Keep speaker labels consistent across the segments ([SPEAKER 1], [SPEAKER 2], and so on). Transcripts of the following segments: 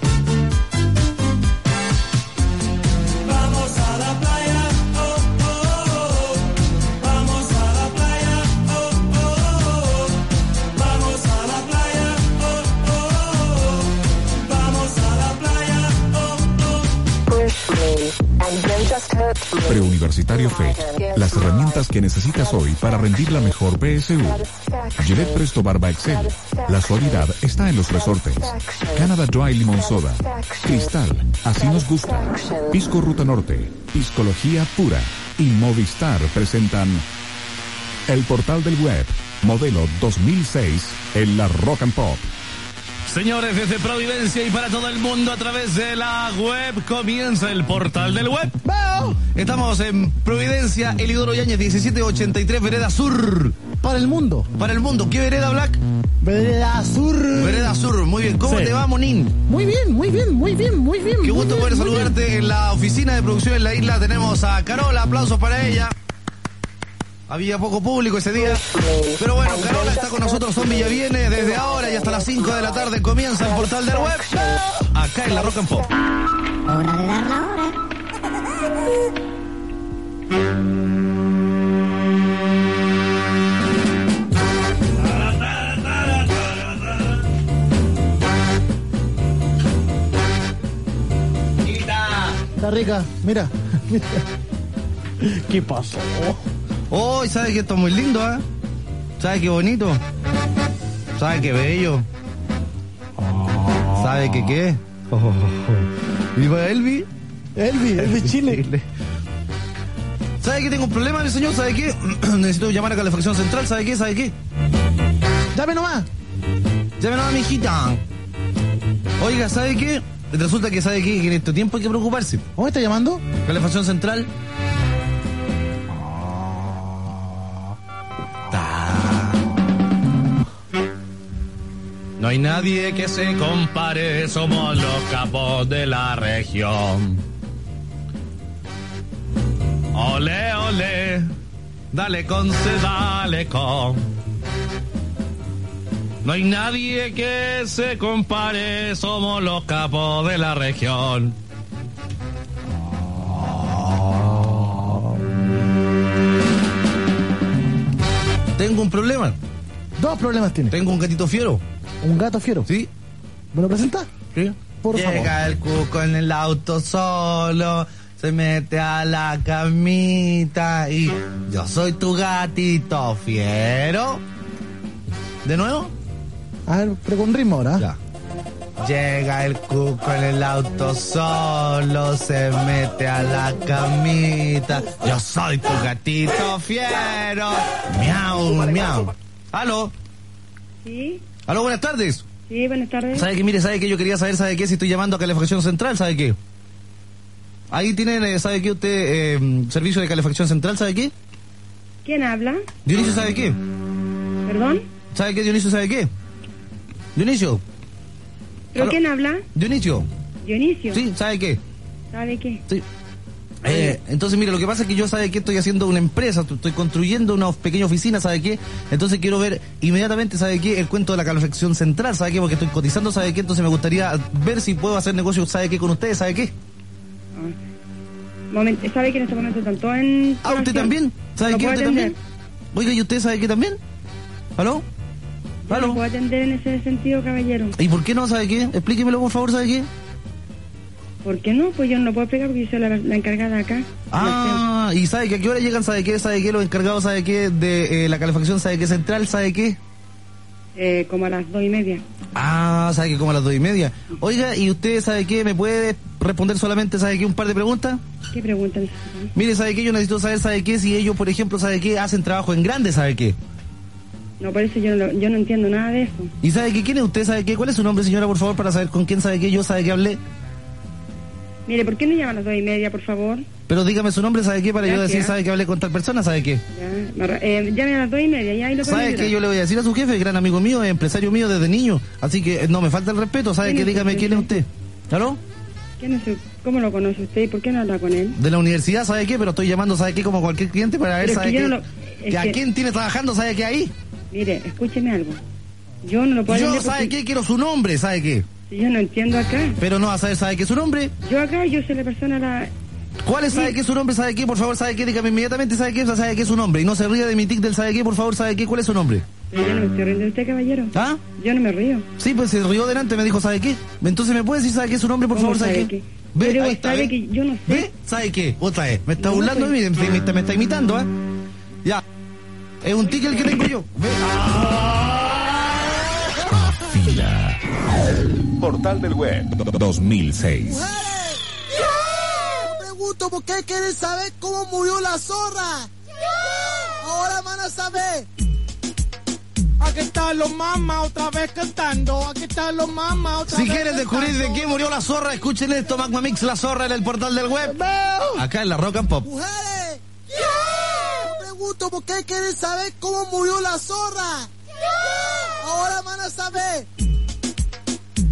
[SPEAKER 1] oh, oh, oh, oh,
[SPEAKER 2] Universitario FED. Las herramientas que necesitas hoy para rendir la mejor PSU. Gillette Presto Barba Excel. La suavidad está en los resortes. Canada Dry Limon Soda. Cristal. Así nos gusta. Pisco Ruta Norte. Piscología Pura. Y Movistar presentan el portal del web. Modelo 2006 en la Rock and Pop.
[SPEAKER 3] Señores, desde Providencia y para todo el mundo a través de la web comienza el portal del web. Estamos en Providencia, Elidoro Yáñez, 1783, Vereda Sur.
[SPEAKER 4] Para el mundo.
[SPEAKER 3] Para el mundo, ¿qué vereda, Black?
[SPEAKER 4] Vereda Sur.
[SPEAKER 3] Vereda Sur, muy bien. ¿Cómo
[SPEAKER 5] Sí.
[SPEAKER 3] te va, Monín?
[SPEAKER 4] Muy bien, muy bien, muy bien, muy bien.
[SPEAKER 3] Qué
[SPEAKER 4] muy
[SPEAKER 3] gusto
[SPEAKER 4] bien,
[SPEAKER 3] poder
[SPEAKER 4] muy bien.
[SPEAKER 3] saludarte en la oficina de producción en la isla. Tenemos a Carola, aplausos para ella. Había poco público ese día. Pero bueno, Carola está con nosotros en Villavienes desde ahora y hasta las 5 de la tarde comienza el portal del web. Acá en la Rock and Pop.
[SPEAKER 6] Hora de dar la hora.
[SPEAKER 4] Está rica, mira. mira.
[SPEAKER 5] ¿Qué pasó?
[SPEAKER 3] Oh, ¿sabes que esto es muy lindo, eh? ¿Sabes qué bonito? ¿Sabes qué bello?
[SPEAKER 4] Ah.
[SPEAKER 3] ¿Sabes qué qué? ¿Viva Elvi?
[SPEAKER 4] Oh. Elvi, es de Chile.
[SPEAKER 3] ¿Sabe que tengo un problema, mi señor? ¿Sabe qué? Necesito llamar a calefacción central, ¿sabe qué? ¿Sabe qué?
[SPEAKER 4] Dame nomás.
[SPEAKER 3] Llamen a mi hijita. Oiga, ¿sabe qué? Resulta que sabe qué, que en este tiempo hay que preocuparse.
[SPEAKER 4] ¿Cómo está llamando?
[SPEAKER 3] Calefacción central. Ta. No hay nadie que se compare, somos los capos de la región. Ole, ole, dale con se, dale con. No hay nadie que se compare, somos los capos de la región. Ah. Tengo un problema.
[SPEAKER 4] Dos problemas tiene.
[SPEAKER 3] Tengo un gatito fiero.
[SPEAKER 4] Un gato fiero.
[SPEAKER 3] ¿Sí?
[SPEAKER 4] ¿Me lo presenta?
[SPEAKER 3] ¿Sí?
[SPEAKER 4] Por
[SPEAKER 3] Llega el cuco en el auto solo, se mete a la camita y yo soy tu gatito fiero. ¿De nuevo?
[SPEAKER 4] favor. A ver, pero con ritmo ahora. ¿eh?
[SPEAKER 3] Ya. Llega el cuco en el auto solo, se mete a la camita. Yo soy tu gatito fiero. Miau, miau. Aló,
[SPEAKER 7] Sí,
[SPEAKER 3] aló, buenas tardes.
[SPEAKER 7] sí, buenas tardes.
[SPEAKER 3] ¿Sabe qué? Mire, ¿sabe qué? Yo quería saber, ¿sabe qué? Si estoy llamando a calefacción central, ¿sabe qué? Ahí tienen, eh, ¿sabe qué? Usted, eh, servicio de calefacción central, ¿sabe qué?
[SPEAKER 7] ¿Quién habla?
[SPEAKER 3] Dionisio, ¿sabe qué?
[SPEAKER 7] ¿Perdón?
[SPEAKER 3] ¿Sabe qué, Dionisio, sabe qué? Dionisio,
[SPEAKER 7] ¿Pero
[SPEAKER 3] Aló.
[SPEAKER 7] quién habla?
[SPEAKER 3] Dionisio,
[SPEAKER 7] Dionisio.
[SPEAKER 3] ¿sí? ¿Sabe qué?
[SPEAKER 7] ¿Sabe qué?
[SPEAKER 3] Sí. Eh, entonces, mire, lo que pasa es que yo sabe que estoy haciendo una empresa, tu- estoy construyendo una of- pequeña oficina, ¿sabe qué? Entonces quiero ver inmediatamente, ¿sabe qué? El cuento de la calefacción central, ¿sabe qué? Porque estoy cotizando, ¿sabe qué? Entonces me gustaría ver si puedo hacer negocios, ¿sabe qué? Con ustedes, ¿sabe qué?
[SPEAKER 7] Momento, ¿Sabe que en este momento están todos en...
[SPEAKER 3] Ah, ¿usted también? ¿Sabe
[SPEAKER 7] ¿Lo
[SPEAKER 3] qué?
[SPEAKER 7] puedo
[SPEAKER 3] ¿Usted
[SPEAKER 7] atender?
[SPEAKER 3] también? Oiga, ¿y usted sabe qué también? ¿Aló?
[SPEAKER 7] Yo No
[SPEAKER 3] ¿Aló?
[SPEAKER 7] puedo atender en ese sentido, caballero.
[SPEAKER 3] ¿Y por qué no sabe qué? Explíquemelo, por favor, ¿sabe qué?
[SPEAKER 7] ¿Por qué no? Pues yo no lo puedo explicar porque yo soy la, la encargada acá.
[SPEAKER 3] Ah, ¿y sabe que a qué hora llegan, sabe qué? ¿Sabe qué? Los encargados, ¿sabe qué? De eh, la calefacción, ¿sabe qué? Central, ¿sabe qué?
[SPEAKER 7] Eh, como a las dos y media.
[SPEAKER 3] Ah, sabe que como a las dos y media. Oiga, ¿y usted sabe qué? ¿Me puede responder solamente, sabe qué? Un par de preguntas.
[SPEAKER 7] ¿Qué preguntan? necesitan?
[SPEAKER 3] Mire, ¿sabe qué? Yo necesito saber, ¿sabe qué? Si ellos, por ejemplo, ¿sabe qué? Hacen trabajo en grande, ¿sabe qué?
[SPEAKER 7] No, por eso yo no, lo- yo no entiendo nada de eso.
[SPEAKER 3] ¿Y sabe qué? ¿Quién es usted, sabe qué? ¿Cuál es su nombre, señora, por favor, para saber con quién sabe qué? Yo sabe qué hablé.
[SPEAKER 7] Mire, ¿por qué no llaman a las dos y media, por favor?
[SPEAKER 3] Pero dígame su nombre, ¿sabe qué? Para yo
[SPEAKER 7] Gracias.
[SPEAKER 3] decir, ¿sabe qué? Hablé con tal persona, ¿sabe qué?
[SPEAKER 7] Ya, marra- eh, llamen a las dos y media, ya, ahí lo pueden
[SPEAKER 3] ¿Sabe
[SPEAKER 7] ayudar.
[SPEAKER 3] qué? Yo le voy a decir a su jefe, gran amigo mío, es empresario mío desde niño. Así que eh, no me falta el respeto, ¿sabe
[SPEAKER 7] ¿Quién
[SPEAKER 3] qué?
[SPEAKER 7] es
[SPEAKER 3] Dígame
[SPEAKER 7] su
[SPEAKER 3] quién es
[SPEAKER 7] jefe?
[SPEAKER 3] usted. ¿Aló?
[SPEAKER 7] ¿Quién es su- ¿Cómo lo conoce usted y por qué no habla con él?
[SPEAKER 3] De la universidad, ¿sabe qué? Pero estoy llamando, ¿sabe qué? Como cualquier cliente para ver,
[SPEAKER 7] Pero es
[SPEAKER 3] ¿sabe
[SPEAKER 7] que yo
[SPEAKER 3] qué?
[SPEAKER 7] no lo- es
[SPEAKER 3] ¿Que ¿A
[SPEAKER 7] que-
[SPEAKER 3] quién tiene trabajando, ¿sabe qué? Ahí.
[SPEAKER 7] Mire, escúcheme algo. Yo no lo puedo
[SPEAKER 3] Yo,
[SPEAKER 7] atender
[SPEAKER 3] ¿sabe
[SPEAKER 7] porque-
[SPEAKER 3] qué? Quiero su nombre, ¿sabe qué?
[SPEAKER 7] Si yo no entiendo acá.
[SPEAKER 3] Pero no, ¿sabe, sabe qué es su nombre?
[SPEAKER 7] Yo acá, yo soy la persona la...
[SPEAKER 3] ¿Cuál es, sabe
[SPEAKER 7] Sí.
[SPEAKER 3] qué es su nombre, sabe qué? Por favor, ¿sabe qué? Dígame inmediatamente, ¿sabe qué? ¿Sabe qué es su nombre? Y no se ría de mi tic del ¿sabe qué? Por favor, ¿sabe qué? ¿Cuál es su nombre?
[SPEAKER 7] Pero yo no me estoy riendo de usted, caballero.
[SPEAKER 3] ¿Ah?
[SPEAKER 7] Yo no me río.
[SPEAKER 3] Sí, pues se rió delante, me dijo, ¿sabe qué? Entonces, ¿me puede decir, ¿sabe qué es su nombre, por
[SPEAKER 7] ¿Cómo
[SPEAKER 3] favor, sabe,
[SPEAKER 7] sabe
[SPEAKER 3] qué?
[SPEAKER 7] qué?
[SPEAKER 3] ¿Ve?
[SPEAKER 7] Pero
[SPEAKER 3] Ahí está,
[SPEAKER 7] sabe
[SPEAKER 3] ¿ve?
[SPEAKER 7] que yo no sé.
[SPEAKER 3] ¿Ve? ¿Sabe qué? Otra vez. Me está
[SPEAKER 7] No,
[SPEAKER 3] burlando de
[SPEAKER 7] pues.
[SPEAKER 3] mí, me, me- me está imitando, ¿eh? Ya. Es un ticket el que tengo yo. ¿Ve?
[SPEAKER 2] Fila. Portal del Web 2006.
[SPEAKER 8] pregunto por qué quieren saber cómo murió la zorra. Ahora van a saber.
[SPEAKER 4] Aquí están los mamas otra vez cantando. Aquí están los mamas otra
[SPEAKER 3] Si
[SPEAKER 4] vez.
[SPEAKER 3] quieres descubrir de qué murió la zorra, escuchen esto, Magma Mix, la zorra en el portal del web. Acá en la Rock and Pop.
[SPEAKER 8] Mujeres. pregunto por qué quieren saber cómo murió la zorra. Ahora van a saber.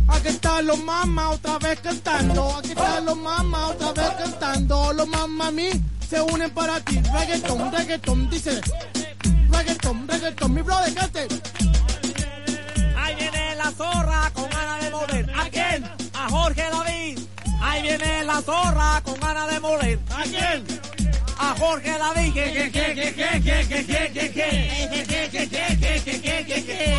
[SPEAKER 4] Aquí están los mamas otra vez cantando. Aquí están los mamas otra vez cantando. Los mamas a mí se unen para ti. Reggaeton, reggaeton, dice. Reggaeton, reggaeton, mi brother, cante.
[SPEAKER 9] Ahí viene la zorra con ganas de moler. ¿A quién? A Jorge David. Ahí viene la zorra con ganas de moler. ¿A quién? A Jorge David. Que, que, que, que, que, que, que, que, que, que, que, que, que, que, que, que, que, que.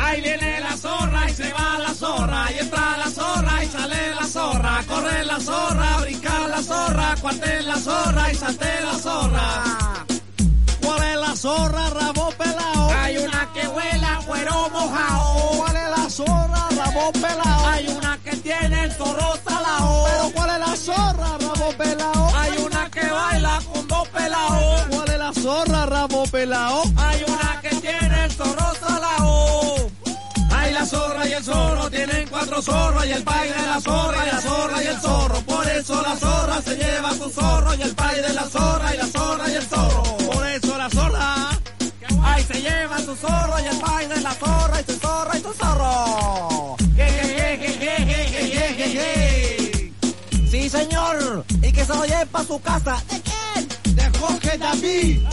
[SPEAKER 9] Ahí viene la zorra y se va la zorra, y entra la zorra y sale la zorra, corre la zorra, brinca la zorra, cuarte la zorra y salte la zorra.
[SPEAKER 3] ¿Cuál es la zorra, rabo pelao?
[SPEAKER 9] Hay una que huela cuero mojao.
[SPEAKER 3] ¿Cuál es la zorra, rabo pelao?
[SPEAKER 9] Hay una que tiene el zorro salao.
[SPEAKER 3] ¿Cuál es la zorra, rabo pelao?
[SPEAKER 9] Hay una que baila con dos pelaos.
[SPEAKER 3] ¿Cuál es la zorra, rabo pelao?
[SPEAKER 9] Hay una que tiene el zorro salao. Hay la zorra y el zorro tienen cuatro zorros. Y el pai de la zorra y la zorra y el zorro. Por eso la zorra se lleva su zorro. Y el pai de la zorra y la zorra y el zorro. Por eso la zorra. Ahí se lleva su zorro y el pai de la zorra y su zorra y su zorro. Je, je, je, je, je, je, je, je, je, je. Sí, señor. Y que se lo lleve para su casa. ¿De quién? De Jorge David.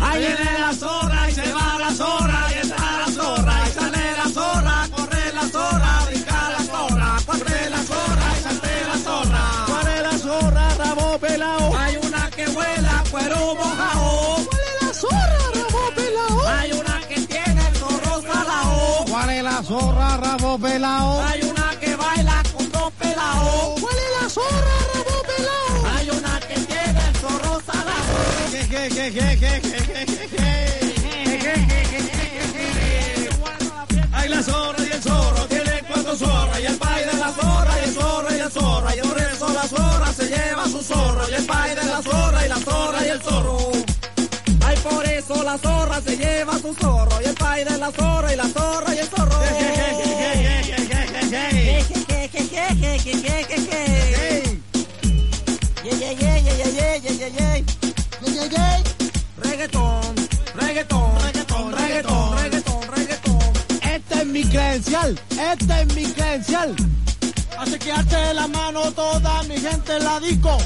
[SPEAKER 9] Ahí viene la zorra y se va la zorra y está la zorra y sale la zorra, corre la zorra, brinca la zorra, corre la zorra y salte la zorra. Corre la zorra, rabo pelao. Hay una que vuela, cuero mojao. Corre la zorra, rabo pelao. Hay una que tiene el zorro salao.
[SPEAKER 3] ¿Cuál es la zorra, rabo pelao?
[SPEAKER 9] Hay una que baila con dos pelao.
[SPEAKER 3] ¿Cuál es la zorra, rabo pelao?
[SPEAKER 9] Hay una que tiene el zorro salao. Hay la zorra y el zorro, tiene cuatro zorras, y el pai de la zorra, y el zorro y el zorra, y por eso la zorra se lleva su zorro, y el pai de la zorra, y la zorra y el zorro. Ay, por eso la zorra se lleva su zorro, y el pai de la zorra, y la zorra y el zorro. Reggaetón, reggaetón, reggaetón, reggaetón, reggaetón, reggaetón.
[SPEAKER 4] Esta es mi credencial, esta es mi credencial. Así que hazte la mano toda mi gente en la disco.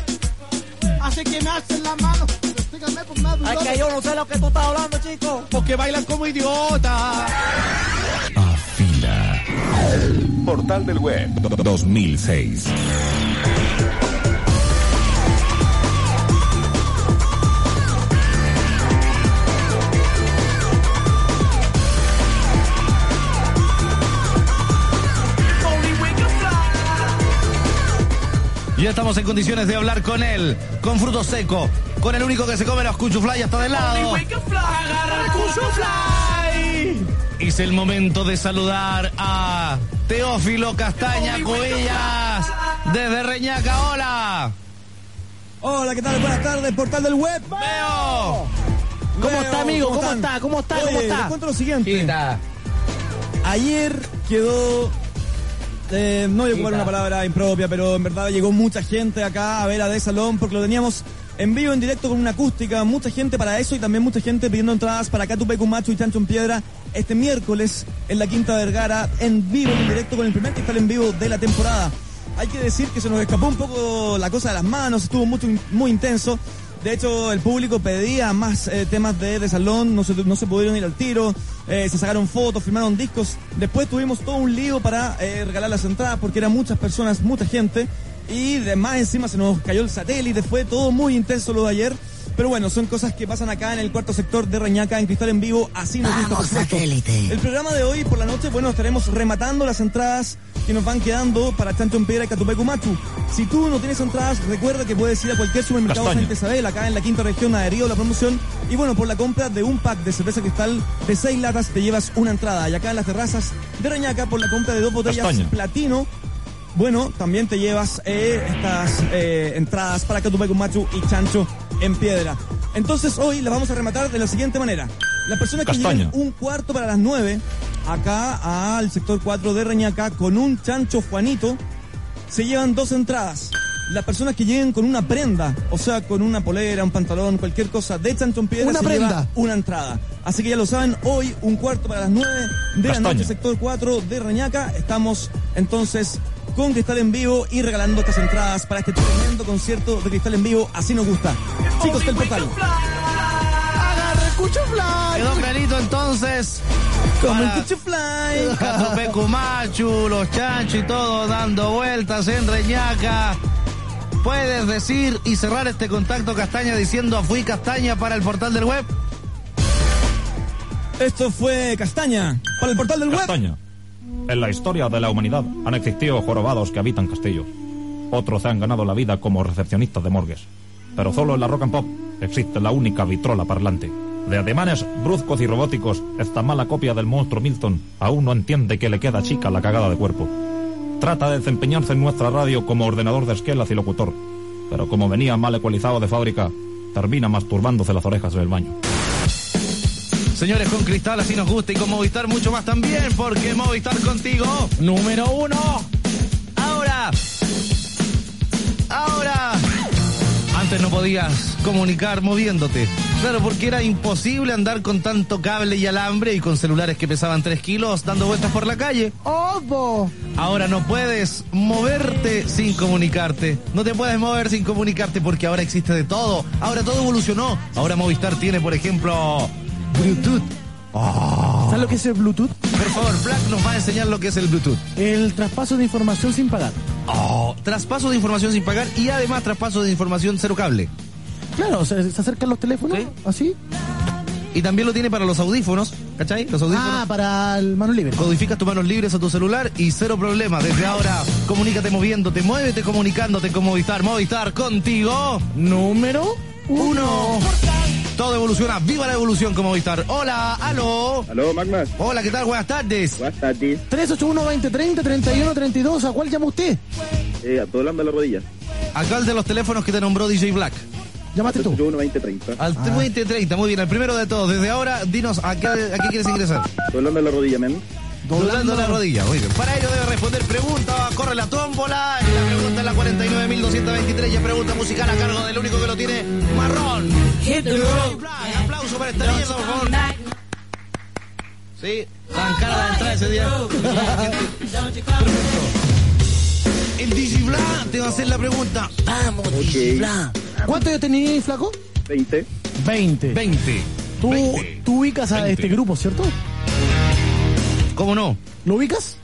[SPEAKER 4] Así que me hacen la mano. Dígame, pues, me
[SPEAKER 9] Ay,
[SPEAKER 4] abusó.
[SPEAKER 9] que yo no sé lo que tú estás hablando, chico.
[SPEAKER 4] Porque bailan como idiotas.
[SPEAKER 2] Afila. Portal del Web 2006.
[SPEAKER 3] Ya estamos en condiciones de hablar con él, con fruto seco, con el único que se come los cuchufly hasta de lado. Es el momento de saludar a Teófilo Castaña Cubillas desde Reñaca. Hola,
[SPEAKER 10] Hola, ¿qué tal? Buenas tardes, portal del web.
[SPEAKER 3] veo.
[SPEAKER 10] Leo,
[SPEAKER 11] ¿Cómo está, amigo? ¿Cómo,
[SPEAKER 10] están?
[SPEAKER 11] está? ¿Cómo está? ¿Cómo
[SPEAKER 10] Oye, les
[SPEAKER 11] está?
[SPEAKER 10] cuento lo siguiente. Ayer quedó. eh, no voy a ocupar una palabra impropia, pero en verdad llegó mucha gente acá a ver a De Salón porque lo teníamos en vivo, en directo, con una acústica. Mucha gente para eso y también mucha gente pidiendo entradas para Catupe Macho y Chancho en Piedra este miércoles en la Quinta Vergara, en vivo, en directo, con el primer festival en vivo de la temporada. Hay que decir que se nos escapó un poco la cosa de las manos, estuvo mucho, muy intenso. De hecho, el público pedía más eh, temas de, de salón, no se, no se pudieron ir al tiro, eh, se sacaron fotos, firmaron discos. Después tuvimos todo un lío para eh, regalar las entradas porque eran muchas personas, mucha gente. Y además encima se nos cayó el satélite, fue todo muy intenso lo de ayer. Pero bueno, son cosas que pasan acá en el cuarto sector de Reñaca, en Cristal en Vivo, así nos gusta. por
[SPEAKER 1] Vamos,
[SPEAKER 10] supuesto.
[SPEAKER 1] satélite.
[SPEAKER 10] El programa de hoy por la noche, bueno, estaremos rematando las entradas que nos van quedando para Chancho en Piedra y Catupecu Machu. Si tú no tienes entradas, recuerda que puedes ir a cualquier supermercado
[SPEAKER 12] Castaño.
[SPEAKER 10] Santa Isabel, acá en la quinta región, adherido a la promoción. Y bueno, por la compra de un pack de cerveza cristal de seis latas, te llevas una entrada. Y acá en las terrazas de Reñaca, por la compra de dos botellas
[SPEAKER 12] Castaño.
[SPEAKER 10] platino, bueno, también te llevas eh, estas eh, entradas para Catupecu Machu y Chancho en Piedra. Entonces hoy las vamos a rematar de la siguiente manera. Las personas que
[SPEAKER 12] Castaño.
[SPEAKER 10] lleguen un cuarto para las nueve, acá al sector 4 de Reñaca, con un chancho Juanito, se llevan dos entradas. Las personas que lleguen con una prenda, o sea, con una polera, un pantalón, cualquier cosa de Chancho en Piedra,
[SPEAKER 4] Una
[SPEAKER 10] se
[SPEAKER 4] prenda.
[SPEAKER 10] lleva una entrada. Así que ya lo saben, hoy un cuarto para las nueve de la
[SPEAKER 12] Castaño.
[SPEAKER 10] noche, sector 4 de Reñaca. Estamos entonces con Cristal en Vivo y regalando estas entradas para este tremendo concierto de Cristal en Vivo. Así nos gusta. Chicos del portal.
[SPEAKER 13] Agarre cuchufla.
[SPEAKER 3] Quedó clarito entonces.
[SPEAKER 10] Como el
[SPEAKER 3] Para-
[SPEAKER 10] Cuchufly.
[SPEAKER 3] Catupecumachu, los chanchos y todo dando vueltas en Reñaca. ¿Puedes decir y cerrar este contacto Castaña diciendo fui Castaña para el portal del web?
[SPEAKER 10] Esto fue Castaña para el portal del web.
[SPEAKER 12] Castaña. En la historia de la humanidad han existido jorobados que habitan castillos. Otros se han ganado la vida como recepcionistas de morgues. Pero solo en la rock and pop existe la única vitrola parlante. De ademanes bruscos y robóticos, esta mala copia del monstruo Milton aún no entiende que le queda chica la cagada de cuerpo. Trata de desempeñarse en nuestra radio como ordenador de esquelas y locutor, pero como venía mal ecualizado de fábrica, termina masturbándose las orejas en el baño.
[SPEAKER 3] Señores, con Cristal así nos gusta y con Movistar mucho más también, porque Movistar contigo, número uno. Ahora, ahora. Antes no podías comunicar moviéndote. Claro, porque era imposible andar con tanto cable y alambre y con celulares que pesaban 3 kilos dando vueltas por la calle.
[SPEAKER 4] ¡Obo!
[SPEAKER 3] Ahora no puedes moverte sin comunicarte. No te puedes mover sin comunicarte porque ahora existe de todo. Ahora todo evolucionó. Ahora Movistar tiene, por ejemplo, Bluetooth. Ah.
[SPEAKER 4] ¿Sabes lo que es el Bluetooth?
[SPEAKER 3] Por favor, Black nos va a enseñar lo que es el Bluetooth.
[SPEAKER 4] El traspaso de información sin pagar.
[SPEAKER 3] Oh, traspaso de información sin pagar y además traspaso de información cero cable.
[SPEAKER 4] Claro, se, se acercan los teléfonos,
[SPEAKER 3] Sí.
[SPEAKER 4] así.
[SPEAKER 3] Y también lo tiene para los audífonos, ¿cachai? Los audífonos.
[SPEAKER 4] Ah, para el mano libre.
[SPEAKER 3] Codificas tus manos libres a tu celular y cero problemas. Desde ahora, comunícate moviéndote, muévete comunicándote con Movistar. Movistar contigo.
[SPEAKER 4] Número uno.
[SPEAKER 3] Todo evoluciona. Viva la evolución con Movistar. Hola, aló.
[SPEAKER 14] Aló, Magma.
[SPEAKER 3] Hola, ¿qué tal? Buenas tardes.
[SPEAKER 14] Buenas tardes.
[SPEAKER 4] 381-2030-3132. ¿A cuál llama usted?
[SPEAKER 14] Eh, doblando la rodilla.
[SPEAKER 3] Acá el de los teléfonos que te nombró DJ Black.
[SPEAKER 4] Llamaste tú.
[SPEAKER 14] 2030.
[SPEAKER 3] Al 2030, muy bien, el primero de todos. Desde ahora, dinos a qué, a qué quieres ingresar.
[SPEAKER 14] Doblando la rodilla, men.
[SPEAKER 3] Doblando la rodilla, muy bien. Para ello debe responder pregunta, corre la tómbola. La pregunta es la 49.223 y es pregunta musical a cargo del único que lo tiene marrón. Aplauso para esta mierda, por favor. Sí, tan cara de entrada ese día. Perfecto. El Digiblan te va a hacer la pregunta.
[SPEAKER 1] Vamos, Disipla.
[SPEAKER 4] ¿Cuánto yo tenía, flaco?
[SPEAKER 14] 20.
[SPEAKER 4] 20.
[SPEAKER 3] 20.
[SPEAKER 4] Tú,
[SPEAKER 12] 20.
[SPEAKER 4] tú ubicas a
[SPEAKER 12] 20.
[SPEAKER 4] este grupo, ¿cierto?
[SPEAKER 3] ¿Cómo no?
[SPEAKER 4] ¿Lo ubicas?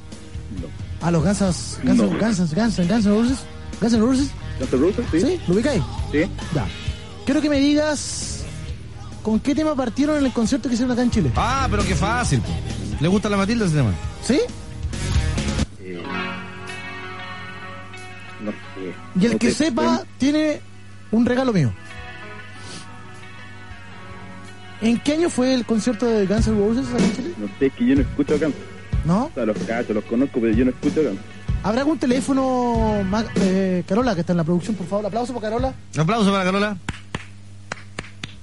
[SPEAKER 14] No.
[SPEAKER 4] A los Gansas, Gansas,
[SPEAKER 14] No.
[SPEAKER 4] Gansas, Gansas, Gansas Roses. Gansas Roses.
[SPEAKER 14] ¿No te preocupes?
[SPEAKER 4] ¿Sí?
[SPEAKER 14] Sí.
[SPEAKER 4] ¿Lo ubicáis?
[SPEAKER 14] Sí.
[SPEAKER 4] Ya. Quiero que me digas con qué tema partieron en el concierto que hicieron acá en Chile.
[SPEAKER 3] Ah, pero qué fácil. po. ¿Le gusta la Matilda ese tema?
[SPEAKER 4] ¿Sí?
[SPEAKER 14] Eh, no sé.
[SPEAKER 4] Y el
[SPEAKER 14] No
[SPEAKER 4] que
[SPEAKER 14] te-
[SPEAKER 4] sepa tiene un regalo mío. ¿En qué año fue el concierto de Guns N' Roses acá en Chile?
[SPEAKER 14] No sé, es que yo no escucho canto.
[SPEAKER 4] ¿No?
[SPEAKER 14] O sea, los cachos los conozco, pero yo no escucho canto.
[SPEAKER 4] ¿Habrá algún teléfono, ma- eh, Carola, que está en la producción, por favor? Aplauso para Carola.
[SPEAKER 3] Un aplauso para Carola.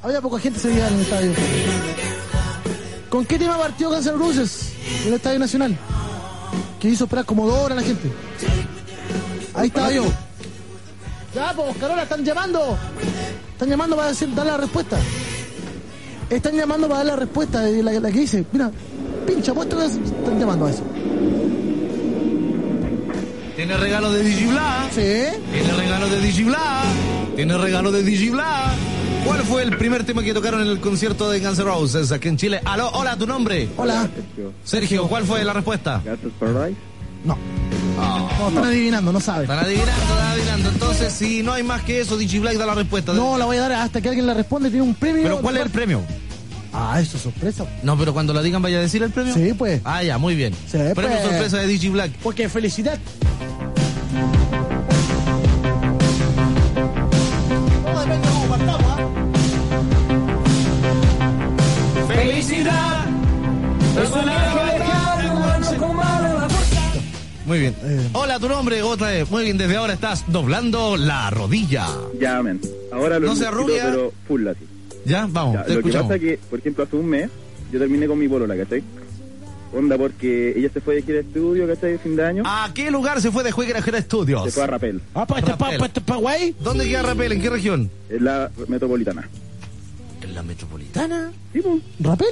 [SPEAKER 4] Había poca gente ese día en el estadio. ¿Con qué tema partió Guns N' Roses en el Estadio Nacional? Que hizo esperar como dos horas a la gente. Ahí estaba yo. Ya, pues, Carola, están llamando. Están llamando para decir, dar la respuesta. Están llamando para dar la respuesta de la, la que hice. Mira, pincha, muestra, están llamando a eso.
[SPEAKER 3] Tiene regalo de Digiblan.
[SPEAKER 4] Sí.
[SPEAKER 3] Tiene regalo de Digibla. Tiene regalo de Digibla. ¿Cuál fue el primer tema que tocaron en el concierto de Guns N' Roses aquí en Chile? Aló, hola, tu nombre.
[SPEAKER 4] Hola.
[SPEAKER 14] Sergio.
[SPEAKER 3] Sergio, ¿cuál fue la respuesta?
[SPEAKER 14] Gatos Paradise.
[SPEAKER 4] No. No, están adivinando, no saben.
[SPEAKER 3] Están adivinando, están adivinando. Entonces, si no hay más que eso, Digi Black da la respuesta.
[SPEAKER 4] No, la voy a dar hasta que alguien la responde. Tiene un premio.
[SPEAKER 3] ¿Pero cuál es el premio?
[SPEAKER 4] Ah, eso es sorpresa.
[SPEAKER 3] No, pero cuando la digan, vaya a decir el premio.
[SPEAKER 4] Sí, pues.
[SPEAKER 3] Ah, ya, muy bien.
[SPEAKER 4] Sí,
[SPEAKER 3] premio
[SPEAKER 4] pues.
[SPEAKER 3] sorpresa de Digi Black.
[SPEAKER 4] Porque felicidad.
[SPEAKER 9] Felicidad.
[SPEAKER 3] Muy bien. eh. Hola, tu nombre otra vez. Muy bien, desde ahora estás doblando la rodilla.
[SPEAKER 14] Ya, men. Ahora lo
[SPEAKER 3] No se
[SPEAKER 14] necesito,
[SPEAKER 3] arruga.
[SPEAKER 14] pero full así.
[SPEAKER 3] Ya, vamos,
[SPEAKER 14] Ya,
[SPEAKER 3] te
[SPEAKER 14] lo que
[SPEAKER 3] escuchamos.
[SPEAKER 14] pasa que, por ejemplo, hace un mes yo terminé con mi polola, ¿cachai? Onda porque ella se fue de gira de estudio, ¿cachai? Fin de año.
[SPEAKER 3] ¿A qué lugar se fue de Juega Jera Studios?
[SPEAKER 14] Se fue a Rapel,
[SPEAKER 4] Ah, pa, este, pa, pa, este, pa, guay.
[SPEAKER 3] ¿Dónde queda Rapel? ¿En qué región?
[SPEAKER 14] en la metropolitana.
[SPEAKER 3] En la metropolitana.
[SPEAKER 14] Sí, po.
[SPEAKER 4] ¿Rapel?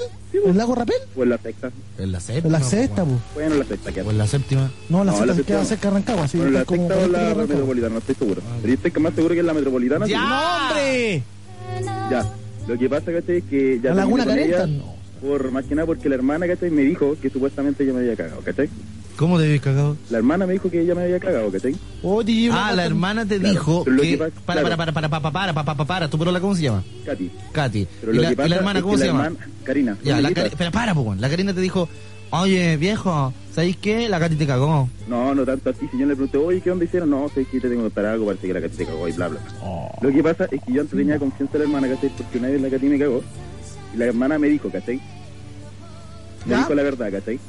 [SPEAKER 4] ¿El lago Rapel?
[SPEAKER 14] O en la sexta.
[SPEAKER 3] En la
[SPEAKER 4] En
[SPEAKER 3] séptima.
[SPEAKER 4] la sexta, po.
[SPEAKER 14] Bueno, en la sexta, ¿qué
[SPEAKER 3] O en la séptima.
[SPEAKER 4] No, la
[SPEAKER 14] No,
[SPEAKER 4] sexta
[SPEAKER 14] la
[SPEAKER 4] se queda
[SPEAKER 14] sexta.
[SPEAKER 4] cerca de Rancagua. Sí,
[SPEAKER 14] Bueno, en la
[SPEAKER 4] está como Ah.
[SPEAKER 14] sexta o
[SPEAKER 4] cuarenta kilómetros
[SPEAKER 14] la
[SPEAKER 4] de Rancagua.
[SPEAKER 14] metropolitana, no estoy seguro. Pero yo estoy que más seguro que es la metropolitana. sí.
[SPEAKER 3] ¡Hombre!
[SPEAKER 14] Ya. Lo que pasa, ¿cachai? Es que
[SPEAKER 4] ¿La
[SPEAKER 14] ya terminé
[SPEAKER 4] Laguna
[SPEAKER 14] con ella
[SPEAKER 4] Carenta? No.
[SPEAKER 14] por más que nada porque la hermana, ¿cachai? Me dijo que supuestamente ella me había cagado, ¿cachai?
[SPEAKER 3] ¿Cómo te habéis cagado?
[SPEAKER 14] La hermana me dijo que ella me había cagado, ¿cachai?
[SPEAKER 4] Oh, DJ,
[SPEAKER 3] Ah, la hermana te
[SPEAKER 14] Claro,
[SPEAKER 3] dijo
[SPEAKER 14] pero lo
[SPEAKER 3] que...
[SPEAKER 14] que pasa-
[SPEAKER 3] Para, para, para,
[SPEAKER 14] claro.
[SPEAKER 3] para, para, para, para, para, para. ¿Tu polola cómo se llama?
[SPEAKER 14] Katy.
[SPEAKER 3] Katy.
[SPEAKER 14] Pero
[SPEAKER 3] ¿Y
[SPEAKER 14] lo
[SPEAKER 3] la,
[SPEAKER 14] que
[SPEAKER 3] y la
[SPEAKER 14] pasa
[SPEAKER 3] hermana
[SPEAKER 14] es
[SPEAKER 3] cómo
[SPEAKER 14] que
[SPEAKER 3] se
[SPEAKER 14] la
[SPEAKER 3] llama?
[SPEAKER 14] hermana- Karina.
[SPEAKER 3] Ya, la
[SPEAKER 14] Carita.
[SPEAKER 3] Cari- Pero para, pues, la Karina te dijo... Oye, viejo, ¿sabéis qué? La Katy te cagó.
[SPEAKER 14] No, no tanto así. Si yo le pregunté, oye, ¿qué onda hicieron? No, sé que te tengo que contar algo, parece que la Katy te cagó y bla, bla.
[SPEAKER 3] Oh.
[SPEAKER 14] Lo que pasa es que yo antes tenía confianza en la hermana, ¿cachai? Porque una vez la Katy me cagó y la hermana me dijo, ¿cachai? Me
[SPEAKER 4] ¿Ya?
[SPEAKER 14] dijo la verdad, ¿cachai?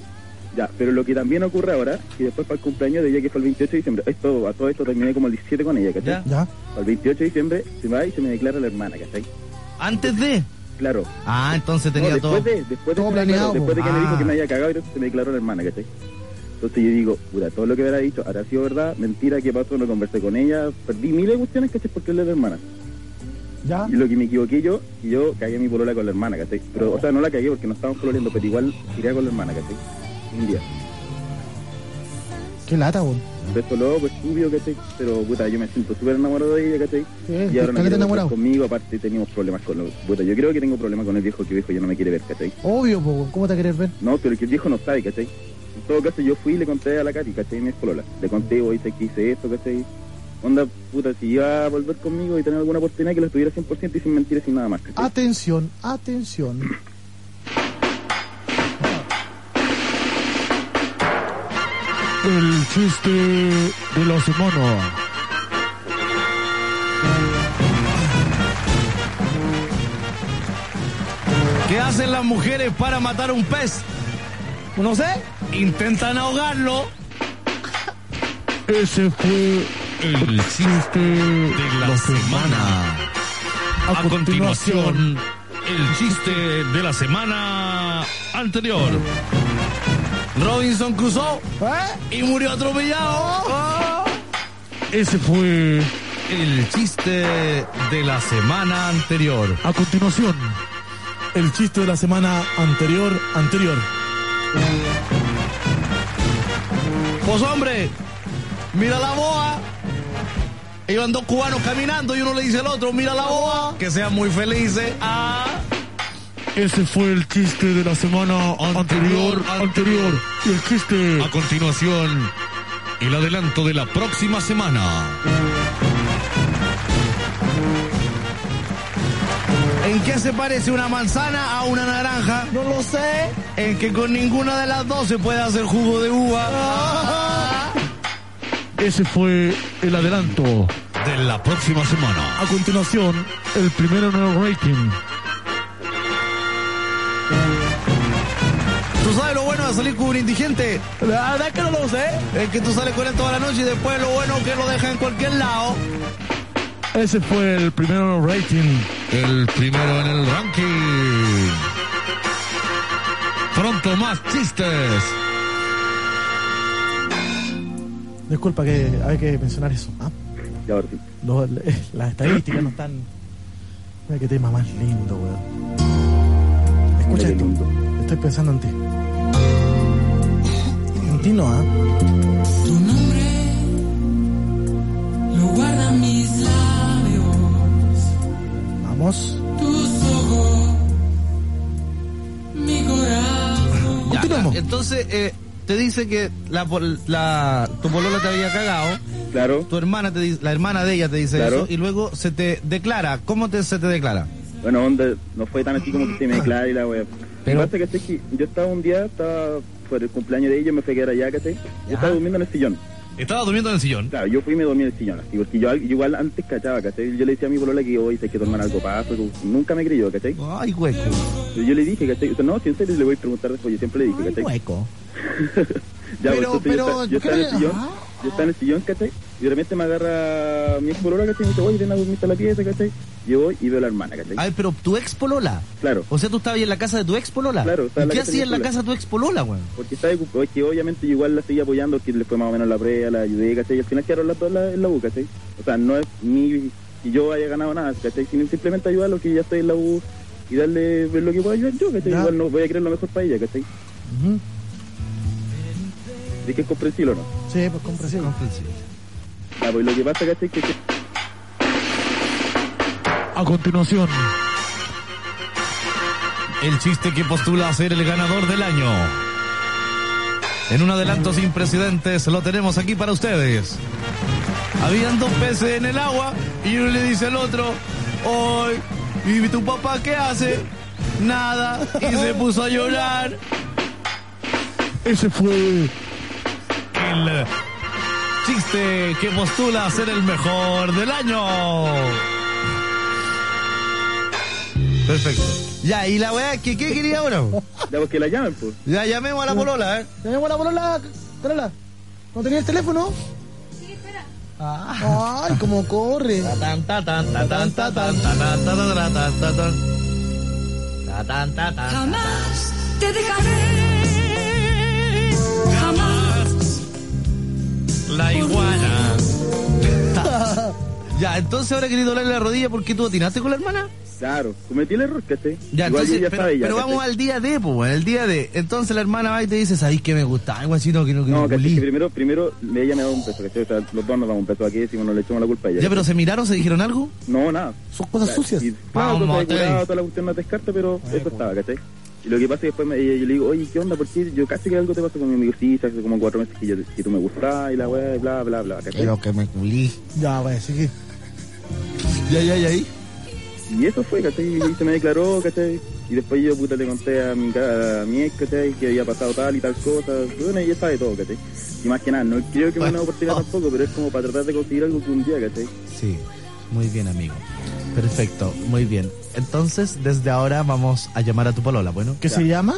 [SPEAKER 14] Ya, pero lo que también ocurre ahora, que después para el cumpleaños de ella, que fue el 28 de diciembre, esto, a todo esto terminé como el 17 con ella, ¿cachai?
[SPEAKER 3] Ya.
[SPEAKER 4] Ya.
[SPEAKER 14] Para el 28 de diciembre se va y se me declara la hermana, ¿cachai?
[SPEAKER 3] Antes de...
[SPEAKER 14] Claro.
[SPEAKER 3] Ah, entonces
[SPEAKER 14] No,
[SPEAKER 3] tenía todo...
[SPEAKER 14] después de, después de
[SPEAKER 4] todo
[SPEAKER 14] que me declaró,
[SPEAKER 4] planeado,
[SPEAKER 14] después de que me
[SPEAKER 3] ah.
[SPEAKER 14] dijo que me había cagado, entonces se me declaró la hermana, ¿cachai? Entonces yo digo, puta, todo lo que me habrá dicho, ¿habrá sido verdad? Mentira, ¿qué pasó? No conversé con ella, perdí miles de cuestiones, ¿cachai? Porque él es la hermana.
[SPEAKER 4] Ya.
[SPEAKER 14] Y lo que me equivoqué yo, y yo cagué mi polola con la hermana, ¿cachai? Pero, o sea, no la cagué porque no estábamos coloriendo, pero igual iría con la hermana, ¿cachai? Un día.
[SPEAKER 4] Qué lata, weón.
[SPEAKER 14] De esto loco, estúpido, ¿cachai? Pero, puta, yo me siento súper enamorado de ella, ¿cachai?
[SPEAKER 4] Sí,
[SPEAKER 14] y ahora no
[SPEAKER 4] caleta
[SPEAKER 14] quiere
[SPEAKER 4] enamorado.
[SPEAKER 14] estar conmigo, aparte teníamos problemas con los... Puta, yo creo que tengo problemas con el viejo, que el viejo ya no me quiere ver, ¿cachai?
[SPEAKER 4] Obvio, po, weón. ¿Cómo te querés ver?
[SPEAKER 14] No, pero que el viejo no sabe, ¿cachai? En todo caso, yo fui y le conté a la Katy, ¿cachai? Mi polola. Le conté, oye, sé que hice esto, ¿cachai? Onda, puta, si iba a volver conmigo y tener alguna oportunidad que la estuviera 100% y sin mentiras, sin nada más, ¿cachai?
[SPEAKER 4] Atención, atención.
[SPEAKER 6] El chiste de la semana.
[SPEAKER 3] ¿Qué hacen las mujeres para matar un pez?
[SPEAKER 4] No sé.
[SPEAKER 3] Intentan ahogarlo.
[SPEAKER 6] Ese fue el chiste de la semana.
[SPEAKER 3] A continuación, el chiste de la semana anterior. Robinson cruzó
[SPEAKER 4] ¿Eh?
[SPEAKER 3] y murió
[SPEAKER 6] Oh.
[SPEAKER 3] atropellado.
[SPEAKER 6] Ese fue
[SPEAKER 3] El chiste de la semana anterior.
[SPEAKER 6] a continuación.
[SPEAKER 15] El chiste de la semana anterior, anterior.
[SPEAKER 3] Pues hombre, mira la boa. Iban dos cubanos caminando y uno le dice al otro, mira la boa. Que sean muy felices. Ah.
[SPEAKER 6] Ese fue el chiste de la semana anterior, anterior. Y el chiste.
[SPEAKER 15] A continuación, el adelanto de la próxima semana.
[SPEAKER 3] ¿En qué se parece una manzana a una naranja?
[SPEAKER 4] No lo sé.
[SPEAKER 3] En que con ninguna de las dos se puede hacer jugo de
[SPEAKER 4] Ah.
[SPEAKER 3] uva.
[SPEAKER 6] Ese fue el adelanto.
[SPEAKER 15] De la próxima semana.
[SPEAKER 6] A continuación, el primero en el ranking.
[SPEAKER 3] ¿Tú sabes lo bueno de salir con un indigente?
[SPEAKER 4] La verdad es que no lo sé.
[SPEAKER 3] Es que tú sales con él toda la noche y después lo bueno es que lo deja en cualquier lado.
[SPEAKER 6] Ese fue el primero en el rating.
[SPEAKER 15] El primero en el ranking. Pronto más chistes. Disculpa que hay que mencionar eso. ¿ah?
[SPEAKER 14] Ya, ahora sí.
[SPEAKER 15] las estadísticas no están. Mira qué tema más lindo, weón.
[SPEAKER 14] Mira
[SPEAKER 15] Escucha
[SPEAKER 14] qué
[SPEAKER 15] esto.
[SPEAKER 14] lindo.
[SPEAKER 15] Estoy pensando en ti. En ti no, ¿ah?
[SPEAKER 16] Tu nombre lo guardan mis labios,
[SPEAKER 15] Vamos.
[SPEAKER 16] tus ojos, mi corazón.
[SPEAKER 3] Ya, ya. Entonces, eh, te dice que la, pol- la- tu polola te había cagado.
[SPEAKER 14] Claro.
[SPEAKER 3] Tu hermana te dice, la hermana de ella te dice
[SPEAKER 14] Claro.
[SPEAKER 3] eso y luego se te declara. ¿Cómo te, se te declara?
[SPEAKER 14] Bueno, onda, no fue tan así como que se me declara y la wea. Lo que pasa ¿cachai? que yo estaba un día, estaba por el cumpleaños de ella, me fui a quedar allá, ¿cachai? Yo estaba durmiendo en el sillón.
[SPEAKER 3] Estaba durmiendo en el sillón.
[SPEAKER 14] Claro, yo fui y me dormí en el sillón, así, porque yo, yo igual antes cachaba, ¿cachai? Yo le decía a mi polola que hoy hay que tomar algo paso, nunca me creyó, ¿cachai?
[SPEAKER 3] Ay, hueco.
[SPEAKER 14] Yo, yo le dije, ¿cachai? O sea, no, si en serio le voy a preguntar después, yo siempre le dije, ¿cachai?
[SPEAKER 3] hueco.
[SPEAKER 14] ya,
[SPEAKER 4] Pero-
[SPEAKER 14] pues, entonces yo
[SPEAKER 4] pero,
[SPEAKER 14] esta- yo estaba en el
[SPEAKER 4] ¿qué-
[SPEAKER 14] sillón,
[SPEAKER 4] ajá?
[SPEAKER 14] yo estaba en el sillón, ¿cachai? Y de repente me agarra mi ex polola, ¿cachai? Y me dice, oye, ven a dormirte a la pieza, ¿cachai? Yo voy y veo a la hermana, ¿cachai?
[SPEAKER 3] Ay, pero tu ex polola.
[SPEAKER 14] Claro.
[SPEAKER 3] O sea, tú estabas ahí en la casa de tu ex polola.
[SPEAKER 14] Claro,
[SPEAKER 3] ¿Y
[SPEAKER 14] estaba en la
[SPEAKER 3] qué
[SPEAKER 14] casa de mi
[SPEAKER 3] hacías en la
[SPEAKER 14] polola.
[SPEAKER 3] casa de tu ex polola, weón?
[SPEAKER 14] Porque está ocupado, es que obviamente yo igual la seguía apoyando, que le fue más o menos la prea, la ayudé, ¿cachai? Y al final quedaron las dos la- en la U, ¿cachai? O sea, no es ni que yo haya ganado nada, ¿cachai? Sino simplemente ayudarlo, que ya estoy en la U y darle ver lo que puedo ayudar yo, ¿cachai?
[SPEAKER 4] Ya.
[SPEAKER 14] Igual no voy a creer lo mejor para ella, ¿cachai?
[SPEAKER 4] Ujú.
[SPEAKER 14] ¿De que es comprensible o no?
[SPEAKER 4] Sí, pues comprensible.
[SPEAKER 14] Ya, pues lo que pasa, ¿cachai? Que, que
[SPEAKER 6] A continuación,
[SPEAKER 3] El chiste que postula a ser el ganador del año. En un adelanto sin precedentes lo tenemos aquí para ustedes. Habían dos peces en el agua y uno le dice al otro, hoy, ¿y tu papá qué hace? Nada. Y se puso a llorar.
[SPEAKER 6] ese fue
[SPEAKER 3] El chiste que postula a ser el mejor del año. Perfecto. Ya, y la weá, ¿qué, qué quería ahora? po?
[SPEAKER 14] ya, pues que la llamen, pues.
[SPEAKER 3] Ya llamemos a la polola, ¿eh?
[SPEAKER 4] Tenemos la polola, Carola. ¿No tenía el teléfono? Ay, cómo corre.
[SPEAKER 3] Tan, ta, tan, ta, tan, ta, tan, ta, tan, ta, ta, ta, tan, ta, tan. Ta, tan, ta, tan.
[SPEAKER 16] Jamás te dejaré. Jamás.
[SPEAKER 3] La iguana. ya, entonces ahora querido dolerle la rodilla porque tú atinaste con la hermana.
[SPEAKER 14] Claro, cometí el error, ¿cachai?
[SPEAKER 3] Ya,
[SPEAKER 14] igual
[SPEAKER 3] entonces,
[SPEAKER 14] ella
[SPEAKER 3] pero,
[SPEAKER 14] sabe ya,
[SPEAKER 3] pero
[SPEAKER 14] ¿cachai?
[SPEAKER 3] vamos al día de, pues, el día de. Entonces la hermana va y te dice, ¿sabes que me gusta? Algo así, no, que no, que me
[SPEAKER 14] No, ¿cachai?
[SPEAKER 3] pulí".
[SPEAKER 14] Que primero, primero ella me da un peso, ¿cachai? O sea, los dos nos damos un peso aquí, decimos, no le echamos la culpa a ella.
[SPEAKER 3] Ya, pero ¿se miraron? ¿Se dijeron algo?
[SPEAKER 14] No, nada.
[SPEAKER 4] Son cosas sucias.
[SPEAKER 14] Y,
[SPEAKER 3] Vamos,
[SPEAKER 14] claro, todo está
[SPEAKER 3] Teo.
[SPEAKER 14] curado, toda la cuestión no descarta, pero eso estaba, ¿cachai? Y lo que pasa es que después me- ella- yo le digo, oye, ¿qué onda? ¿Por qué? Yo casi que algo te pasó con mi amigo, sí, hace como cuatro meses que, yo, que tú me gustás y la weá, y bla, bla, bla, ¿cachai?
[SPEAKER 3] que me culí.
[SPEAKER 4] Ya,
[SPEAKER 3] pues,
[SPEAKER 4] va, sí que.
[SPEAKER 3] Ya, ya, ya, ahí.
[SPEAKER 14] Y eso fue, ¿cachai? Y se me declaró, ¿cachai? Y después yo, puta, le conté a mi, ca- a mi ex, ¿cachai? Que había pasado tal y tal cosa, bueno, ella sabe todo, ¿cachai? Y más que nada, no creo que me una oportunidad
[SPEAKER 3] Ah.
[SPEAKER 14] tampoco, pero es como para tratar de conseguir algo que un día, ¿cachai?
[SPEAKER 3] Sí, muy bien, amigo. Perfecto, muy bien. Entonces, desde ahora vamos a llamar a tu polola, bueno.
[SPEAKER 4] ¿Qué se llama?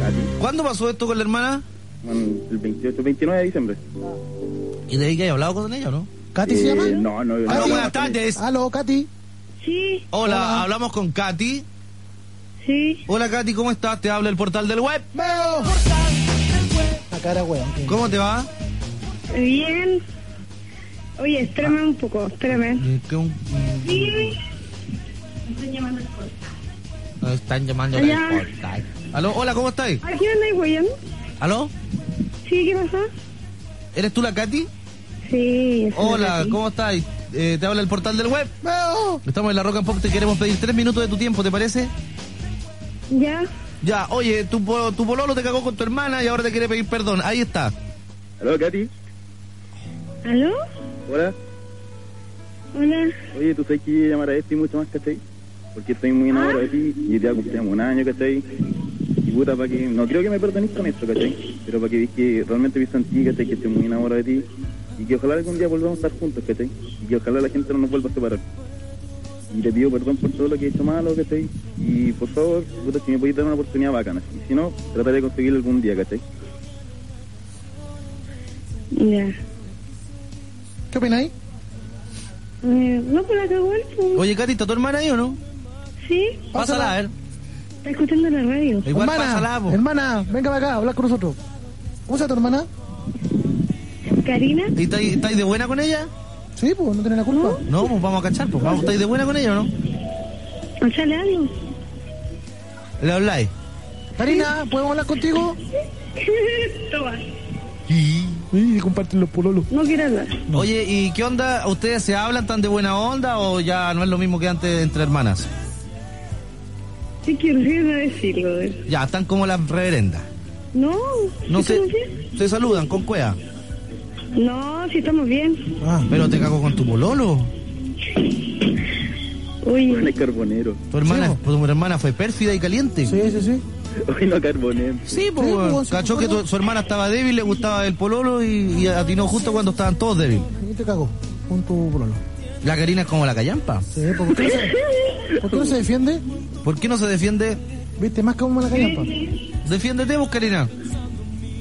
[SPEAKER 14] Cati,
[SPEAKER 3] ¿Cuándo pasó esto con la hermana?
[SPEAKER 14] bueno, el 28, 29 de diciembre.
[SPEAKER 3] ¿Y de ahí que hay hablado con ella o no?
[SPEAKER 4] ¿Katy se
[SPEAKER 14] Eh,
[SPEAKER 4] llama?
[SPEAKER 14] No, no, no.
[SPEAKER 3] Hola,
[SPEAKER 14] no,
[SPEAKER 3] Ah, buenas tardes.
[SPEAKER 4] Aló, Katy.
[SPEAKER 17] Sí,
[SPEAKER 3] Hola, hablamos con Katy.
[SPEAKER 17] sí.
[SPEAKER 3] Hola, Katy, ¿cómo estás? Te habla el portal del web.
[SPEAKER 4] Veo. La cara, weón. que-
[SPEAKER 3] ¿Cómo te va?
[SPEAKER 17] Bien. Oye,
[SPEAKER 3] Ah.
[SPEAKER 17] espérame un poco, espérame.
[SPEAKER 3] Eh,
[SPEAKER 17] Sí. Estoy llamando al corte.
[SPEAKER 3] Nos están llamando
[SPEAKER 17] del Hola.
[SPEAKER 3] portal. ¿Aló? Hola, ¿cómo estás?
[SPEAKER 17] ¿A quién andáis güeyando?
[SPEAKER 3] ¿Aló?
[SPEAKER 17] Sí, ¿qué pasa?
[SPEAKER 3] ¿Eres tú la Katy?
[SPEAKER 17] Sí. es una
[SPEAKER 3] Hola,
[SPEAKER 17] Katy.
[SPEAKER 3] ¿cómo estás? Eh, te habla el portal del web.
[SPEAKER 4] Veo.
[SPEAKER 3] Estamos en la Rock and Pop, te queremos pedir tres minutos de tu tiempo, ¿te parece?
[SPEAKER 17] ¿Ya?
[SPEAKER 3] Ya, oye, tu, po- tu pololo te cagó con tu hermana y ahora te quiere pedir perdón. Ahí está.
[SPEAKER 14] Aló, Katy.
[SPEAKER 17] ¿Aló?
[SPEAKER 14] Hola.
[SPEAKER 17] Hola.
[SPEAKER 14] Oye, tú sabes que yo llamar a este y mucho más, ¿cachai? Porque estoy muy enamorado de ti y ya cumplimos un año, ¿cachai? Y puta, para que... No creo que me perdonéis con esto, ¿cachai? Pero para que veas que realmente visto en ti, ¿cachai? Que estoy muy enamorado de ti y que ojalá algún día volvamos a estar juntos, ¿cachai? Y que ojalá la gente no nos vuelva a separar. Y te pido perdón por todo lo que he hecho malo, ¿cachai? Y por favor, puta, si me podéis dar una oportunidad bacana. Y si no, trataré de conseguirlo algún día, ¿cachai?
[SPEAKER 17] Ya.
[SPEAKER 4] ¿Qué opináis?
[SPEAKER 17] Eh, no, por la cagó el pu.
[SPEAKER 3] Oye, Katy, ¿está tu hermana ahí o no?
[SPEAKER 17] Sí,
[SPEAKER 3] Pásala, a ver.
[SPEAKER 17] está escuchando la radio.
[SPEAKER 3] Igual
[SPEAKER 4] hermana,
[SPEAKER 3] pásala, po.
[SPEAKER 4] hermana, venga para acá, a hablar con nosotros. ¿Cómo está tu hermana?
[SPEAKER 17] ¿Karina?
[SPEAKER 3] ¿Y estáis estáis de buena con ella?
[SPEAKER 4] Sí, pues, no tiene la culpa.
[SPEAKER 3] No, pues vamos a cachar, pues vamos, ¿estáis de buena con ella o no?
[SPEAKER 17] Échale algo.
[SPEAKER 3] ¿Le habláis?
[SPEAKER 4] Karina, ¿podemos hablar contigo?
[SPEAKER 17] Toma.
[SPEAKER 6] y comparten los pololos.
[SPEAKER 17] No quiero hablar.
[SPEAKER 3] Oye, ¿y qué onda? ¿Ustedes se hablan tan de buena onda o ya no es lo mismo que antes entre hermanas?
[SPEAKER 17] Sí quiero sí, no decirlo. eh.
[SPEAKER 3] Ya, están como las reverendas.
[SPEAKER 7] No.
[SPEAKER 3] No
[SPEAKER 7] ¿sí
[SPEAKER 3] se,
[SPEAKER 7] estamos bien?
[SPEAKER 3] se saludan con cuea.
[SPEAKER 7] No, sí estamos bien.
[SPEAKER 3] Pero te cago con tu pololo.
[SPEAKER 7] Uy.
[SPEAKER 14] Bueno, es carbonero.
[SPEAKER 3] Tu hermana, tu hermana fue pérfida y caliente. Sí, sí, sí.
[SPEAKER 14] Hoy no carboné.
[SPEAKER 3] Sí, pues, weón. cachó que tu- su hermana estaba débil, le gustaba el pololo y, y atinó justo cuando estaban todos débiles.
[SPEAKER 4] ¿Quién te cagó? Con tu pololo.
[SPEAKER 3] La Karina es como la callampa.
[SPEAKER 4] Sí, ¿por qué, no se, por qué no se defiende?
[SPEAKER 3] ¿Por qué no se defiende?
[SPEAKER 4] ¿Viste? Más como la callampa.
[SPEAKER 3] Defiéndete vos, Karina.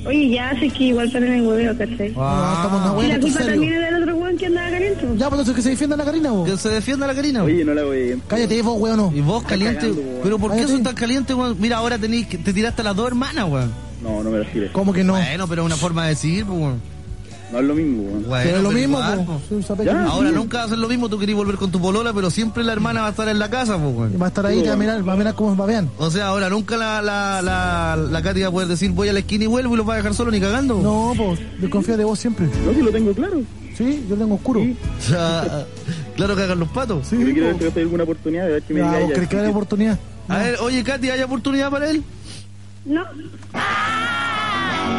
[SPEAKER 7] Oye, ya sé que igual salen en hueveo, ¿cachai?
[SPEAKER 3] Ah, estamos en
[SPEAKER 7] y
[SPEAKER 3] hueveo,
[SPEAKER 7] la culpa
[SPEAKER 3] ¿en serio?
[SPEAKER 7] también es del otro hueón que andaba caliente.
[SPEAKER 4] Ya, pues entonces que se defienda la Karina, vos.
[SPEAKER 3] Que se defienda la Karina.
[SPEAKER 14] Oye, no la voy
[SPEAKER 4] Cállate vos, weón, no.
[SPEAKER 3] Y vos caliente.
[SPEAKER 4] cagando, weón.
[SPEAKER 3] Pero ¿por qué
[SPEAKER 4] Cállate.
[SPEAKER 3] son tan calientes, weón? Mira, ahora tenéis que- te tiraste a las dos hermanas, weón.
[SPEAKER 14] No, no me la tires.
[SPEAKER 4] ¿Cómo que no?
[SPEAKER 3] Bueno, pero es una forma de decir, pues, weón.
[SPEAKER 14] No es lo mismo, weón.
[SPEAKER 3] Bueno,
[SPEAKER 4] pero es lo mismo,
[SPEAKER 3] igual,
[SPEAKER 4] po.
[SPEAKER 3] po.
[SPEAKER 4] Sí, un zapete.
[SPEAKER 3] Ahora nunca va a ser lo mismo, tú querés volver con tu polola, pero siempre la hermana va a estar en la casa, pues, weón.
[SPEAKER 4] Va a estar ahí, te va a mirar, va a mirar cómo babean.
[SPEAKER 3] O sea, ahora nunca la, la, la, la Katy va a poder decir voy a la esquina y vuelvo y los va a dejar solo ni cagando.
[SPEAKER 4] No, pues, yo confío de vos siempre.
[SPEAKER 14] No, si lo tengo claro.
[SPEAKER 4] Sí, yo lo tengo oscuro.
[SPEAKER 3] O sea, claro que hagan los patos.
[SPEAKER 14] Yo quiero ver si hay alguna oportunidad de ver que me
[SPEAKER 4] Ya,
[SPEAKER 14] diga
[SPEAKER 4] Ah, vos
[SPEAKER 14] ella.
[SPEAKER 4] crees que hay oportunidad.
[SPEAKER 3] A ver, oye Katy, ¿hay oportunidad para él?
[SPEAKER 7] No.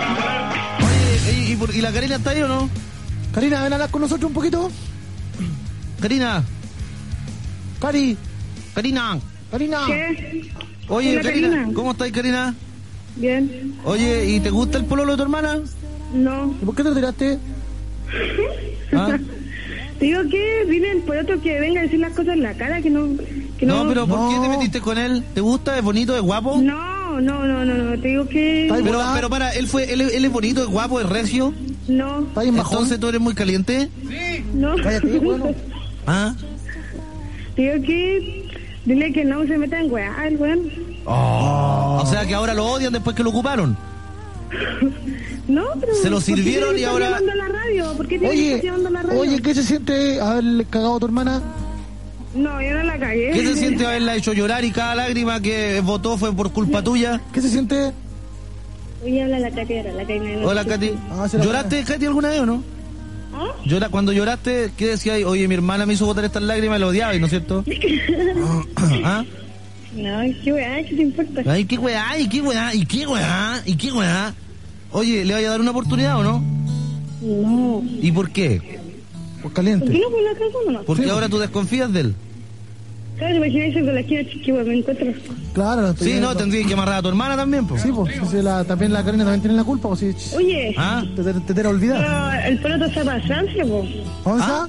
[SPEAKER 3] Oye, ¿y, y por- y la Karina está ahí o no?
[SPEAKER 4] Karina, ven a hablar con nosotros un poquito.
[SPEAKER 3] Karina,
[SPEAKER 4] Cari,
[SPEAKER 3] Karina.
[SPEAKER 4] Karina.
[SPEAKER 7] ¿Qué?
[SPEAKER 3] Oye,
[SPEAKER 7] Hola,
[SPEAKER 3] Karina,
[SPEAKER 7] Karina.
[SPEAKER 3] ¿cómo estás, Karina?
[SPEAKER 7] Bien.
[SPEAKER 3] Oye, ¿y te gusta el pololo de tu hermana?
[SPEAKER 7] No.
[SPEAKER 4] ¿Y por qué te tiraste?
[SPEAKER 3] ¿Ah?
[SPEAKER 7] Digo que dile al otro que venga a decir las cosas en la cara, que no... Que no,
[SPEAKER 3] No, pero ¿por qué te metiste con él? ¿Te gusta? ¿Es bonito? ¿Es guapo?
[SPEAKER 7] No, no, no, no, no, te digo que...
[SPEAKER 3] Pero, pero para, él fue, él, él es bonito, es guapo, es recio.
[SPEAKER 7] No,
[SPEAKER 4] ¿Estás en bajón?
[SPEAKER 3] Entonces tú eres muy caliente.
[SPEAKER 7] no.
[SPEAKER 4] Cállate, bueno.
[SPEAKER 3] ¿Ah?
[SPEAKER 7] Digo que... Dile que no se meta en weá, el weón.
[SPEAKER 3] Oh. O sea que ahora lo odian después que lo ocuparon.
[SPEAKER 7] No, pero...
[SPEAKER 3] Se lo sirvieron y ahora-
[SPEAKER 7] ¿Por qué tiene que estar llamando a la radio? ¿Por qué tiene que
[SPEAKER 4] Oye,
[SPEAKER 7] estar llamando a la radio?
[SPEAKER 4] oye, ¿qué se siente haberle cagado a tu hermana?
[SPEAKER 7] No, yo no la cagué.
[SPEAKER 3] ¿Qué se siente haberla hecho llorar y cada lágrima que votó fue por culpa tuya?
[SPEAKER 4] ¿Qué se siente?
[SPEAKER 7] Oye, habla la Katy ahora, la Katy.
[SPEAKER 3] Hola, Katy.
[SPEAKER 4] Ah, se la-
[SPEAKER 3] ¿Lloraste, Katy, alguna vez o no?
[SPEAKER 7] ¿Ah?
[SPEAKER 3] Llora, cuando lloraste, ¿qué decías? Oye, mi hermana me hizo botar estas lágrimas y la odiaba, ¿no es cierto? ¿Ah?
[SPEAKER 7] No, qué weá, ¿qué te importa?
[SPEAKER 3] Ay, qué weá, y qué weá, y qué weá, y qué weá. Oye, ¿le vaya a dar una oportunidad o no?
[SPEAKER 7] No.
[SPEAKER 3] ¿Y por qué?
[SPEAKER 4] Por
[SPEAKER 7] ¿Por qué
[SPEAKER 4] caliente.
[SPEAKER 7] no fue la casa o no?
[SPEAKER 3] Porque ahora tú desconfías de él.
[SPEAKER 7] Claro, imagináis con la esquina chiquiwa, me encuentro.
[SPEAKER 4] Claro, la estoy
[SPEAKER 3] Sí,
[SPEAKER 4] viendo.
[SPEAKER 3] no, tendrías que amarrar a tu hermana también, pues.
[SPEAKER 4] Sí, pues, sí, sí, la- también la Karina también tiene la culpa, pues sí. ch-
[SPEAKER 7] Oye,
[SPEAKER 3] ¿Ah?
[SPEAKER 4] Te, te, te, te la olvidar.
[SPEAKER 7] pero el poloto se va a Francia, po.
[SPEAKER 4] ¿Dónde
[SPEAKER 3] ¿Ah?
[SPEAKER 4] está?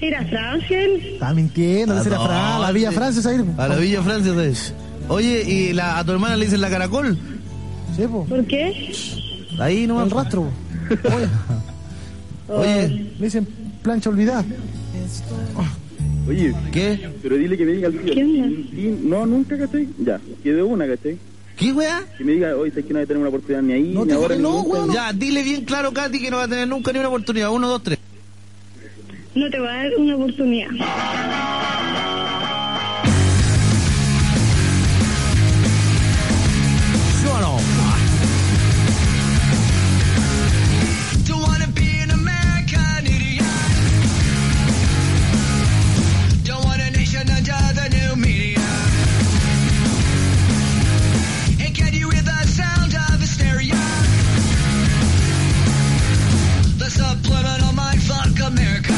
[SPEAKER 7] ¿Se irá a Francia él?
[SPEAKER 4] Está mintiendo, dice la
[SPEAKER 3] ¿A
[SPEAKER 4] Fra- la
[SPEAKER 3] dónde?
[SPEAKER 4] Villa Francia, ahí.
[SPEAKER 3] A la Villa Francia, ¿sabes? Oye, ¿y la, a tu hermana le dicen la caracol?
[SPEAKER 4] Sí, pues.
[SPEAKER 7] ¿Por qué?
[SPEAKER 3] Ahí no
[SPEAKER 4] El rastro. po. Oye,
[SPEAKER 3] Oye,
[SPEAKER 4] le dicen plancha olvidada.
[SPEAKER 14] Oye,
[SPEAKER 3] ¿qué?
[SPEAKER 14] pero dile que me diga al tío.
[SPEAKER 7] ¿Qué onda?
[SPEAKER 14] Sí, No, nunca, ¿cachai? Ya, quedé una, ¿cachai?
[SPEAKER 3] ¿Qué, weá?
[SPEAKER 14] Que me diga, hoy sé que no voy a tener una oportunidad ni ahí,
[SPEAKER 4] No
[SPEAKER 14] ni
[SPEAKER 4] te juro,
[SPEAKER 14] ahora, ni
[SPEAKER 4] no,
[SPEAKER 14] nunca.
[SPEAKER 4] weón.
[SPEAKER 3] Ya, dile bien claro, Katy, que no va a tener nunca ni una oportunidad. Uno, dos, tres.
[SPEAKER 7] No te va a dar una oportunidad.
[SPEAKER 3] ¿Sí o no?
[SPEAKER 1] America.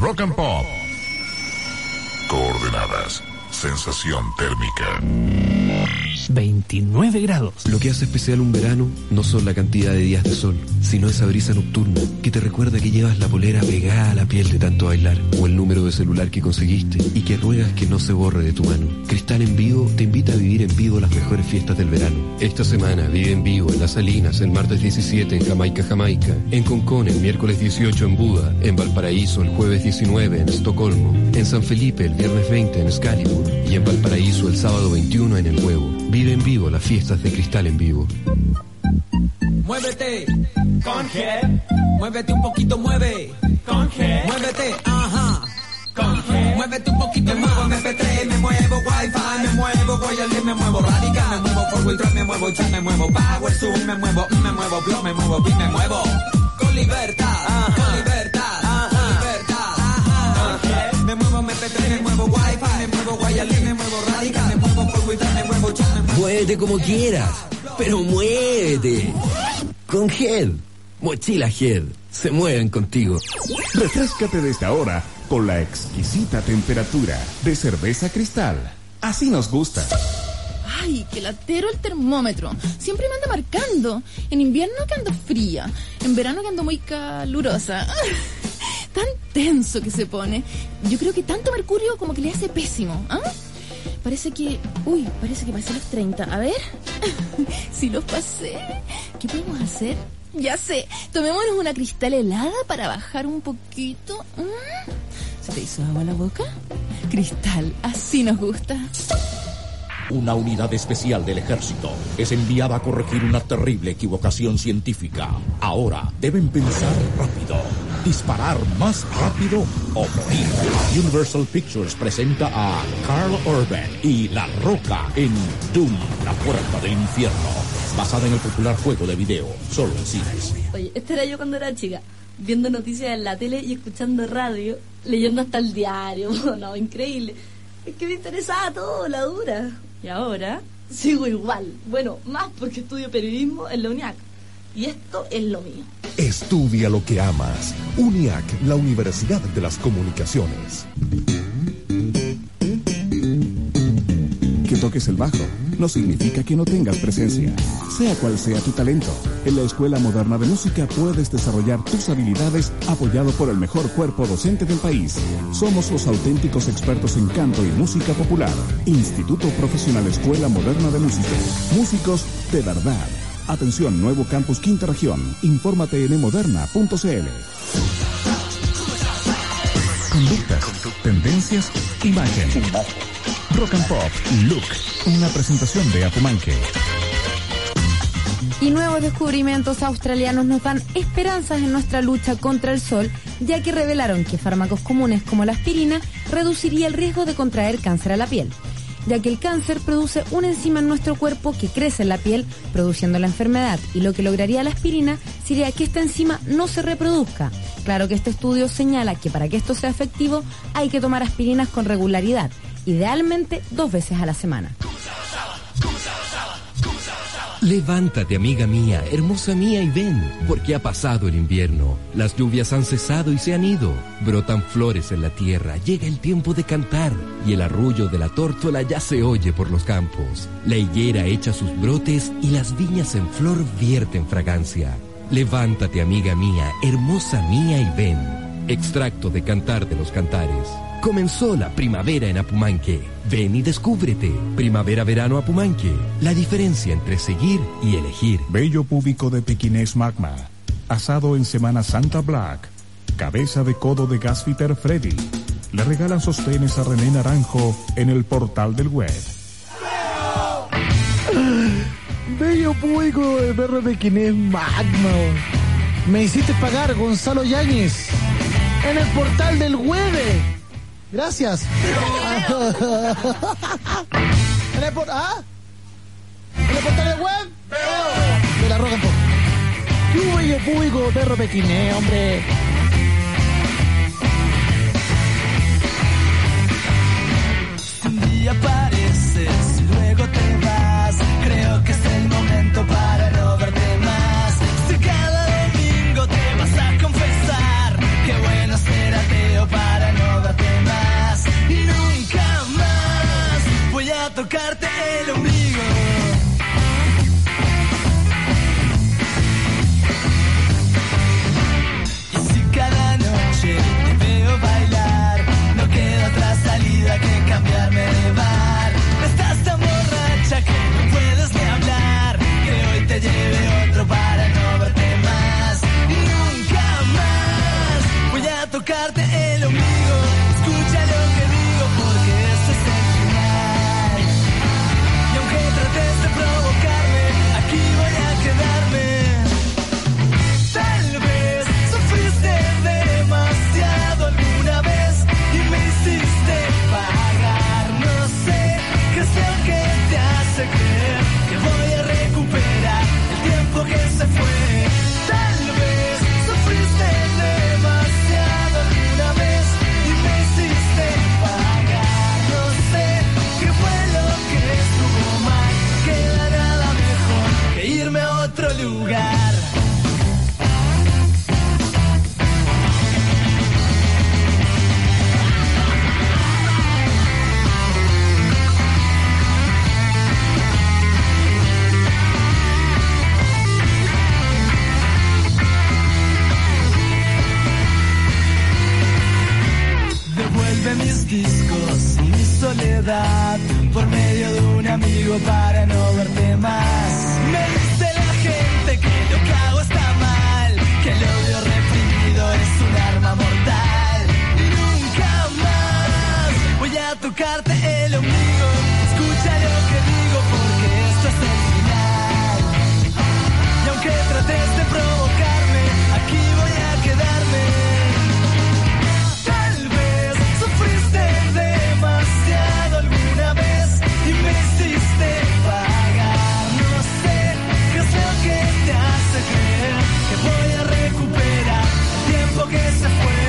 [SPEAKER 18] rock and pop. Coordenadas. Sensación térmica.
[SPEAKER 19] 29 grados.
[SPEAKER 20] Lo que hace especial un verano no son la cantidad de días de sol, sino esa brisa nocturna que te recuerda que llevas la polera pegada a la piel de tanto bailar, o el número de celular que conseguiste y que ruegas que no se borre de tu mano. Cristal en vivo te invita a vivir en vivo las mejores fiestas del verano. Esta semana vive en vivo en Las Salinas el martes 17 en Jamaica, Jamaica, en Concón el miércoles 18 en Buda, en Valparaíso el jueves 19 en Estocolmo, en San Felipe el viernes 20 en Excalibur y en Valparaíso el sábado 21 en El Huevo. Vive en vivo las fiestas de Cristal en vivo.
[SPEAKER 21] Muévete con G. Muévete un poquito, mueve con G. Muévete, ajá. Con G. Muévete un poquito me muevo MP3, me muevo Wi-Fi, me muevo wireless, me muevo radical, me muevo forward drive, me muevo chat, me muevo power zoom, me muevo, me muevo blog, me muevo beat, me muevo con libertad, con libertad, libertad. Con G. Me muevo MP3, me muevo Wi-Fi, me muevo wireless, me muevo radical, me muevo forward drive, me muevo chat, me muevo
[SPEAKER 22] Muévete como quieras, pero muévete. Con Gel. Mochila Gel. Se mueven contigo.
[SPEAKER 2] Refrescate desde ahora con la exquisita temperatura de cerveza cristal. Así nos gusta.
[SPEAKER 23] Ay, que latero el termómetro. Siempre me anda marcando. En invierno que ando fría. En verano que ando muy calurosa. Tan tenso que se pone. Yo creo que tanto mercurio como que le hace pésimo. ¿Ah? Parece que... Uy, parece que pasé los 30. A ver. si los pasé. ¿Qué podemos hacer? Ya sé. Tomémonos una cristal helada para bajar un poquito. Mm. ¿Se te hizo agua la boca? Cristal, así nos gusta.
[SPEAKER 24] Una unidad especial del ejército es enviada a corregir una terrible equivocación científica. Ahora deben pensar rápido, disparar más rápido o morir. Universal Pictures presenta a Carl Urban y La Roca en Doom, la puerta del infierno, basada en el popular juego de video, solo en cines.
[SPEAKER 6] Oye, esta era yo cuando era chica, viendo noticias en la tele y escuchando radio, leyendo hasta el diario. No, increíble. Es que me interesaba todo, la dura. Y ahora sigo igual. Bueno, más porque estudio periodismo en la UNIAC. Y esto es lo mío.
[SPEAKER 18] Estudia lo que amas. UNIAC, la Universidad de las Comunicaciones.
[SPEAKER 2] Que toques el bajo no significa que no tengas presencia. Sea cual sea tu talento, en la Escuela Moderna de Música puedes desarrollar tus habilidades apoyado por el mejor cuerpo docente del país. Somos los auténticos expertos en canto y música popular. Instituto Profesional Escuela Moderna de Música. Músicos de verdad. Atención, nuevo campus Quinta Región. Infórmate en emoderna.cl. Conductas, tendencias, imagen. Rock and Pop, Look, una presentación de Apumanque.
[SPEAKER 25] Y nuevos descubrimientos australianos nos dan esperanzas en nuestra lucha contra el sol, ya que revelaron que fármacos comunes como la aspirina reduciría el riesgo de contraer cáncer a la piel, ya que el cáncer produce una enzima en nuestro cuerpo que crece en la piel, produciendo la enfermedad, y lo que lograría la aspirina sería que esta enzima no se reproduzca. Claro que este estudio señala que para que esto sea efectivo hay que tomar aspirinas con regularidad, idealmente dos veces a la semana.
[SPEAKER 20] Levántate, amiga mía, hermosa mía, y ven, porque ha pasado el invierno. Las lluvias han cesado y se han ido. Brotan flores en la tierra, llega el tiempo de cantar, y el arrullo de la tórtola ya se oye por los campos. La higuera echa sus brotes y las viñas en flor vierten fragancia. Levántate, amiga mía, hermosa mía, y ven. Extracto de Cantar de los Cantares. Comenzó la primavera en Apumanque. Ven y descúbrete. Primavera-verano Apumanque. La diferencia entre seguir y elegir.
[SPEAKER 2] Bello púbico de pequinés magma. Asado en Semana Santa Black. Cabeza de codo de gasfiter Freddy. Le regalan sostenes a René Naranjo en el portal del web.
[SPEAKER 4] Bello público de perro pequinés magma. Me hiciste pagar, Gonzalo Yáñez. En el portal del web. Gracias. ¿En el por- ¿Ah? ¿En el portal de web? De la roca ¡Qué bello público, perro pequiné, hombre!
[SPEAKER 1] Un día apareces, luego te vas. Creo que es el momento para no verte más. Si cada domingo te vas a confesar, qué bueno ser ateo para no otro lugar. Devuelve mis discos y mi soledad por medio de un amigo para no verte más. Me dice la gente que lo que hago está mal, que el odio reprimido es un arma mortal. Y nunca más voy a tocarte el ombligo. Escucha lo que digo porque esto es el final. Y aunque trates de provocarme, aquí voy a quedarme. Tal vez sufriste demasiado alguna vez y me hiciste pagar. No sé qué es lo que te hace creer que voy a recuperar el tiempo que se fue.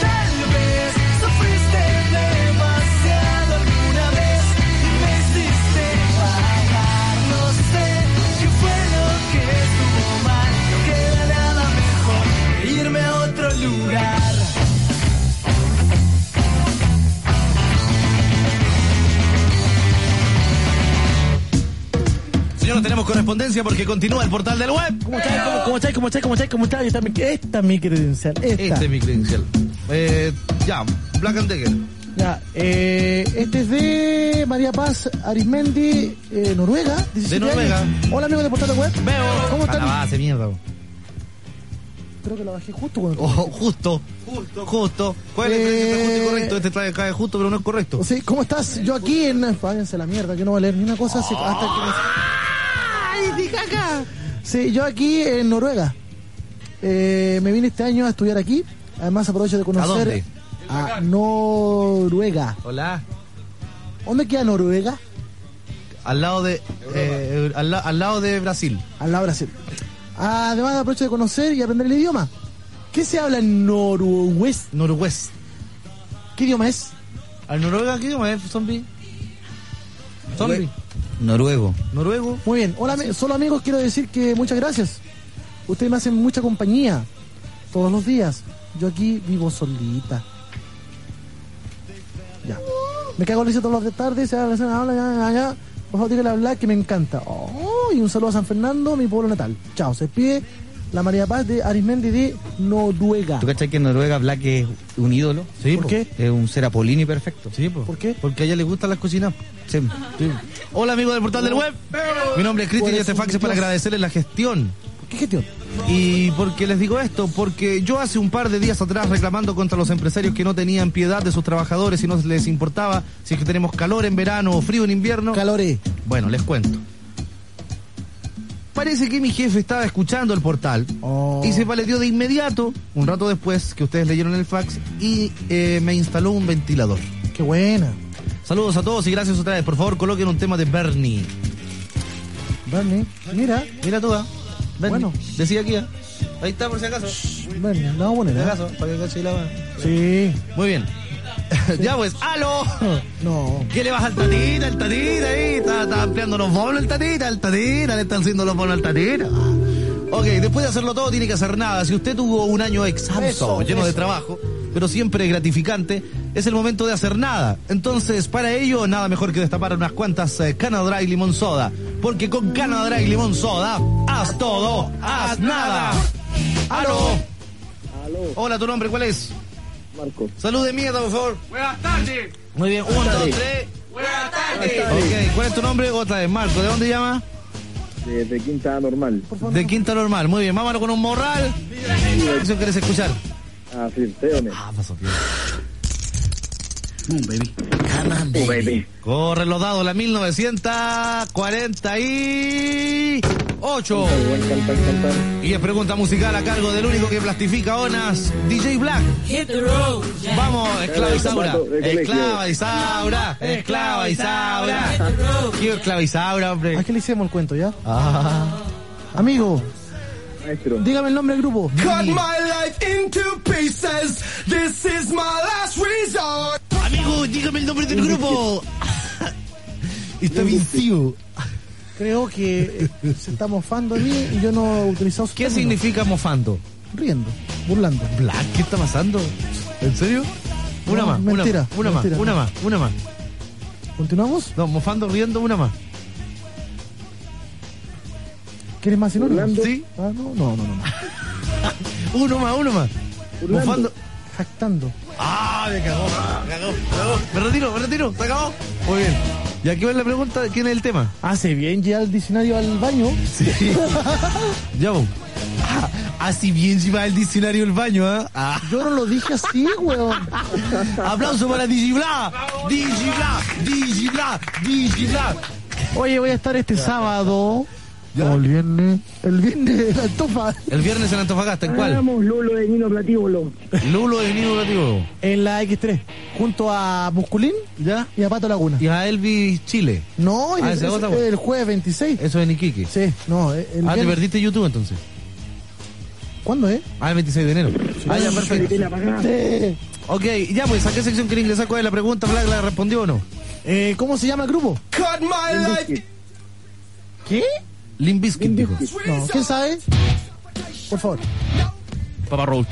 [SPEAKER 1] Tal vez sufriste demasiado alguna vez y me hiciste pagar. No sé qué fue lo que estuvo mal. No queda nada mejor que irme a otro lugar.
[SPEAKER 3] Señores, tenemos correspondencia porque continúa el portal del web.
[SPEAKER 26] ¿Cómo estáis? ¿Cómo, cómo estáis? ¿Cómo estáis? ¿Cómo estáis? ¿Cómo estáis? Esta, es mi- esta es mi credencial. Esta.
[SPEAKER 3] Este es mi credencial. Eh, ya, Black and Decker.
[SPEAKER 4] Ya, eh, este es de María Paz Arismendi, eh, Noruega. 17
[SPEAKER 3] De Noruega.
[SPEAKER 4] años. Hola amigos de Portal de Web.
[SPEAKER 3] Veo.
[SPEAKER 4] ¿Cómo
[SPEAKER 3] A la
[SPEAKER 4] están?
[SPEAKER 3] base, mierda. po.
[SPEAKER 4] Creo que la bajé justo cuando...
[SPEAKER 3] Ojo, justo. Justo. Justo. ¿Cuál es el
[SPEAKER 4] Eh,
[SPEAKER 3] credencial está justo y correcto? Este trae cae justo, pero no es correcto.
[SPEAKER 4] Sí, ¿cómo estás? Yo aquí en... Váyanse a la mierda, que no voy a leer ni una cosa así hasta que... ¡Ay, caca! Sí, yo aquí en Noruega. Eh, me vine este año a estudiar aquí. Además aprovecho de conocer...
[SPEAKER 3] dónde?
[SPEAKER 4] A Noruega.
[SPEAKER 3] Hola.
[SPEAKER 4] ¿Dónde queda Noruega?
[SPEAKER 3] Al lado de. eh, al, la- al lado de Brasil.
[SPEAKER 4] Al lado de Brasil. Además aprovecho de conocer y aprender el idioma. ¿Qué se habla en noruegués?
[SPEAKER 3] Noruegués.
[SPEAKER 4] ¿Qué idioma es?
[SPEAKER 3] ¿Al Noruega qué idioma es, zombie? Zombie.
[SPEAKER 21] Noruego.
[SPEAKER 3] Noruego.
[SPEAKER 4] Muy bien. Hola, ami- solo amigos, quiero decir que muchas gracias. Ustedes me hacen mucha compañía todos los días. Yo aquí vivo solita. Ya. Me cago en risa todas las tardes, se habla, se habla, ya, ya, ya. Por favor, dígale hablar que me encanta. Oh, y un saludo a San Fernando, mi pueblo natal. Chao, se despide la María Paz de Arismendi de Noruega.
[SPEAKER 21] ¿Tú cachas que en Noruega Black es un ídolo?
[SPEAKER 3] Sí,
[SPEAKER 21] ¿Por
[SPEAKER 3] po.
[SPEAKER 21] qué? Es un ser apolini perfecto.
[SPEAKER 3] Sí, ¿Por qué? Porque a ella le gustan las cocinas. Hola, amigos del portal del web. Mi nombre es Cristian y este fax es para agradecerles la gestión.
[SPEAKER 4] ¿Qué gestión?
[SPEAKER 3] Y porque les digo esto, porque yo hace un par de días atrás reclamando contra los empresarios que no tenían piedad de sus trabajadores y no les importaba si es que tenemos calor en verano o frío en invierno.
[SPEAKER 4] Caloré.
[SPEAKER 3] Bueno, les cuento. Parece que mi jefe estaba escuchando el portal
[SPEAKER 4] Oh.
[SPEAKER 3] y se paleteó de inmediato, un rato después que ustedes leyeron el fax, y eh, me instaló un ventilador.
[SPEAKER 4] Qué buena.
[SPEAKER 3] Saludos a todos y gracias otra vez. Por favor, coloquen un tema de Bernie.
[SPEAKER 4] Bernie, mira. ¿eh?
[SPEAKER 3] Mira tú, ah. Bernie.
[SPEAKER 4] Bueno.
[SPEAKER 3] Decía aquí, ah. Ahí está por si acaso.
[SPEAKER 4] Bernie, la vamos a poner.
[SPEAKER 3] Por si
[SPEAKER 4] ¿eh?
[SPEAKER 3] acaso, para que cache la mano.
[SPEAKER 4] Sí.
[SPEAKER 3] Muy bien. ya pues, ¡aló!
[SPEAKER 4] No.
[SPEAKER 3] ¿Qué le vas al tatita, el tatita ahí? Está, está ampliando los bolos el tatita, el tatita, le está haciendo los bolos al tatita. Ok, después de hacerlo todo tiene que hacer nada. Si usted tuvo un año exhausto,
[SPEAKER 21] Eso,
[SPEAKER 3] lleno de
[SPEAKER 21] eso.
[SPEAKER 3] trabajo, pero siempre gratificante, es el momento de hacer nada. Entonces, para ello, nada mejor que destapar unas cuantas eh, Cana Dry Limón Soda. Porque con Cana Dry Limón Soda, haz todo, haz nada. ¡Aló! Hola, ¿tu nombre cuál es?
[SPEAKER 9] Marco.
[SPEAKER 3] Salud de mierda, por favor.
[SPEAKER 6] Buenas tardes.
[SPEAKER 3] Muy bien, un, dos,
[SPEAKER 9] tardes.
[SPEAKER 3] tres. Ok, ¿cuál es tu nombre? Otra vez, Marco. ¿De dónde llama?
[SPEAKER 9] De, de quinta normal.
[SPEAKER 3] De Quinta Normal. Muy bien, vámonos con un morral. ¿Eso quieres escuchar?
[SPEAKER 9] Ah, flirteone.
[SPEAKER 3] Ah, pasó bien.
[SPEAKER 9] baby. Come on, Oh, baby.
[SPEAKER 3] Corre los dados, la 1948. Y es pregunta musical a cargo del único que plastifica onas, DJ Black.
[SPEAKER 6] Hit the road. Jack.
[SPEAKER 3] Vamos, esclava Isaura.
[SPEAKER 6] Zapato de colegio.
[SPEAKER 3] Esclava Isaura. Esclava Isaura. Quiero esclava Isaura, hombre.
[SPEAKER 4] ¿A qué le hicimos el cuento ya?
[SPEAKER 3] Ah.
[SPEAKER 4] Amigo,
[SPEAKER 9] Maestro.
[SPEAKER 4] dígame el nombre del grupo.
[SPEAKER 6] Cut my life into pieces. This is my last resort.
[SPEAKER 3] Amigo, dígame el nombre del grupo. Está vencido.
[SPEAKER 4] creo que eh, se está mofando de mí y yo no he utilizado su
[SPEAKER 3] ¿Qué
[SPEAKER 4] término.
[SPEAKER 3] significa mofando?
[SPEAKER 4] Riendo, burlando.
[SPEAKER 3] Black, ¿qué está pasando? ¿En serio? Una
[SPEAKER 4] No,
[SPEAKER 3] más, una-
[SPEAKER 4] mentira,
[SPEAKER 3] una,
[SPEAKER 4] mentira.
[SPEAKER 3] más, una más, una más.
[SPEAKER 4] ¿Continuamos?
[SPEAKER 3] No, mofando, riendo, una más.
[SPEAKER 4] ¿Quieres más sinónimos?
[SPEAKER 3] Burlando. Sí.
[SPEAKER 4] Ah, no, no, no, no. no.
[SPEAKER 3] Uno más, uno más.
[SPEAKER 4] Burlando.
[SPEAKER 3] Mofando.
[SPEAKER 4] Jactando.
[SPEAKER 3] ¡Ah! Me cagó, me cagó, me cagó. Me retiro, me retiro, se acabó. Muy bien. Y aquí va la pregunta, ¿quién es el tema?
[SPEAKER 4] Hace bien ya el diccionario al baño.
[SPEAKER 3] Sí. Ya, vos. Ah, así bien lleva el diccionario el baño, ¿ah? Ah.
[SPEAKER 4] Yo no lo dije así, weón.
[SPEAKER 3] Aplauso para Digibla. Digibla, Digibla, Digibla.
[SPEAKER 4] Oye, voy a estar este sábado. O el viernes. El viernes de la Antofa.
[SPEAKER 3] El viernes en Antofagasta, ¿en
[SPEAKER 4] Ah,
[SPEAKER 3] cuál?
[SPEAKER 4] Lulo de Nino Platíbulo.
[SPEAKER 3] Lulo de Nino Nativo.
[SPEAKER 4] En la X3. Junto a Musculín
[SPEAKER 3] ¿Ya?
[SPEAKER 4] y a Pato Laguna.
[SPEAKER 3] Y a Elvis Chile.
[SPEAKER 4] No, y
[SPEAKER 3] Ah,
[SPEAKER 4] el-
[SPEAKER 3] esa
[SPEAKER 4] es-
[SPEAKER 3] otra, weón.
[SPEAKER 4] el jueves 26.
[SPEAKER 3] Eso es en Iquique.
[SPEAKER 4] Sí, no. El
[SPEAKER 3] ah, te
[SPEAKER 4] viernes-
[SPEAKER 3] perdiste YouTube entonces.
[SPEAKER 4] ¿Cuándo eh? es?
[SPEAKER 3] Ah, el 26 de enero. Ah, ya, perfecto.
[SPEAKER 4] Sí.
[SPEAKER 3] Ok, ya pues, ¿a qué sección quiere ingresar? ¿Cuál es la pregunta? ¿Black la respondió o no?
[SPEAKER 4] Eh, ¿Cómo se llama el grupo?
[SPEAKER 3] Cut my life.
[SPEAKER 4] ¿Qué?
[SPEAKER 3] Limp Bizkit, dijo.
[SPEAKER 4] No, ¿quién sabe? Por favor.
[SPEAKER 27] Papa Roach.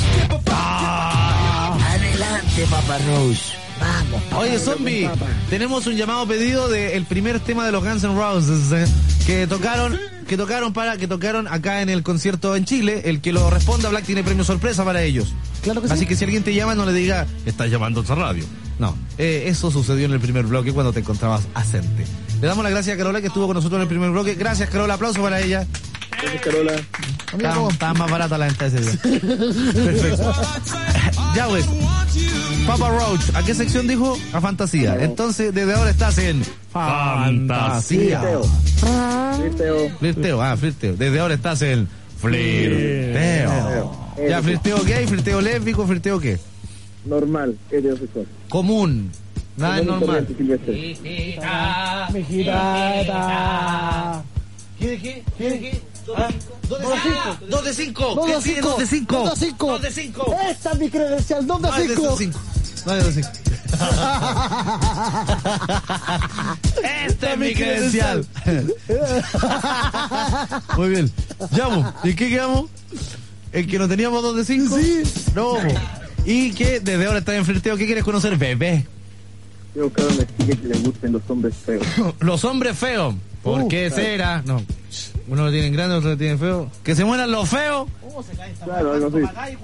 [SPEAKER 9] Ah.
[SPEAKER 12] Adelante, Papa Roach. Vamos.
[SPEAKER 3] Oye, zombie, tenemos un llamado pedido del primer tema de los Guns N' Roses eh, que tocaron, que tocaron para, que tocaron acá en el concierto en Chile. El que lo responda, Black tiene premio sorpresa para ellos.
[SPEAKER 4] Claro que sí.
[SPEAKER 3] Así que si alguien te llama, no le diga estás llamando a otra radio. No, eh, eso sucedió en el primer bloque cuando te encontrabas acente. Le damos las gracias a Carola que estuvo con nosotros en el primer bloque. Gracias, Carola, aplauso para ella.
[SPEAKER 14] Gracias, Carola.
[SPEAKER 4] Amiga,
[SPEAKER 3] Estaba,
[SPEAKER 4] ¿cómo?
[SPEAKER 3] estaba más barata la venta ese día. Perfecto. ya pues. Papa Roach, ¿a qué sección dijo? A fantasía. Entonces, desde ahora estás en fantasía.
[SPEAKER 14] Flirteo. Flirteo.
[SPEAKER 3] Flirteo, ah, flirteo. Desde ahora estás en flirteo. Ya, flirteo gay, flirteo lésbico, flirteo qué?
[SPEAKER 14] Normal, heterosexual.
[SPEAKER 3] Común. Nada es
[SPEAKER 14] Común y
[SPEAKER 3] normal.
[SPEAKER 14] corriente, Silvestre.
[SPEAKER 4] Mejidata.
[SPEAKER 3] Dos de cinco.
[SPEAKER 4] Dos
[SPEAKER 3] ¿Qué
[SPEAKER 4] de
[SPEAKER 3] sigue?
[SPEAKER 4] cinco.
[SPEAKER 3] Dos de cinco.
[SPEAKER 4] Dos de cinco.
[SPEAKER 3] Dos de cinco.
[SPEAKER 4] Esta es mi credencial. Dos
[SPEAKER 3] No es
[SPEAKER 4] de
[SPEAKER 3] de
[SPEAKER 4] cinco.
[SPEAKER 3] esos cinco. No es de cinco. Este es mi credencial. Muy bien. Llamo. ¿Y qué quedamos? El que no teníamos dos de cinco.
[SPEAKER 4] Sí.
[SPEAKER 3] No. po. Y que desde ahora está en flirteo. ¿Qué quieres conocer, bebé?
[SPEAKER 14] Quiero buscar una chica que le gusten los hombres feos.
[SPEAKER 3] Los hombres feos. ¿Por
[SPEAKER 4] Uh,
[SPEAKER 3] qué será? No. Uno lo tiene grande, otro lo tiene feo. Que se mueran los feos.
[SPEAKER 14] Claro, algo así.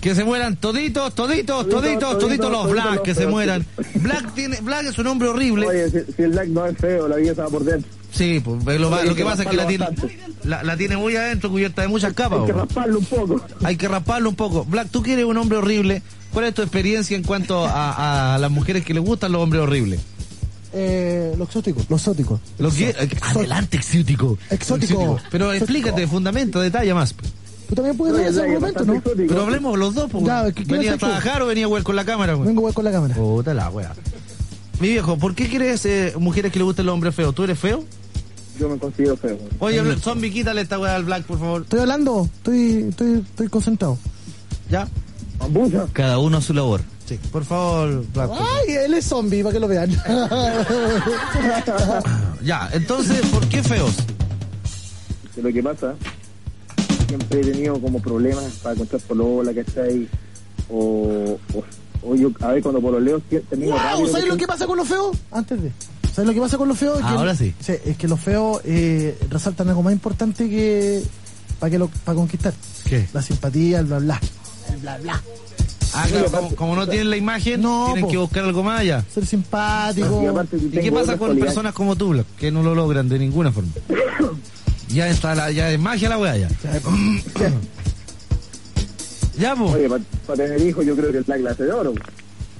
[SPEAKER 3] Que se mueran toditos, toditos,
[SPEAKER 14] Toditos,
[SPEAKER 3] toditos, toditos
[SPEAKER 14] toditos,
[SPEAKER 3] los
[SPEAKER 14] toditos
[SPEAKER 3] Black,
[SPEAKER 14] los
[SPEAKER 3] que se
[SPEAKER 14] feos.
[SPEAKER 3] mueran. Black tiene, Black es un hombre horrible.
[SPEAKER 14] Oye, si, si el black no es feo, la vida está por dentro.
[SPEAKER 3] Sí, pues ve, lo, va-
[SPEAKER 14] Oye,
[SPEAKER 3] lo que
[SPEAKER 14] que
[SPEAKER 3] pasa es que la tiene,
[SPEAKER 14] rasparlo
[SPEAKER 3] la, la tiene muy adentro, cubierta de muchas capas.
[SPEAKER 14] Hay que
[SPEAKER 3] po.
[SPEAKER 14] rasparlo un poco.
[SPEAKER 3] Hay que rasparlo un poco. Black, tú que eres un hombre horrible. ¿Cuál es tu experiencia en cuanto a, a las mujeres que les gustan los hombres horribles?
[SPEAKER 4] Eh, los exóticos. Los exóticos.
[SPEAKER 3] Lo que- eh, adelante, exótico.
[SPEAKER 4] Exótico.
[SPEAKER 3] Pero
[SPEAKER 4] Exótico.
[SPEAKER 3] explícate, fundamento, detalla más.
[SPEAKER 4] Tú también puedes
[SPEAKER 14] Oye,
[SPEAKER 4] ver ese
[SPEAKER 14] Black, es
[SPEAKER 4] momento,
[SPEAKER 14] bastante
[SPEAKER 4] ¿no?
[SPEAKER 14] exótico.
[SPEAKER 3] Pero hablemos los dos, po.
[SPEAKER 4] Ya, ¿qué- qué
[SPEAKER 3] ¿Venía a
[SPEAKER 4] haces tú?
[SPEAKER 3] trabajar o venía a jugar con la cámara? güey?
[SPEAKER 4] Vengo a jugar con la cámara.
[SPEAKER 3] Puta la wea. Mi viejo, ¿por qué crees eh, mujeres que le gustan los hombres feos? ¿Tú eres feo?
[SPEAKER 14] Yo me considero feo.
[SPEAKER 3] Oye, zombie, quítale esta wea al Black, por favor.
[SPEAKER 4] Estoy hablando. Estoy, estoy, estoy concentrado.
[SPEAKER 3] ¿Ya?
[SPEAKER 14] Abusa.
[SPEAKER 21] Cada uno a su labor.
[SPEAKER 3] Sí. Por favor, Black. por favor.
[SPEAKER 4] Ay, él es zombie, para que lo vean.
[SPEAKER 3] Ya, entonces, ¿por qué feos?
[SPEAKER 14] Que Lo que pasa, siempre he tenido como problemas para encontrar polola, ¿cachai? O, o, o yo, a ver, cuando pololeo, sí, termino
[SPEAKER 4] ¡Wow!
[SPEAKER 14] rápido.
[SPEAKER 4] ¿Sabes lo
[SPEAKER 14] ¿cachai?
[SPEAKER 4] que pasa con los feos? Antes de. ¿Sabes lo que pasa con los feos? Es que-
[SPEAKER 3] Ahora sí.
[SPEAKER 4] Es que los feos eh, resaltan algo más importante que. para que lo, para conquistar.
[SPEAKER 3] ¿Qué?
[SPEAKER 4] La simpatía, el bla bla.
[SPEAKER 3] Ah, claro, como, como no tienen la imagen,
[SPEAKER 4] No,
[SPEAKER 3] tienen
[SPEAKER 4] po.
[SPEAKER 3] que buscar algo más allá.
[SPEAKER 4] Ser simpático.
[SPEAKER 14] Y aparte que
[SPEAKER 3] ¿Y qué
[SPEAKER 14] tengo
[SPEAKER 3] pasa
[SPEAKER 14] otras
[SPEAKER 3] con
[SPEAKER 14] cualidades.
[SPEAKER 3] personas como tú, Black, que no lo logran de ninguna forma? Ya está, la, ya es magia la wea ya. Ya, po.
[SPEAKER 14] Oye, para tener hijos, yo creo que el black la hace de oro.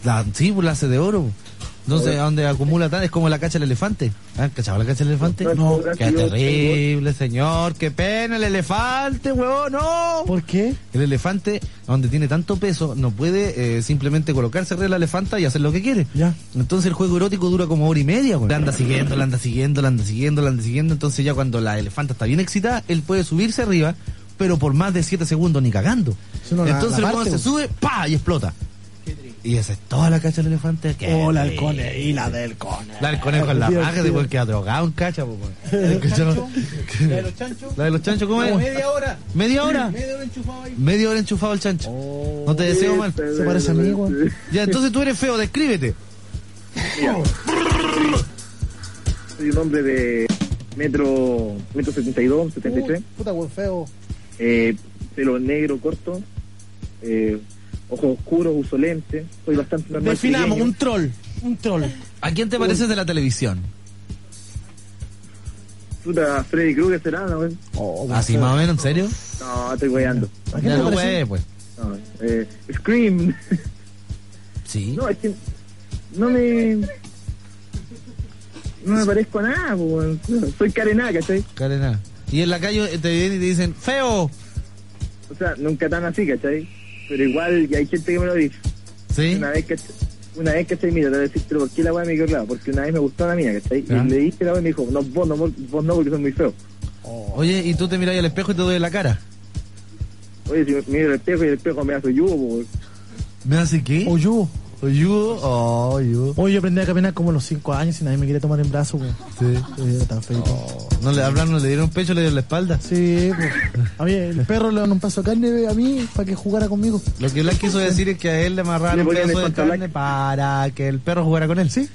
[SPEAKER 3] La, sí, pues, la hace de oro. Entonces, a donde acumula tal es como la cacha del elefante. ¿Ah, ¿Cachaba la cacha del elefante?
[SPEAKER 14] No,
[SPEAKER 3] Qué
[SPEAKER 14] yo
[SPEAKER 3] terrible, señor. Qué pena el elefante, huevón. No.
[SPEAKER 4] ¿Por qué?
[SPEAKER 3] El elefante, donde tiene tanto peso, no puede eh, simplemente colocarse arriba de la elefanta y hacer lo que quiere.
[SPEAKER 4] Ya.
[SPEAKER 3] Entonces el juego erótico dura como hora y media, güey. La anda siguiendo, la anda siguiendo, la anda siguiendo, la anda siguiendo. Entonces ya cuando la elefanta está bien excitada, él puede subirse arriba, pero por más de 7 segundos ni cagando.
[SPEAKER 4] Si no, la-
[SPEAKER 3] Entonces
[SPEAKER 4] la
[SPEAKER 3] cuando
[SPEAKER 4] parte,
[SPEAKER 3] se sube, ¡pa! y explota. Y esa es toda la cacha del elefante. que
[SPEAKER 4] Oh, la
[SPEAKER 3] rico.
[SPEAKER 4] del cone, y la del cone.
[SPEAKER 3] La del conejo en la
[SPEAKER 4] Dios,
[SPEAKER 3] raja,
[SPEAKER 4] Dios.
[SPEAKER 3] después queda drogado en cacha, po, weón.
[SPEAKER 4] La de los chanchos.
[SPEAKER 3] La de los chanchos, ¿cómo es?
[SPEAKER 4] hora.
[SPEAKER 3] ¿Media hora?
[SPEAKER 4] Media hora enchufado ahí. Oh,
[SPEAKER 3] Media hora enchufado al chancho. no te deseo mal.
[SPEAKER 4] Se parece a mí, weón.
[SPEAKER 3] Ya, entonces tú eres feo, descríbete.
[SPEAKER 4] Oh,
[SPEAKER 9] Soy un hombre de metro, metro 72, 73.
[SPEAKER 4] Uh,
[SPEAKER 28] Puta, weón, feo.
[SPEAKER 9] Eh, pelo negro, corto. Eh, ojos oscuros, uso lentes. Soy bastante normal.
[SPEAKER 4] Definamos,
[SPEAKER 9] pequeño.
[SPEAKER 4] un troll. Un troll.
[SPEAKER 3] ¿A quién te pareces de la televisión?
[SPEAKER 9] Puta, Freddy Krueger será, ¿no? güey?
[SPEAKER 3] Así más o menos, ¿en serio?
[SPEAKER 9] No, estoy weyando.
[SPEAKER 3] ¿Ah, Ya no, güey, pues.
[SPEAKER 9] No, eh, Scream.
[SPEAKER 3] Sí.
[SPEAKER 9] No, es que no me... No me parezco a nada, po, weón. Soy carená, ¿cachai?
[SPEAKER 3] Karen, Y en la calle eh, te vienen y te dicen, ¡feo!
[SPEAKER 9] O sea, nunca tan así, ¿cachai? Pero igual hay gente que me lo dice.
[SPEAKER 3] ¿Sí?
[SPEAKER 9] Una vez, ¿cachai? Una vez, ¿cachai? Mira, te voy a decir, pero ¿por qué la weá me quedó clavada? Porque una vez me gustó una mina, ¿cachai?
[SPEAKER 3] Ya.
[SPEAKER 9] Y le dije a la weá y me dijo, no, vos no, vos no, porque sos muy feo.
[SPEAKER 4] Oh.
[SPEAKER 3] Oye, y tú te miras al espejo y te duele la cara.
[SPEAKER 9] Oye, si me miro el espejo y el espejo me hace yo, po, weón.
[SPEAKER 3] ¿Me hace qué?
[SPEAKER 4] Oyugo.
[SPEAKER 3] Oyugo, oh, oyugo.
[SPEAKER 4] Hoy yo aprendí a caminar como a los 5 años y nadie me quiere tomar en brazos, weón.
[SPEAKER 3] Sí. Oh,
[SPEAKER 4] Era tan feito.
[SPEAKER 3] No le hablaron, le dieron pecho, le dieron la espalda.
[SPEAKER 4] Sí, pues. A mí, el perro le dan un paso de carne a mí para que jugara conmigo.
[SPEAKER 3] Lo que Black quiso decir es que a él le amarraron
[SPEAKER 4] Le
[SPEAKER 3] un
[SPEAKER 4] ponían
[SPEAKER 3] pedazo
[SPEAKER 4] el
[SPEAKER 3] de
[SPEAKER 4] Fanta
[SPEAKER 3] carne para que el perro jugara con él, ¿sí?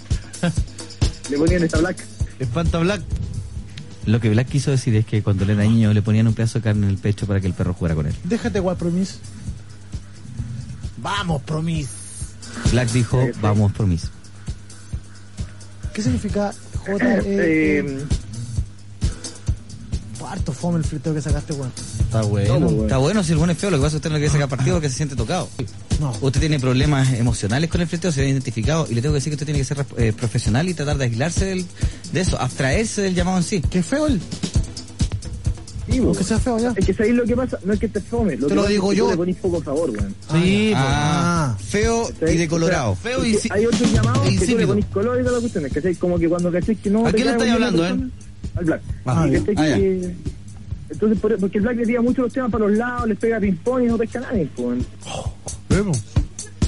[SPEAKER 9] Le ponían esta black.
[SPEAKER 3] Espanta Black.
[SPEAKER 21] Lo que Black quiso decir es que cuando él era niño le ponían un pedazo de carne en el pecho para que el perro jugara con él.
[SPEAKER 4] Déjate, guay, promis. Vamos, promis.
[SPEAKER 21] Black dijo, vamos por mis.
[SPEAKER 4] ¿Qué significa J E?
[SPEAKER 9] Eh,
[SPEAKER 4] Cuarto fome el friteo que sacaste, weón.
[SPEAKER 21] Está bueno. Está bueno si el bueno es feo, lo que pasa es que usted no le quiere sacar partido porque se siente tocado.
[SPEAKER 4] No.
[SPEAKER 21] Usted tiene problemas emocionales con el friteo, se ve identificado y le tengo que decir que usted tiene que ser eh, profesional y tratar de aislarse del- de eso, abstraerse del llamado en sí.
[SPEAKER 4] Qué feo el...
[SPEAKER 9] Sí, po,
[SPEAKER 4] Que sea feo ya.
[SPEAKER 9] Es que sabéis lo que pasa, no es que te fome, lo
[SPEAKER 4] Te
[SPEAKER 9] que
[SPEAKER 4] lo
[SPEAKER 9] pasa es
[SPEAKER 4] digo
[SPEAKER 9] que
[SPEAKER 4] yo.
[SPEAKER 9] tú Le ponís poco sabor, weón.
[SPEAKER 3] Sí,
[SPEAKER 21] Ah, feo y de colorado.
[SPEAKER 3] Feo
[SPEAKER 9] y Hay otros llamados que tú le ponís color y todas las cuestiones, ¿cachai? Como que cuando cachés que no.
[SPEAKER 3] ¿A
[SPEAKER 9] te
[SPEAKER 3] quién le
[SPEAKER 9] cae
[SPEAKER 3] estáis
[SPEAKER 9] bien la
[SPEAKER 3] hablando,
[SPEAKER 9] persona, Al Black.
[SPEAKER 3] Ah,
[SPEAKER 9] Y
[SPEAKER 3] bien.
[SPEAKER 9] cachai
[SPEAKER 3] Ah, ya.
[SPEAKER 9] que- Entonces, por- porque el Black le tira mucho los temas para los lados, les pega ping-pong y no pesca a nadie, po, weón.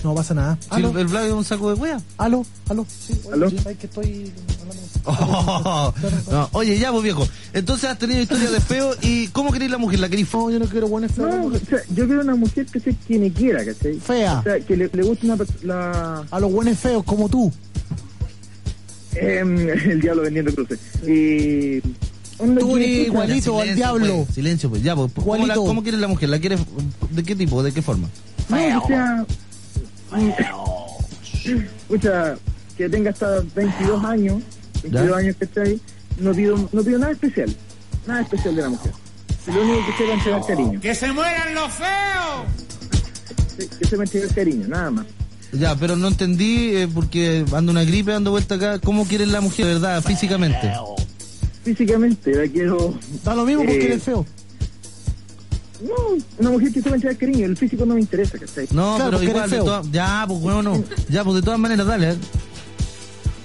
[SPEAKER 4] No pasa nada.
[SPEAKER 3] Sí,
[SPEAKER 4] Aló,
[SPEAKER 3] el, el Black es un saco de wea.
[SPEAKER 4] aló, aló. Sí, oye,
[SPEAKER 3] ¿Aló?
[SPEAKER 4] sabes que estoy hablando con-
[SPEAKER 3] Oh, no. Oye, ya vos viejo. Entonces has tenido historia de feo y ¿cómo querés la mujer? ¿La querés?
[SPEAKER 4] No, yo no quiero buenas feas.
[SPEAKER 9] No, o sea, yo quiero una mujer que se quien me quiera, ¿cachai?
[SPEAKER 4] Fea.
[SPEAKER 9] O sea, que le, le guste una pers- la
[SPEAKER 4] A los buenos feos como tú.
[SPEAKER 9] em, el diablo vendiendo cruces. Y onda
[SPEAKER 4] Tú
[SPEAKER 9] que-
[SPEAKER 4] eres igualito
[SPEAKER 3] Ya,
[SPEAKER 4] al
[SPEAKER 3] silencio,
[SPEAKER 4] diablo.
[SPEAKER 3] pues, silencio, pues ya. Pues, ¿cómo, la,
[SPEAKER 4] Igualito.
[SPEAKER 3] ¿Cómo quieres la mujer? ¿La quieres de qué tipo? ¿De qué forma?
[SPEAKER 9] No, o sea, Escucha, que tenga hasta 22 años, 22
[SPEAKER 3] ¿Ya?
[SPEAKER 9] años que está ahí, no pido, no pido nada especial, nada especial de la mujer. Lo único que quiero es entregar cariño,
[SPEAKER 7] ¡Que se mueran los feos!
[SPEAKER 9] que que se me entregue el cariño, nada más.
[SPEAKER 3] Ya, pero no entendí eh, porque ando una gripe, ando vuelta acá. ¿Cómo quieres la mujer, de verdad, físicamente?
[SPEAKER 9] Físicamente la quiero...
[SPEAKER 4] Da lo mismo porque
[SPEAKER 9] Eh,
[SPEAKER 4] eres feo.
[SPEAKER 9] No, una mujer que se me entregue el cariño, el físico no me interesa, ¿cachai?
[SPEAKER 3] No, pero igual, de todas- ya, pues bueno, ya, pues de todas maneras, dale. eh.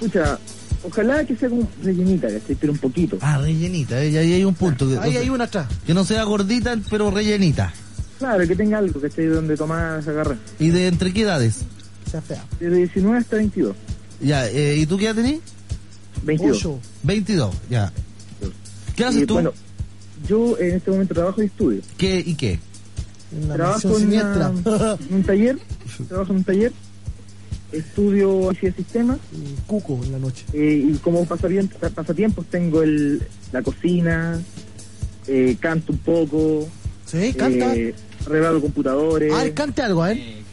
[SPEAKER 9] Escucha, ojalá que sea como rellenita, ¿cachai? Pero un poquito.
[SPEAKER 3] Ah, rellenita, eh, ya ahí hay un punto. Que,
[SPEAKER 4] Ahí hay una atrás.
[SPEAKER 3] que no sea gordita, pero rellenita.
[SPEAKER 9] Claro, que tenga algo, ¿cachai? Donde tomar, se agarra.
[SPEAKER 3] ¿Y de entre qué edades?
[SPEAKER 4] Sea fea.
[SPEAKER 9] Desde 19 hasta 22.
[SPEAKER 3] Ya, eh, ¿y tú qué edad tenés?
[SPEAKER 9] 22.
[SPEAKER 3] 22, ya. ¿Qué haces
[SPEAKER 9] Eh,
[SPEAKER 3] tú?
[SPEAKER 9] Bueno, yo en este momento trabajo y estudio.
[SPEAKER 3] ¿Qué y qué?
[SPEAKER 4] Una
[SPEAKER 9] trabajo
[SPEAKER 4] misión
[SPEAKER 9] en,
[SPEAKER 4] siniestra.
[SPEAKER 9] una- en un taller, trabajo en un taller, estudio así de sistemas
[SPEAKER 4] Y Cuco en la noche.
[SPEAKER 9] eh, y como pasavien- pasatiempos tengo el, la cocina, eh, canto un poco,
[SPEAKER 4] Sí, canta.
[SPEAKER 9] eh, arreglo computadores.
[SPEAKER 4] A ver, cante algo, a ver.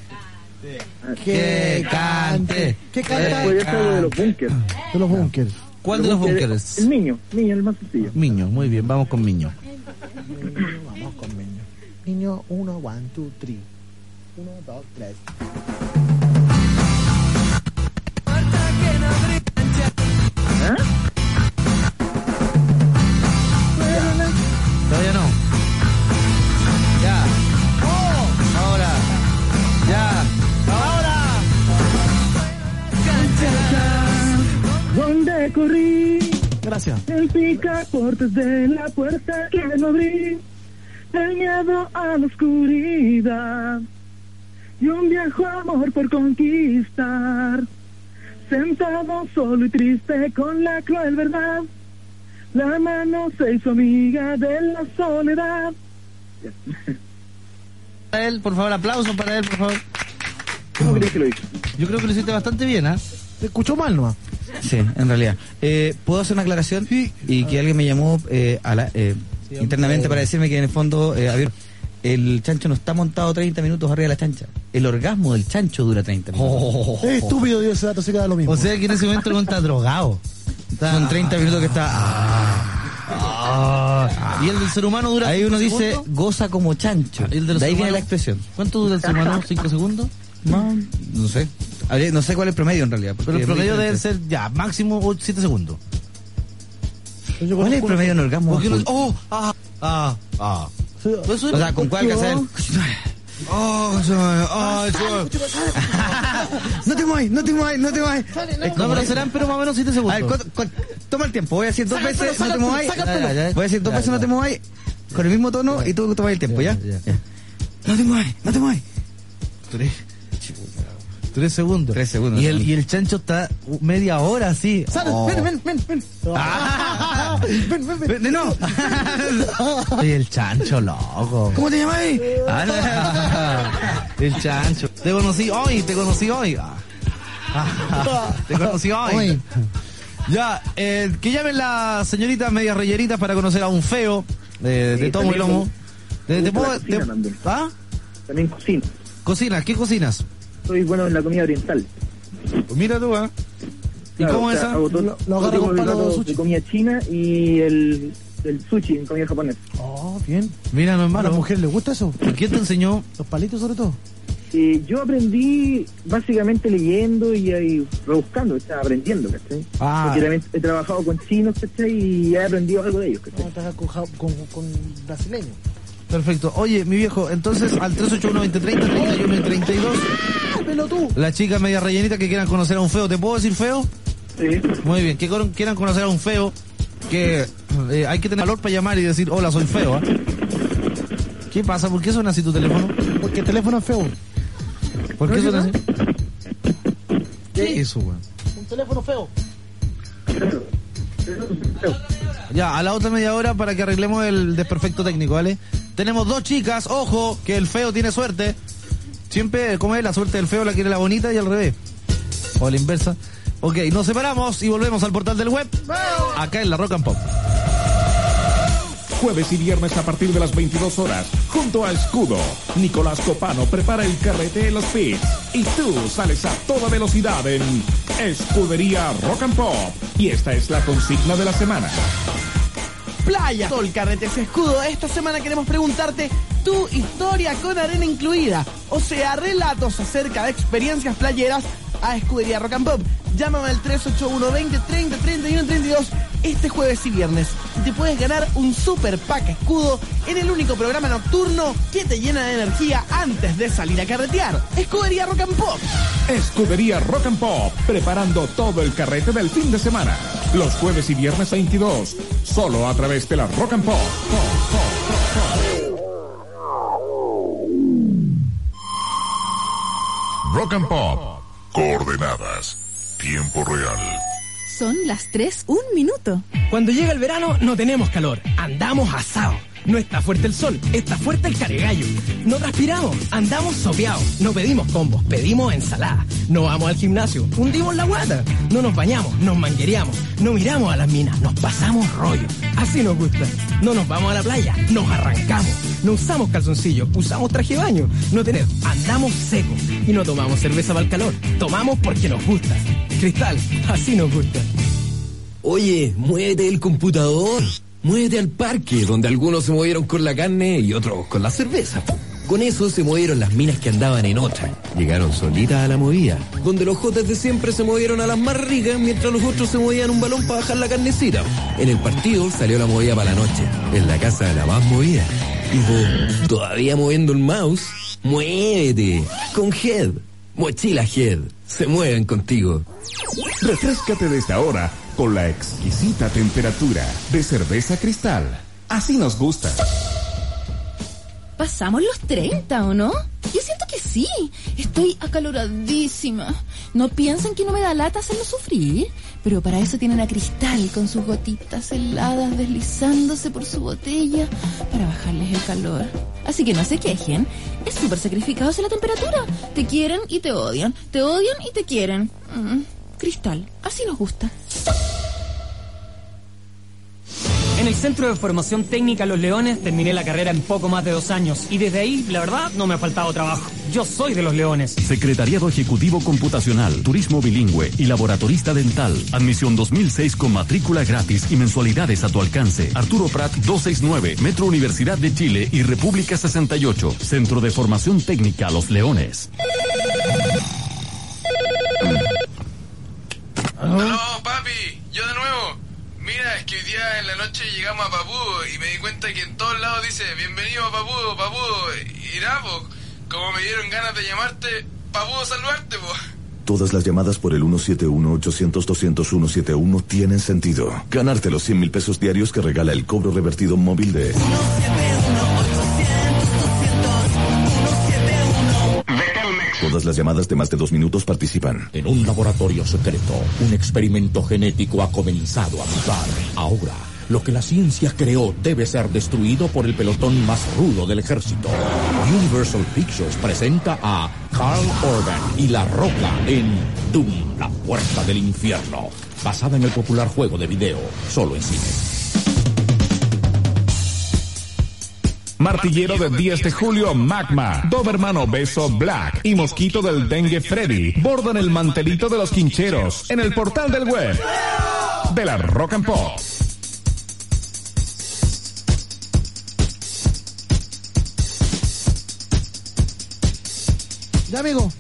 [SPEAKER 3] Que cante.
[SPEAKER 4] ¿Qué canta?
[SPEAKER 9] Después Pues, ya salgo de los bunkers.
[SPEAKER 4] De los bunkers.
[SPEAKER 3] ¿Cuál de los
[SPEAKER 9] búnkeres-
[SPEAKER 3] bunkers?
[SPEAKER 9] El niño, niño, el más sencillo.
[SPEAKER 3] Miño, muy bien, vamos con Miño.
[SPEAKER 4] Vamos con niño. Niño, uno, one, two, three. Uno, dos, tres.
[SPEAKER 3] Todavía no. Ya. Ahora. Ya.
[SPEAKER 7] ¿Dónde corrí?
[SPEAKER 4] Gracias.
[SPEAKER 7] El picaportes de la puerta que no abrí. El miedo a la oscuridad.
[SPEAKER 29] y un viejo amor por conquistar. Sentado solo y triste con la cruel verdad, la mano se hizo amiga de la soledad.
[SPEAKER 3] Para él, por favor, aplauso para él, por favor.
[SPEAKER 1] ¿Cómo crees que lo hice?
[SPEAKER 3] Yo creo que lo hiciste bastante bien, ¿ah?
[SPEAKER 4] Te escuchó mal, ¿no?
[SPEAKER 21] Sí, en realidad. Eh, ¿Puedo hacer una aclaración? Y que alguien me llamó eh, a la- eh, internamente para decirme que en el fondo, eh, Javier, el chancho no está montado 30 minutos arriba de la chancha. El orgasmo del chancho dura 30 minutos.
[SPEAKER 3] Oh.
[SPEAKER 4] Es estúpido, Dios, ese dato se queda lo mismo.
[SPEAKER 3] O sea que en ese momento el weón está drogado. Son 30 minutos que está. y el del ser humano dura.
[SPEAKER 21] ah, Ahí uno
[SPEAKER 3] cinco
[SPEAKER 21] dice,
[SPEAKER 3] segundos. Ah,
[SPEAKER 21] goza como chancho.
[SPEAKER 3] El del
[SPEAKER 21] de ahí
[SPEAKER 3] ser
[SPEAKER 21] viene
[SPEAKER 3] humano-
[SPEAKER 21] la expresión.
[SPEAKER 3] ¿Cuánto dura el ser humano? ¿Cinco segundos?
[SPEAKER 21] No sé. Habría- No sé cuál es el promedio en realidad.
[SPEAKER 3] Pero el promedio debe ser ya, máximo 7 segundos.
[SPEAKER 21] ¿Cuál es el promedio en orgasmo?
[SPEAKER 3] Porque uno-
[SPEAKER 21] azul?
[SPEAKER 3] ¡Oh! ¡Ah! ¡Ah! ¡Ah!
[SPEAKER 21] O sea, ¿con cuál alcanzar el-
[SPEAKER 3] ¡Oh! eso- ¡Ah! eso-
[SPEAKER 21] No te muevas, no te muevas, Este, no te muevas.
[SPEAKER 6] Este,
[SPEAKER 3] No, pero serán pero más o menos 7
[SPEAKER 21] A ver,
[SPEAKER 3] segundos.
[SPEAKER 21] ¿cuánto- cuánto- toma el tiempo. Voy a decir dos
[SPEAKER 3] Saca el
[SPEAKER 21] veces, no
[SPEAKER 3] pelo,
[SPEAKER 21] te
[SPEAKER 3] saca el pelo,
[SPEAKER 21] mováis.
[SPEAKER 3] saca el
[SPEAKER 21] Ya, ya, ya.
[SPEAKER 3] pelo.
[SPEAKER 21] Voy a decir dos
[SPEAKER 3] Ya,
[SPEAKER 21] veces, no
[SPEAKER 3] ya.
[SPEAKER 21] te mováis. Con el mismo tono y tú tomas el tiempo, ¿ya? Ya. No te muevas, no te muevas.
[SPEAKER 3] Tres. Tres segundos.
[SPEAKER 21] Tres segundos.
[SPEAKER 3] Y el, y el chancho está uh, media hora así.
[SPEAKER 4] Sara,
[SPEAKER 3] Oh.
[SPEAKER 4] ven, ven, ven, ven. Ven, ven, ven.
[SPEAKER 21] No.
[SPEAKER 3] Oye, el chancho, loco.
[SPEAKER 21] ¿Cómo te llamáis?
[SPEAKER 3] Ah, no. el chancho. Te conocí hoy, te conocí hoy. Ah. Ah, te conocí hoy.
[SPEAKER 4] Hoy.
[SPEAKER 3] Ya, eh, que llamen las señoritas medias reyeritas para conocer a un feo eh, de
[SPEAKER 1] Sí,
[SPEAKER 3] tomo y
[SPEAKER 1] también
[SPEAKER 3] lomo.
[SPEAKER 1] me
[SPEAKER 3] Te- te
[SPEAKER 1] gusta la
[SPEAKER 3] puedo-
[SPEAKER 1] cocina
[SPEAKER 3] te-
[SPEAKER 1] también.
[SPEAKER 3] ¿Ah?
[SPEAKER 1] También cocino.
[SPEAKER 3] Cocinas, ¿qué cocinas?
[SPEAKER 1] Soy bueno en la comida oriental.
[SPEAKER 3] Mira tú, ¿ah? ¿Y
[SPEAKER 1] Claro,
[SPEAKER 3] cómo
[SPEAKER 1] o sea,
[SPEAKER 3] esa?
[SPEAKER 1] hago todo-
[SPEAKER 3] Lo- lo
[SPEAKER 1] todo
[SPEAKER 3] agarra
[SPEAKER 1] tipo
[SPEAKER 3] con
[SPEAKER 1] de
[SPEAKER 3] palo
[SPEAKER 1] platos
[SPEAKER 3] sushi.
[SPEAKER 1] De comida china y el, el sushi en comida japonesa.
[SPEAKER 4] Oh, bien.
[SPEAKER 3] Mira, no es malo.
[SPEAKER 4] ¿A la mujer le gusta eso?
[SPEAKER 3] ¿Quién te enseñó?
[SPEAKER 4] Los palitos sobre todo.
[SPEAKER 1] Eh, yo aprendí básicamente leyendo y, ahí rebuscando, ¿cachai? aprendiendo, ¿cachai?
[SPEAKER 4] Ah.
[SPEAKER 1] Porque también he trabajado con chinos, ¿cachai? Y he aprendido algo de ellos, ¿cachai?
[SPEAKER 4] No, estás con, ja- con, con brasileño.
[SPEAKER 3] Perfecto. Oye, mi viejo, entonces al 381-2030, 31-32,
[SPEAKER 4] tú!
[SPEAKER 3] las chicas media rellenitas que quieran conocer a un feo. ¿Te puedo decir feo?
[SPEAKER 1] Sí.
[SPEAKER 3] Muy bien, que coron- quieran conocer a un feo, que eh, hay que tener valor para llamar y decir, hola, soy feo. ¿ah? ¿Qué pasa? ¿Por qué suena así tu teléfono?
[SPEAKER 4] Porque el teléfono es feo.
[SPEAKER 3] ¿Por qué
[SPEAKER 4] ¿No
[SPEAKER 3] suena
[SPEAKER 4] es
[SPEAKER 3] así? ¿Qué es eso, weón?
[SPEAKER 4] Un teléfono feo.
[SPEAKER 3] Ya, a la otra media hora para que arreglemos el desperfecto técnico, ¿vale? Tenemos dos chicas, ojo, que el feo tiene suerte. Siempre, ¿cómo es? La suerte del feo la quiere la bonita y al revés. O la inversa. Ok, nos separamos y volvemos al portal del web. Acá en la Rock and Pop.
[SPEAKER 2] Jueves y viernes a partir de las 22 horas, junto a Escudo, Nicolás Copano prepara el carrete de los pits y tú sales a toda velocidad en Escudería Rock and Pop. Y esta es la consigna de la semana.
[SPEAKER 9] Playa, sol, carretes, escudo. Esta semana queremos preguntarte tu historia con arena incluida. O sea, relatos acerca de experiencias playeras a Escudería Rock and Pop. Llámame al 381 20 30 31 32 este jueves y viernes. Y te puedes ganar un super pack escudo en el único programa nocturno que te llena de energía antes de salir a carretear. Escudería Rock and Pop.
[SPEAKER 2] Escudería Rock and Pop, preparando todo el carrete del fin de semana. Los jueves y viernes 22, solo a través de la Rock and Pop.
[SPEAKER 18] Rock and Pop. Coordenadas. Tiempo real.
[SPEAKER 23] Son las 3, un minuto.
[SPEAKER 9] Cuando llega el verano no tenemos calor, andamos asado. No está fuerte el sol, está fuerte el carigallo. No transpiramos, andamos sopeados. No pedimos combos, pedimos ensalada. No vamos al gimnasio, hundimos la guata. No nos bañamos, nos manguereamos. No miramos a las minas, nos pasamos rollo. Así nos gusta. No nos vamos a la playa, nos arrancamos. No usamos calzoncillos, usamos traje de baño. No tenemos, andamos secos. Y no tomamos cerveza para el calor, tomamos porque nos gusta. Cristal, así nos gusta.
[SPEAKER 20] Oye, muévete el computador. Muévete al parque, donde algunos se movieron con la carne y otros con la cerveza. Con eso se movieron las minas que andaban en otra. Llegaron solitas a la movida, donde los jotes de siempre se movieron a las más ricas mientras los otros se movían un balón para bajar la carnecita. En el partido salió la movida para la noche, en la casa de la más movida. Y vos, todavía moviendo el mouse, muévete con Head. Mochila Head, se mueven contigo.
[SPEAKER 2] Refrescate desde ahora con la exquisita temperatura de cerveza cristal. Así nos gusta.
[SPEAKER 23] Pasamos los 30, ¿o no? Yo siento que sí, estoy acaloradísima. No piensan que no me da lata hacerlo sufrir, pero para eso tienen a Cristal con sus gotitas heladas deslizándose por su botella para bajarles el calor. Así que no se quejen, es súper sacrificado hacia la temperatura. Te quieren y te odian, te odian y te quieren. Mm, cristal, así nos gusta.
[SPEAKER 7] En el Centro de Formación Técnica Los Leones terminé la carrera en poco más de dos años y desde ahí, la verdad, no me ha faltado trabajo. Yo soy de Los Leones.
[SPEAKER 30] Secretariado Ejecutivo Computacional, Turismo Bilingüe y Laboratorista Dental. Admisión 2006 con matrícula gratis y mensualidades a tu alcance. Arturo Prat 269, Metro Universidad de Chile y República 68. Centro de Formación Técnica Los Leones.
[SPEAKER 6] No, papi, yo de nuevo. Mira, es que hoy día en la noche llegamos a Papudo y me di cuenta que en todos lados dice, bienvenido a Papudo, Papudo. Y nada, po, como me dieron ganas de llamarte, Papudo saludarte, po.
[SPEAKER 31] Todas las llamadas por el 171-800-200-171 tienen sentido. Ganarte los 100 mil pesos diarios que regala el cobro revertido móvil de... Todas las llamadas de más de dos minutos participan.
[SPEAKER 24] En un laboratorio secreto, un experimento genético ha comenzado a mutar. Ahora, lo que la ciencia creó debe ser destruido por el pelotón más rudo del ejército. Universal Pictures presenta a Carl Orban y La Roca en Doom, la puerta del infierno. Basada en el popular juego de video, solo en cine.
[SPEAKER 2] Martillero de 10 de julio Magma, Doberman Obeso Black y Mosquito del Dengue Freddy bordan el mantelito de los quincheros en el portal del web de la Rock and Pop.
[SPEAKER 4] Ya, amigo.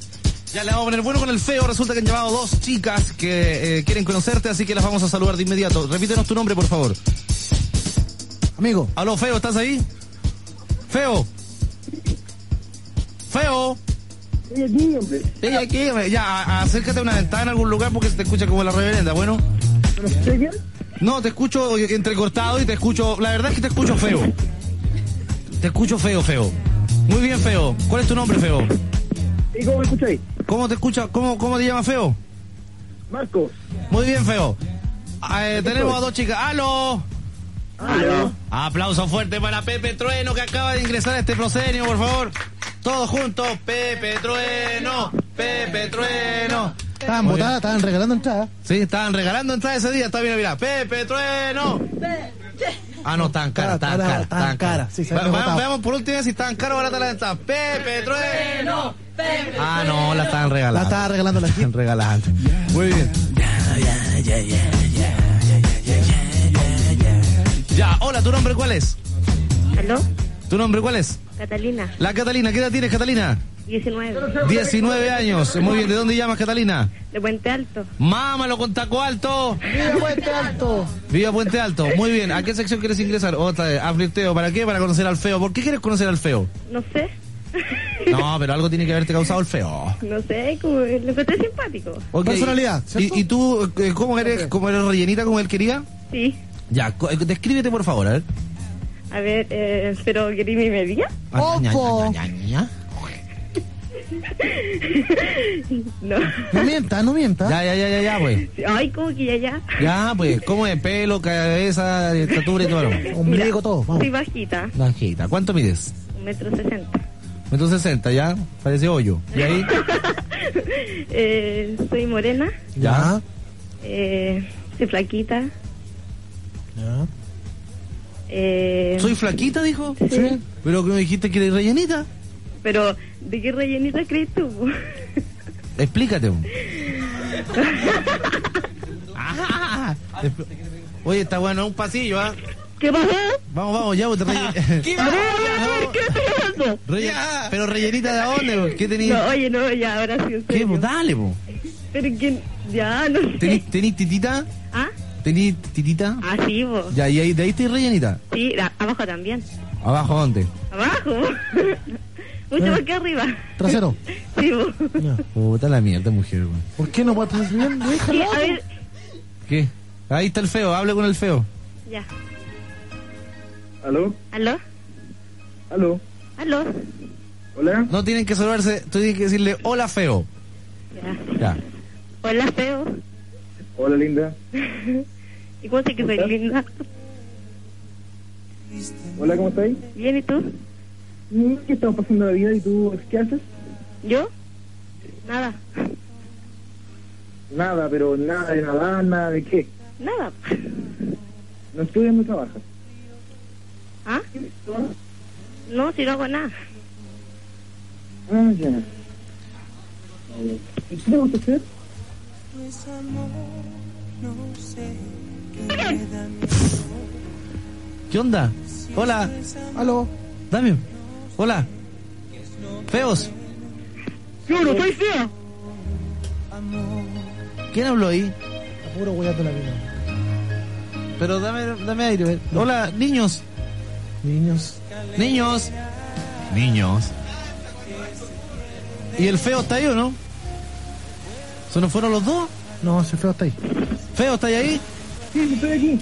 [SPEAKER 3] Ya le vamos a poner bueno con el feo. Resulta que han llamado dos chicas que eh, quieren conocerte, así que las vamos a saludar de inmediato. Repítenos tu nombre, por favor.
[SPEAKER 4] Amigo.
[SPEAKER 3] Aló, feo, ¿estás ahí? Feo. Feo.
[SPEAKER 1] Estoy aquí, hombre.
[SPEAKER 3] Ey, aquí, hombre. ya, a- acércate a una ventana en algún lugar porque se te escucha como la reverenda, bueno.
[SPEAKER 1] ¿Me escuchas bien?
[SPEAKER 3] No, te escucho entrecortado y te escucho. La verdad es que te escucho feo. Te escucho feo, feo. Muy bien, feo. ¿Cuál es tu nombre, feo?
[SPEAKER 1] ¿Y cómo me escucháis?
[SPEAKER 3] ¿Cómo te escucha? ¿Cómo, cómo te llamas, feo?
[SPEAKER 1] Marcos.
[SPEAKER 3] Muy bien, feo. Ah, eh, tenemos a dos chicas. ¡Aló!
[SPEAKER 1] ¡Aló!
[SPEAKER 3] Aplauso fuerte para Pepe Trueno que acaba de ingresar a este proscenio, por favor. Todos juntos, Pepe Trueno, Pepe Trueno.
[SPEAKER 4] Estaban
[SPEAKER 3] Muy bien.
[SPEAKER 4] botadas, estaban regalando entradas.
[SPEAKER 3] Sí, estaban regalando entradas ese día, está bien, mira, Pepe Trueno. Ah, no, tan cara, tan
[SPEAKER 4] Cara,
[SPEAKER 3] cara,
[SPEAKER 4] tan
[SPEAKER 3] tan cara.
[SPEAKER 4] cara. Sí, se
[SPEAKER 3] Va-
[SPEAKER 4] había
[SPEAKER 3] va-
[SPEAKER 4] agotado.
[SPEAKER 3] veamos por última vez si están caras o baratas las entradas. Pepe Trueno.
[SPEAKER 1] Pepe.
[SPEAKER 3] Ah, no, la estaban regalando.
[SPEAKER 4] La estaba regalando la gente.
[SPEAKER 3] regalando. Muy bien. Ya, hola, ¿tu nombre cuál es?
[SPEAKER 32] ¿Aló?
[SPEAKER 3] ¿Tu nombre cuál es?
[SPEAKER 32] Catalina,
[SPEAKER 3] La Catalina, ¿qué edad tienes, Catalina?
[SPEAKER 32] 19.
[SPEAKER 3] 19 años. Muy bien, ¿de dónde llamas, Catalina?
[SPEAKER 32] De Puente Alto.
[SPEAKER 3] Mámalo con taco alto.
[SPEAKER 32] ¡Viva Puente Alto!
[SPEAKER 3] Viva Puente Alto. Muy bien, ¿a qué sección quieres ingresar? Oh, Otra vez, a flirteo. ¿Para qué? Para conocer al feo. ¿Por qué quieres conocer al feo?
[SPEAKER 32] No sé,
[SPEAKER 3] No, pero algo tiene que haberte causado el feo.
[SPEAKER 32] no sé, como lo encontré simpático.
[SPEAKER 3] Ok,
[SPEAKER 4] Personalidad,
[SPEAKER 3] y-
[SPEAKER 4] ¿cierto?
[SPEAKER 3] ¿Y, y tú eh, cómo eres, cómo eres rellenita como él quería?
[SPEAKER 32] Sí,
[SPEAKER 3] Ya, co- eh, descríbete por favor, a ver.
[SPEAKER 32] a ver, eh, pero querí mi media.
[SPEAKER 3] Ah, ña, ña,
[SPEAKER 4] ¡Opo!
[SPEAKER 3] ña, ña, ña.
[SPEAKER 32] No.
[SPEAKER 4] No mienta, no mienta.
[SPEAKER 3] Ya, ya, ya, ya, ya, pues.
[SPEAKER 32] Ay, como que ya, ya.
[SPEAKER 3] Ya, pues, ¿cómo es? Pelo, cabeza, estatura y todo. lo-
[SPEAKER 32] Mira, Soy bajita,
[SPEAKER 3] Bajita. ¿Cuánto mides?
[SPEAKER 32] un metro sesenta.
[SPEAKER 3] Metro sesenta, ya. Parece hoyo. ¿Y ahí?
[SPEAKER 32] Eh, soy morena,
[SPEAKER 3] Ya.
[SPEAKER 32] eh, soy flaquita. Eh,
[SPEAKER 3] ¿Soy flaquita, dijo?
[SPEAKER 32] Sí.
[SPEAKER 3] Pero que me dijiste que eres rellenita.
[SPEAKER 32] Pero, ¿de qué rellenita crees tú?
[SPEAKER 3] Explícate. Ah, expl- Oye, está bueno, un pasillo, ¿ah?
[SPEAKER 32] ¿Qué pasó?
[SPEAKER 3] Vamos, vamos, ya, pues, te relle- Relle- Pero rellenita de a dónde, pues? ¿qué tenías?
[SPEAKER 32] No, oye, no, ya, ahora sí. en
[SPEAKER 3] ¿Qué,
[SPEAKER 32] serio.
[SPEAKER 3] pues? Dale, pues.
[SPEAKER 32] Pero que ya, no sé.
[SPEAKER 3] ¿Tenís, tenís titita?
[SPEAKER 32] ¿Ah?
[SPEAKER 3] ¿Tenís titita?
[SPEAKER 32] Ah, sí, vos.
[SPEAKER 3] Ya, y ahí, de ahí estoy rellenita.
[SPEAKER 32] Sí, a- abajo también.
[SPEAKER 3] ¿Abajo dónde?
[SPEAKER 32] Abajo. Mucho más que arriba.
[SPEAKER 4] Trasero.
[SPEAKER 32] Sí, vos.
[SPEAKER 3] Puta la mierda, mujer, güey.
[SPEAKER 4] ¿Por qué no puedes pasar bien?
[SPEAKER 32] Sí,
[SPEAKER 4] Déjala.
[SPEAKER 32] a ver,
[SPEAKER 3] ¿Qué? Ahí está el feo, hable con el feo.
[SPEAKER 32] ya.
[SPEAKER 33] ¿Aló?
[SPEAKER 32] ¿Aló?
[SPEAKER 33] ¿Aló?
[SPEAKER 32] ¿Aló?
[SPEAKER 9] Hola.
[SPEAKER 3] No tienen que saludarse, tú tienes que decirle hola feo. Ya.
[SPEAKER 32] Hola, feo.
[SPEAKER 9] Hola, linda.
[SPEAKER 32] ¿Y cómo sé que soy linda?
[SPEAKER 9] Hola, ¿cómo estás?
[SPEAKER 32] Bien, ¿y tú?
[SPEAKER 9] ¿Qué estamos pasando la vida y tú qué haces?
[SPEAKER 32] ¿Yo? Nada,
[SPEAKER 9] Nada, pero nada de nada, nada de qué.
[SPEAKER 32] nada.
[SPEAKER 9] No estudias, no trabajas.
[SPEAKER 32] ¿Ah? No, si no hago nada.
[SPEAKER 9] Ah, ya. ¿Y qué te gusta hacer?
[SPEAKER 3] ¿Qué onda? Hola. Aló. Dame. Hola. Feos.
[SPEAKER 9] Yo no soy feo.
[SPEAKER 3] ¿Quién habló ahí?
[SPEAKER 4] Puro hueato la vida.
[SPEAKER 3] Pero dame, dame aire. a ver. Hola, niños. Niños. Niños. Niños. ¿Y el feo está ahí o no? ¿Se nos fueron los dos?
[SPEAKER 4] No, ese feo está ahí.
[SPEAKER 3] ¿Feo está ahí?
[SPEAKER 9] Sí, estoy aquí.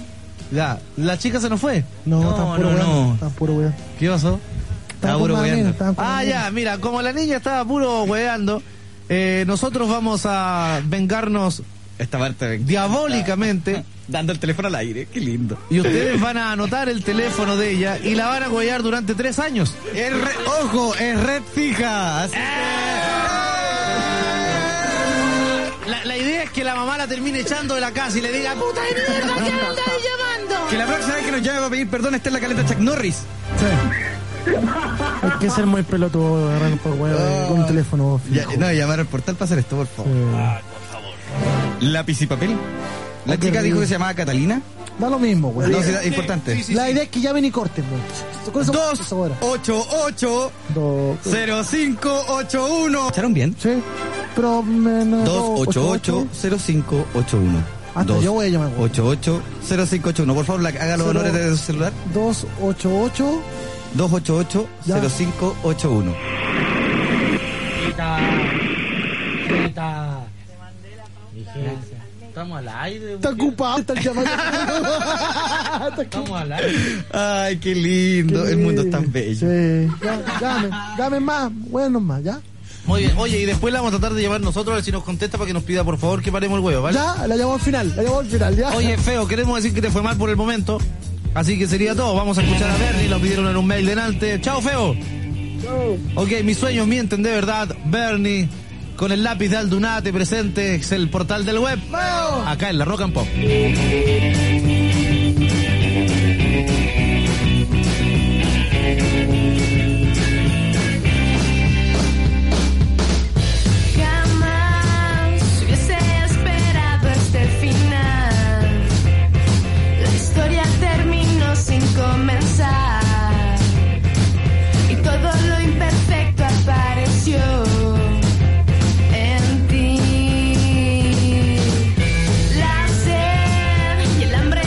[SPEAKER 3] Ya, la chica se nos fue.
[SPEAKER 4] No, tan puro hueón, tan puro hueón.
[SPEAKER 3] ¿Qué pasó?
[SPEAKER 4] Estaba con Madalena,
[SPEAKER 3] hueando.
[SPEAKER 4] estaba con
[SPEAKER 3] Ah,
[SPEAKER 4] Madalena.
[SPEAKER 3] ya, mira, como la niña estaba puro hueando, eh, nosotros vamos a vengarnos
[SPEAKER 21] Esta parte Ah,
[SPEAKER 3] diabólicamente.
[SPEAKER 21] dando el teléfono al aire, qué lindo.
[SPEAKER 3] Y ustedes van a anotar el teléfono de ella y la van a huear durante tres años.
[SPEAKER 21] ojo, es red fija. así
[SPEAKER 3] La, la idea es que la mamá la termine echando de la casa y le diga, puta de mierda, ¿qué me andas llevando?
[SPEAKER 21] que la próxima vez que nos llame va a pedir perdón está en la caleta Chuck Norris.
[SPEAKER 4] Hay que ser muy pelotudo, agarrar por huevo eh, con un teléfono.
[SPEAKER 21] Ya, no, llamar al portal para hacer esto, por favor. Lápiz y papel. La chica dijo que se llamaba Catalina.
[SPEAKER 4] Da lo mismo, güey.
[SPEAKER 21] No, sí, da- importante.
[SPEAKER 4] La idea es que llamen y corten, güey. Con eso- eso ahora.
[SPEAKER 21] 88
[SPEAKER 4] Do-
[SPEAKER 21] 0581. ¿Echaron bien?
[SPEAKER 4] Sí. Pero menos.
[SPEAKER 21] 288-0581.
[SPEAKER 4] Hasta Ah, yo voy a llamar, güey.
[SPEAKER 21] 288-0581. Por favor, la- haga los
[SPEAKER 4] Cero-
[SPEAKER 21] honores de su celular.
[SPEAKER 4] 288.
[SPEAKER 21] 288-0581.
[SPEAKER 3] Estamos al aire.
[SPEAKER 4] Está ocupado, está llamando.
[SPEAKER 3] Estamos al
[SPEAKER 21] Ay, qué lindo. El mundo es tan bello.
[SPEAKER 4] Sí. Ya, Llamen, llamen más. Bueno, más, ya.
[SPEAKER 3] Muy bien, oye, y después la vamos a tratar de llamar nosotros a ver si nos contesta para que nos pida por favor que paremos el huevo, ¿vale?
[SPEAKER 4] Ya, la llamó al final. La llamó al final, ya.
[SPEAKER 3] Oye, feo, queremos decir que te fue mal por el momento. Así que sería todo. Vamos a escuchar a Bernie, lo pidieron en un mail delante. Chao, feo. Ok, mis sueños mienten de verdad. Bernie, con el lápiz de Aldunate presente, es el portal del web. Acá en la Rock and Pop.
[SPEAKER 27] Jamás hubiese esperado este final. La historia terminó sin comenzar. Y todo lo imperfecto apareció en ti. La sed y el hambre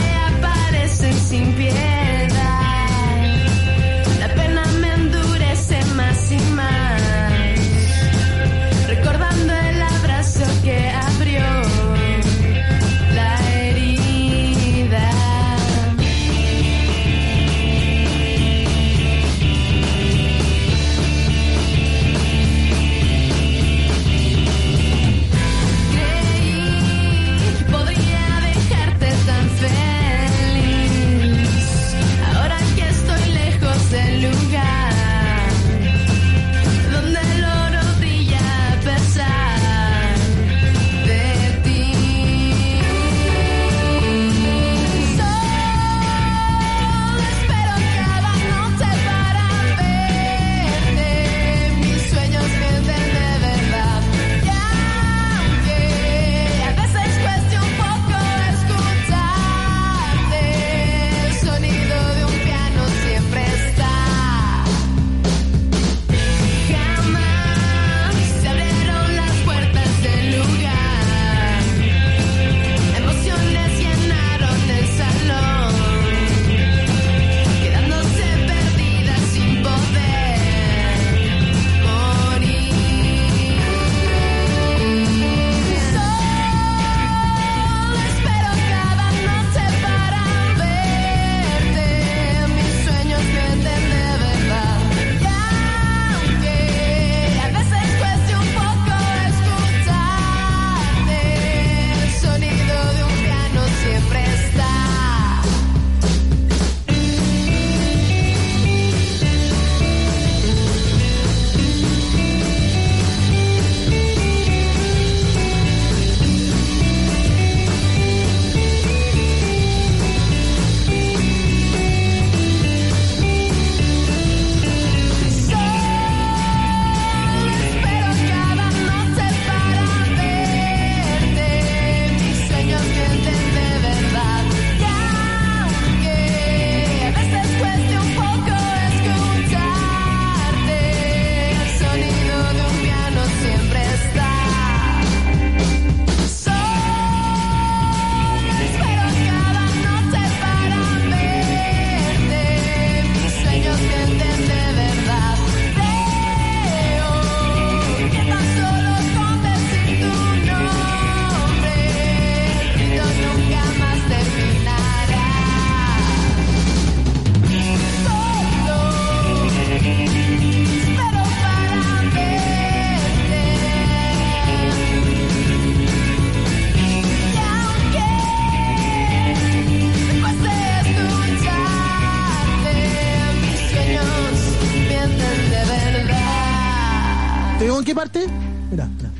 [SPEAKER 4] en qué parte? Mira, mira.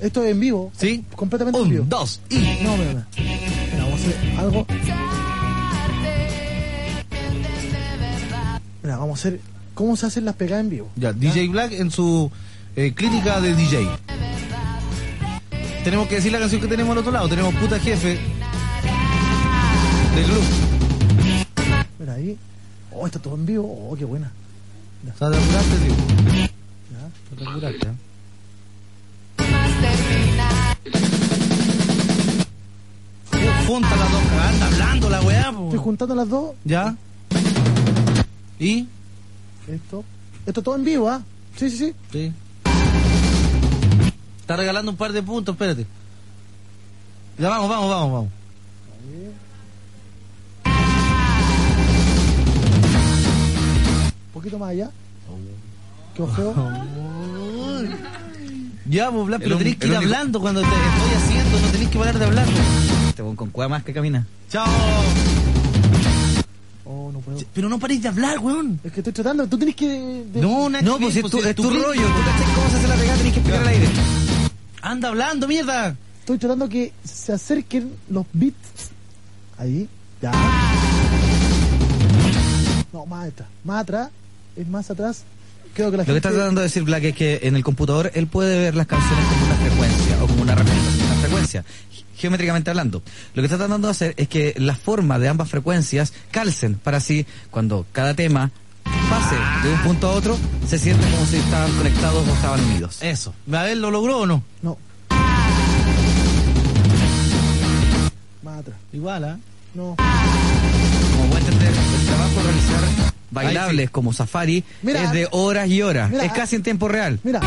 [SPEAKER 4] Esto es en vivo. Sí. Completamente en vivo.
[SPEAKER 3] Dos y.
[SPEAKER 4] No, mira, mira. Mira, vamos a hacer algo. Mira, vamos a hacer. ¿Cómo se hacen las pegadas en vivo?
[SPEAKER 3] Ya, DJ Black en su eh, clínica de DJ. Tenemos que decir la canción que tenemos al otro lado. Tenemos puta jefe del grupo.
[SPEAKER 4] Mira ahí. Oh, está todo en vivo. Oh, qué buena.
[SPEAKER 3] Está de apurarte, tío.
[SPEAKER 4] Ya, está de apurarte.
[SPEAKER 3] Junta las dos, anda hablando la weá, po.
[SPEAKER 4] Estoy juntando las dos.
[SPEAKER 3] Ya. ¿Y?
[SPEAKER 4] Esto. Esto todo en vivo, ¿ah? Sí, sí, sí.
[SPEAKER 3] Sí. Está regalando un par de puntos, espérate. Ya vamos, vamos, vamos, vamos.
[SPEAKER 4] Un poquito más allá. Qué ojeo.
[SPEAKER 3] Ya, pues, Blas, pero
[SPEAKER 21] un-
[SPEAKER 3] tenés que
[SPEAKER 21] el
[SPEAKER 3] ir
[SPEAKER 21] único-
[SPEAKER 3] hablando cuando te estoy haciendo, no tenés que parar de hablar.
[SPEAKER 21] Este weón con cueva más que camina.
[SPEAKER 3] Chao.
[SPEAKER 4] Oh, no puedo.
[SPEAKER 3] Pero no paréis de hablar, weón.
[SPEAKER 4] Es que estoy tratando. Tú tenés que. de-
[SPEAKER 21] no, pues es tu, es tu rollo. Tú
[SPEAKER 3] cachai
[SPEAKER 21] cómo se hace la pegada, tenés que explicar al aire.
[SPEAKER 3] Anda hablando, mierda.
[SPEAKER 4] Estoy tratando que se acerquen los beats. Ahí. Ya. No, más atrás. Más atrás. Es más atrás. Creo que la
[SPEAKER 21] Lo que
[SPEAKER 4] gente.
[SPEAKER 21] está tratando de decir Black es que en el computador él puede ver las canciones como una frecuencia o como una representación de una frecuencia, ge- geométricamente hablando. Lo que está tratando de hacer es que la forma de ambas frecuencias calcen para así, cuando cada tema pase de un punto a otro, se siente como si estaban conectados o estaban unidos.
[SPEAKER 3] Eso. A ver, ¿lo logró o no?
[SPEAKER 4] No. Más atrás.
[SPEAKER 3] Igual, ¿ah?
[SPEAKER 4] No.
[SPEAKER 21] Como pueden entender, el trabajo de realizar bailables como Safari
[SPEAKER 4] Mira,
[SPEAKER 21] es de horas y horas.
[SPEAKER 4] mira,
[SPEAKER 21] es casi en tiempo real.
[SPEAKER 4] Mira.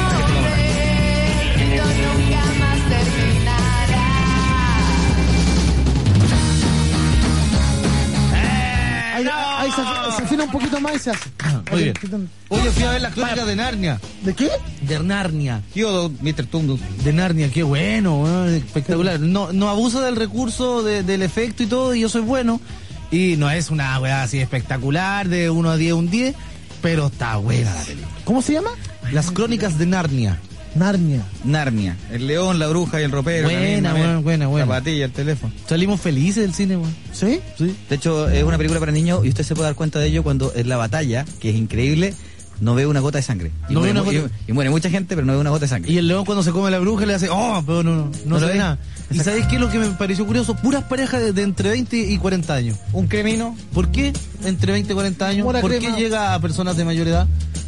[SPEAKER 4] Ahí, ahí se, afi- se afina un poquito más y se hace.
[SPEAKER 3] Muy bien. Oye, fui a ver las crónicas de Narnia.
[SPEAKER 4] ¿De qué?
[SPEAKER 3] De Narnia. Mr. De Narnia, qué bueno, weón, espectacular. No, no abusa del recurso, de- del efecto y todo, y yo soy bueno. Y no es una weá así espectacular, de 1 a 10, un 10, pero está buena la película.
[SPEAKER 4] ¿Cómo se llama?
[SPEAKER 3] Las crónicas de Narnia.
[SPEAKER 4] Narnia.
[SPEAKER 21] Narnia. El león, la bruja y el ropero. la misma
[SPEAKER 3] Buena,
[SPEAKER 21] vez.
[SPEAKER 3] buena, buena, buena.
[SPEAKER 21] La patilla, el teléfono.
[SPEAKER 3] Salimos felices del cine, weón.
[SPEAKER 4] ¿Sí?
[SPEAKER 3] Sí.
[SPEAKER 21] De hecho, es una película para niños y usted se puede dar cuenta de ello cuando en la batalla, que es increíble, no ve una gota de sangre. Y,
[SPEAKER 3] No
[SPEAKER 21] muere,
[SPEAKER 3] ve una
[SPEAKER 21] mu-
[SPEAKER 3] gota-
[SPEAKER 21] y- y muere mucha gente, pero no ve una gota de sangre.
[SPEAKER 3] Y el león cuando se come la bruja le hace, oh, pero no, no, no
[SPEAKER 21] No
[SPEAKER 3] se
[SPEAKER 21] lo
[SPEAKER 3] ve
[SPEAKER 21] ve.
[SPEAKER 3] nada. ¿Y sabéis qué es lo que me pareció curioso? Puras parejas de, de entre 20 y 40 años.
[SPEAKER 21] Un cremino.
[SPEAKER 3] ¿Por qué entre 20 y 40 años?
[SPEAKER 21] Mora
[SPEAKER 3] ¿Por
[SPEAKER 21] crema.
[SPEAKER 3] qué llega a personas de mayor edad?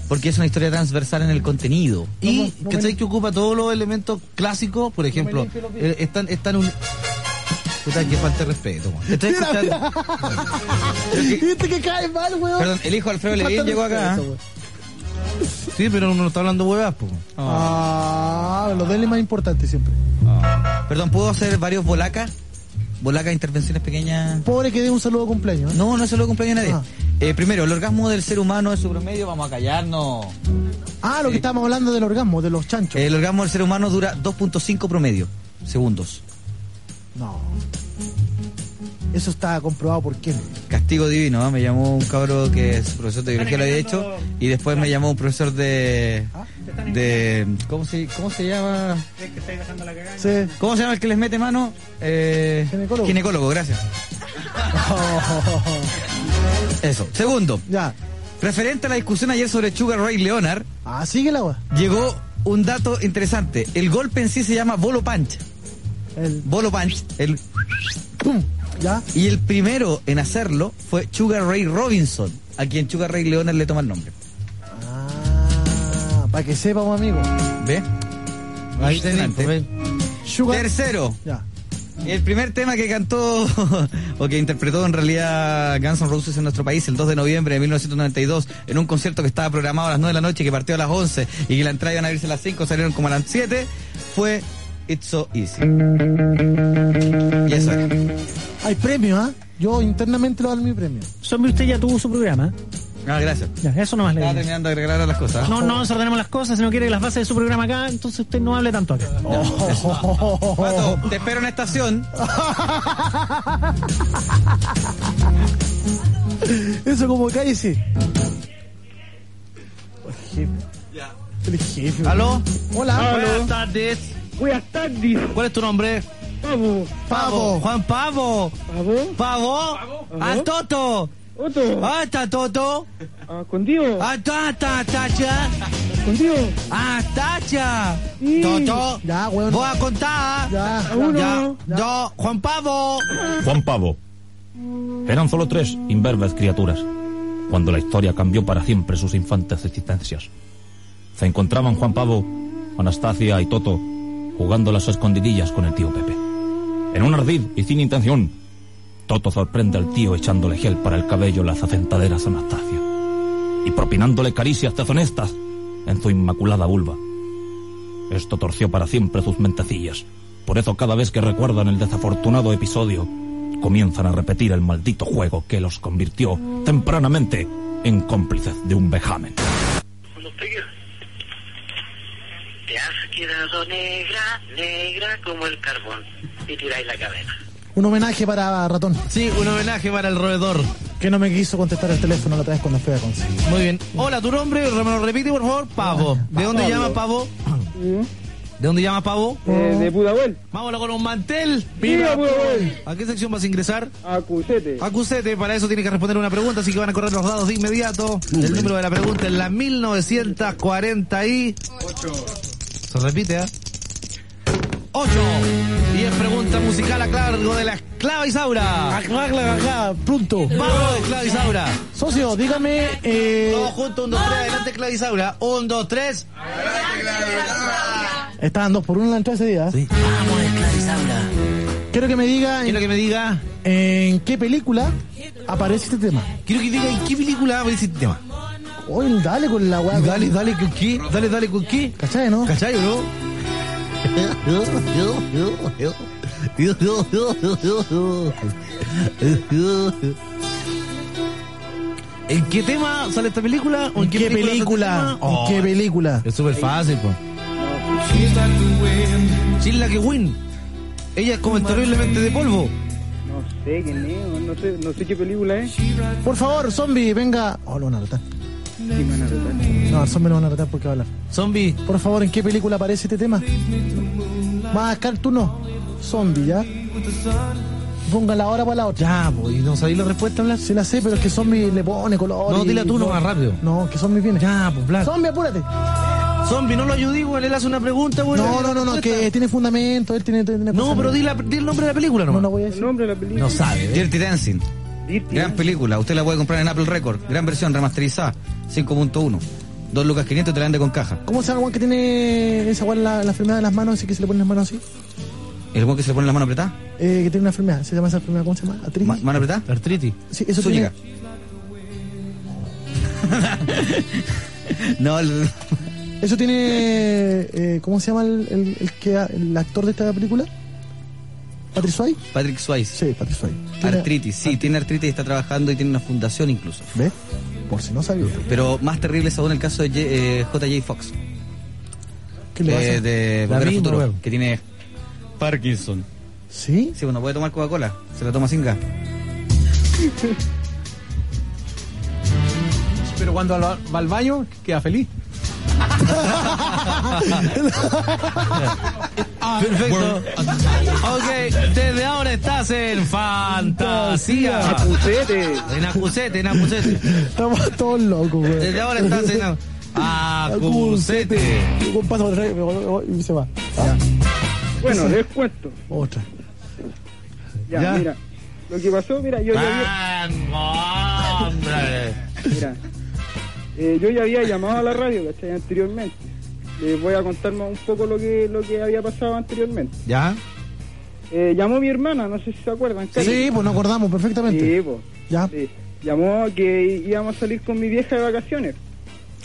[SPEAKER 21] Porque es una historia transversal en el contenido.
[SPEAKER 3] Y ¿cachai? que ocupa todos los elementos clásicos, por ejemplo,
[SPEAKER 21] limpio los
[SPEAKER 3] eh, están, están un... Puta, que falta de respeto, weón.
[SPEAKER 21] Estoy
[SPEAKER 4] Mira,
[SPEAKER 21] escuchando-
[SPEAKER 4] Viste que cae mal, weón.
[SPEAKER 21] Perdón, el hijo de Alfredo Levin llegó acá. ¿eh?
[SPEAKER 3] ¿ah? Sí, pero uno no está hablando huevas, po.
[SPEAKER 4] Ah, los denle más importantes siempre.
[SPEAKER 21] Perdón, ¿puedo hacer varios bolacas? Bolacas, intervenciones pequeñas.
[SPEAKER 4] Pobre que dé un saludo de cumpleaños. ¿eh?
[SPEAKER 21] No, no se lo cumpleaños a nadie.
[SPEAKER 4] Ah.
[SPEAKER 21] Eh, primero, el orgasmo del ser humano es su promedio, vamos a callarnos. Eh,
[SPEAKER 4] Ah, lo que estábamos hablando del orgasmo, de los chanchos.
[SPEAKER 21] El orgasmo del ser humano dura 2.5 promedio segundos.
[SPEAKER 4] No. Eso está comprobado por quién.
[SPEAKER 21] Castigo divino, ¿eh? me llamó un cabro que es profesor de biología, lo había hecho, y después me llamó un profesor de... de ¿cómo, se, ¿Cómo se llama?
[SPEAKER 4] Sí.
[SPEAKER 21] ¿Cómo se llama el que les mete mano? Eh,
[SPEAKER 4] Ginecólogo.
[SPEAKER 21] Ginecólogo, gracias. Eso. Segundo.
[SPEAKER 4] Ya.
[SPEAKER 21] Referente a la discusión ayer sobre Sugar Ray Leonard,
[SPEAKER 4] Ah, sigue la agua.
[SPEAKER 21] llegó un dato interesante. El golpe en sí se llama Bolo Punch.
[SPEAKER 4] El
[SPEAKER 21] Bolo Punch. El...
[SPEAKER 4] pum. Ya.
[SPEAKER 21] Y el primero en hacerlo fue Sugar Ray Robinson, a quien Sugar Ray Leonard le toma el nombre.
[SPEAKER 4] Ah, para que sepamos, amigo.
[SPEAKER 21] ¿Ve?
[SPEAKER 3] Ahí tenés,
[SPEAKER 21] Impresionante.
[SPEAKER 3] po, ven.
[SPEAKER 4] Sugar.
[SPEAKER 21] Tercero.
[SPEAKER 4] Ya.
[SPEAKER 21] El primer tema que cantó o que interpretó en realidad Guns N' Roses en nuestro país el 2 de noviembre de 1992 en un concierto que estaba programado a las 9 de la noche que partió a las 11 y que la entrada iban a abrirse a las 5, salieron como a las 7, fue It's So Easy. Y eso es.
[SPEAKER 4] Hay premio, ¿ah? Yo internamente lo doy mi premio.
[SPEAKER 17] Zombie, usted ya tuvo su programa.
[SPEAKER 21] Ah, gracias.
[SPEAKER 17] Ya, eso nomás le
[SPEAKER 21] Estaba
[SPEAKER 17] digo.
[SPEAKER 21] terminando de arreglar las cosas.
[SPEAKER 17] No, no desordenemos las cosas, si no quiere que las bases de su programa acá, entonces usted no hable tanto acá.
[SPEAKER 21] Pato, te espero en la estación.
[SPEAKER 4] Eso como cállese. El jefe.
[SPEAKER 3] ¿Aló?
[SPEAKER 4] Hola.
[SPEAKER 3] Buenas tardes.
[SPEAKER 34] Buenas tardes.
[SPEAKER 3] ¿Cuál es tu nombre?
[SPEAKER 34] Pavo.
[SPEAKER 3] Pavo. Juan Pavo.
[SPEAKER 34] Pavo.
[SPEAKER 3] Pavo. Al Toto.
[SPEAKER 34] Toto.
[SPEAKER 3] Ah, está Toto.
[SPEAKER 34] Escondido.
[SPEAKER 3] Ah, está, está, Tacha.
[SPEAKER 34] Escondido.
[SPEAKER 3] Ah, Tacha.
[SPEAKER 34] Sí.
[SPEAKER 3] Toto.
[SPEAKER 4] Ya, weón.
[SPEAKER 3] Voy a contar.
[SPEAKER 4] Ya.
[SPEAKER 34] Uno.
[SPEAKER 3] Ya. Dos. Juan Pavo.
[SPEAKER 12] Juan Pavo. Eran solo tres imberbes criaturas, cuando la historia cambió para siempre sus infantes existencias. Se encontraban Juan Pavo, Anastasia y Toto jugando las escondidillas con el tío Pepe. En un ardid y sin intención, Toto sorprende al tío echándole gel para el cabello las afentaderas a Anastasia y propinándole caricias deshonestas en su inmaculada vulva. Esto torció para siempre sus mentecillas. Por eso cada vez que recuerdan el desafortunado episodio, comienzan a repetir el maldito juego que los convirtió tempranamente en cómplices de un vejamen.
[SPEAKER 27] Te has quedado negra, negra como el carbón. Y tiráis la cadena.
[SPEAKER 4] Un homenaje para Ratón.
[SPEAKER 3] Sí, un homenaje para el roedor.
[SPEAKER 4] Que no me quiso contestar el teléfono la otra vez cuando fui a conseguir.
[SPEAKER 3] Muy bien. Hola, tu nombre, me lo repite por favor, Pavo. ¿De dónde llama Pavo? ¿De dónde llama Pavo?
[SPEAKER 34] Eh, de Pudahuel.
[SPEAKER 3] Vámonos con un mantel.
[SPEAKER 34] ¡Viva Pudahuel!
[SPEAKER 3] ¿A qué sección vas a ingresar?
[SPEAKER 34] Acusete.
[SPEAKER 3] Acusete, para eso tienes que responder una pregunta, así que van a correr los dados de inmediato. El número de la pregunta es la 1940 y... Se repite, ¿eh? 8. Y es pregunta musical a cargo de la esclava Isaura.
[SPEAKER 4] Acá, pronto.
[SPEAKER 3] Vamos, esclava Isaura.
[SPEAKER 4] Socio, dígame. Eh,
[SPEAKER 3] Todos juntos, un, dos, tres, adelante, esclava Isaura. Un, dos, tres.
[SPEAKER 4] estaban dos por uno en la entrada ese día. Sí.
[SPEAKER 27] Vamos, esclavizaura.
[SPEAKER 4] Quiero que me diga.
[SPEAKER 3] Quiero que me diga.
[SPEAKER 4] ¿En qué película aparece este tema?
[SPEAKER 3] Quiero que diga en qué película aparece este tema.
[SPEAKER 4] Oye, dale con la weá.
[SPEAKER 3] Dale, dale, con qué. Dale, dale, con qué.
[SPEAKER 4] ¿Cachai, no?
[SPEAKER 3] ¿Cachai, bro? ¿En qué tema sale esta película? ¿O
[SPEAKER 4] ¿En qué película?
[SPEAKER 3] sale
[SPEAKER 4] ¿En
[SPEAKER 3] este
[SPEAKER 4] qué
[SPEAKER 3] tema?
[SPEAKER 4] película?
[SPEAKER 3] Oh, es súper fácil, po. She's like a win. Ella es como el terriblemente de polvo.
[SPEAKER 34] No sé quién es, no sé, no sé qué película es.
[SPEAKER 4] Por favor, zombie, venga. Oh, lo van a retar. No, al zombie lo van a retar porque va a hablar.
[SPEAKER 3] Zombie.
[SPEAKER 4] Por favor, ¿en qué película aparece este tema? Más acá tú no. Zombie, ¿ya? Póngala ahora para la otra.
[SPEAKER 3] Ya, po, y no sabéis la respuesta, Blas.
[SPEAKER 4] Sí la sé, pero es que zombie le pone color.
[SPEAKER 3] No,
[SPEAKER 4] y-
[SPEAKER 3] dila tú nomás, rápido.
[SPEAKER 4] No, que zombie viene.
[SPEAKER 3] Ya, pues, Blas.
[SPEAKER 4] Zombie, apúrate.
[SPEAKER 3] Zombie, no lo ayudí, weón. Él hace una pregunta, weón.
[SPEAKER 4] No, no, no, no, que tiene fundamento, él tiene, tiene
[SPEAKER 3] No,
[SPEAKER 4] cosas.
[SPEAKER 3] pero di, la- di el nombre de la película
[SPEAKER 4] No,
[SPEAKER 3] nomás.
[SPEAKER 4] no voy a
[SPEAKER 34] El
[SPEAKER 4] decir.
[SPEAKER 34] nombre de la película.
[SPEAKER 3] No sabe, ¿eh?
[SPEAKER 21] Dirty Dancing.
[SPEAKER 34] Dirty
[SPEAKER 21] Gran
[SPEAKER 34] Dancing.
[SPEAKER 21] película. Usted la puede comprar en Apple Record. Gran versión remasterizada. 5.1. Dos lucas 500 te la vende con caja.
[SPEAKER 4] ¿Cómo se llama el weón que tiene esa weón la, la enfermedad de las manos, así que se le ponen las manos así?
[SPEAKER 21] ¿El buen que se le pone las manos apretadas?
[SPEAKER 4] Eh, que tiene una enfermedad, se llama esa enfermedad, ¿cómo se llama? ¿Artritis?
[SPEAKER 21] Ma- ¿Mano apretada?
[SPEAKER 3] Artritis.
[SPEAKER 4] sí, eso
[SPEAKER 21] Zúñiga.
[SPEAKER 4] tiene...
[SPEAKER 21] no, el-
[SPEAKER 4] Eso tiene... eh, ¿Cómo se llama el, el, el que, el actor de esta película? ¿Patrick Swayze?
[SPEAKER 21] Patrick Swayze.
[SPEAKER 4] Sí, Patrick Swayze. Tiene-
[SPEAKER 21] Artritis, sí, tiene artritis, está trabajando y tiene una fundación incluso.
[SPEAKER 4] ¿Ve? Por si no sabía.
[SPEAKER 21] Pero más terrible es aún el caso de J- eh, J.J. Fox.
[SPEAKER 4] ¿Qué le
[SPEAKER 21] de,
[SPEAKER 4] pasa?
[SPEAKER 21] de
[SPEAKER 3] La
[SPEAKER 21] Volver al
[SPEAKER 3] misma,
[SPEAKER 21] Futuro,
[SPEAKER 3] weón.
[SPEAKER 21] que tiene Parkinson.
[SPEAKER 4] ¿Sí?
[SPEAKER 21] Sí, bueno, puede tomar Coca-Cola, se la toma sin gas.
[SPEAKER 35] Pero cuando va va al baño, queda feliz.
[SPEAKER 3] Perfecto. Ok, desde ahora estás en Fantasía.
[SPEAKER 34] Acusete.
[SPEAKER 3] En Acusete, en Acusete.
[SPEAKER 4] Estamos todos locos, güey. Ah,
[SPEAKER 3] Desde ahora Ah, estás en Acusete.
[SPEAKER 4] Un paso para atrás me vuelvo y se va. Ah.
[SPEAKER 34] Bueno, les cuento.
[SPEAKER 4] Otra.
[SPEAKER 34] Ya,
[SPEAKER 3] Ya.
[SPEAKER 34] mira. Lo que pasó, mira, yo ya había,
[SPEAKER 3] ¡Vamos, hombre!
[SPEAKER 34] mira, eh, yo ya había llamado a la radio, ¿cachai? Anteriormente. Les voy a contar más un poco lo que, lo que había pasado anteriormente.
[SPEAKER 3] ¿Ya?
[SPEAKER 34] Eh, llamó mi hermana, no sé si se acuerdan.
[SPEAKER 4] Sí,
[SPEAKER 34] Cari.
[SPEAKER 4] pues nos acordamos perfectamente.
[SPEAKER 34] Sí, po.
[SPEAKER 4] Ya.
[SPEAKER 34] Sí. Llamó que íbamos a salir con mi vieja de vacaciones.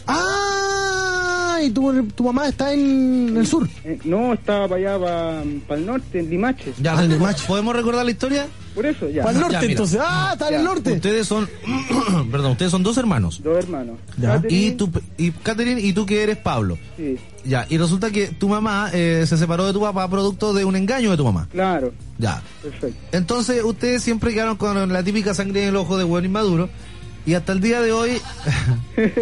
[SPEAKER 4] ¡Ah! Y tu, tu mamá está en el sur.
[SPEAKER 34] Eh, no, estaba para allá, para, el norte, en Limache.
[SPEAKER 3] ya
[SPEAKER 4] Al de
[SPEAKER 3] ¿po-
[SPEAKER 4] macho.
[SPEAKER 3] Ah, ¿Podemos recordar la historia?
[SPEAKER 34] Por eso, ya.
[SPEAKER 4] Para el norte,
[SPEAKER 3] Ya, mira.
[SPEAKER 4] entonces. ¡Ah! Está en el
[SPEAKER 34] Ya.
[SPEAKER 4] norte.
[SPEAKER 3] Ustedes son. perdón, ustedes son dos hermanos.
[SPEAKER 34] Dos hermanos.
[SPEAKER 4] Ya.
[SPEAKER 3] Y
[SPEAKER 34] Catherine,
[SPEAKER 3] tú, y Catherine, y tú que eres Pablo.
[SPEAKER 34] Sí,
[SPEAKER 3] Ya, y resulta que tu mamá eh, se separó de tu papá producto de un engaño de tu mamá.
[SPEAKER 34] claro.
[SPEAKER 3] Ya.
[SPEAKER 34] Perfecto.
[SPEAKER 3] Entonces, ustedes siempre quedaron con la típica sangre en el ojo de hueón inmaduro. Y hasta el día de hoy,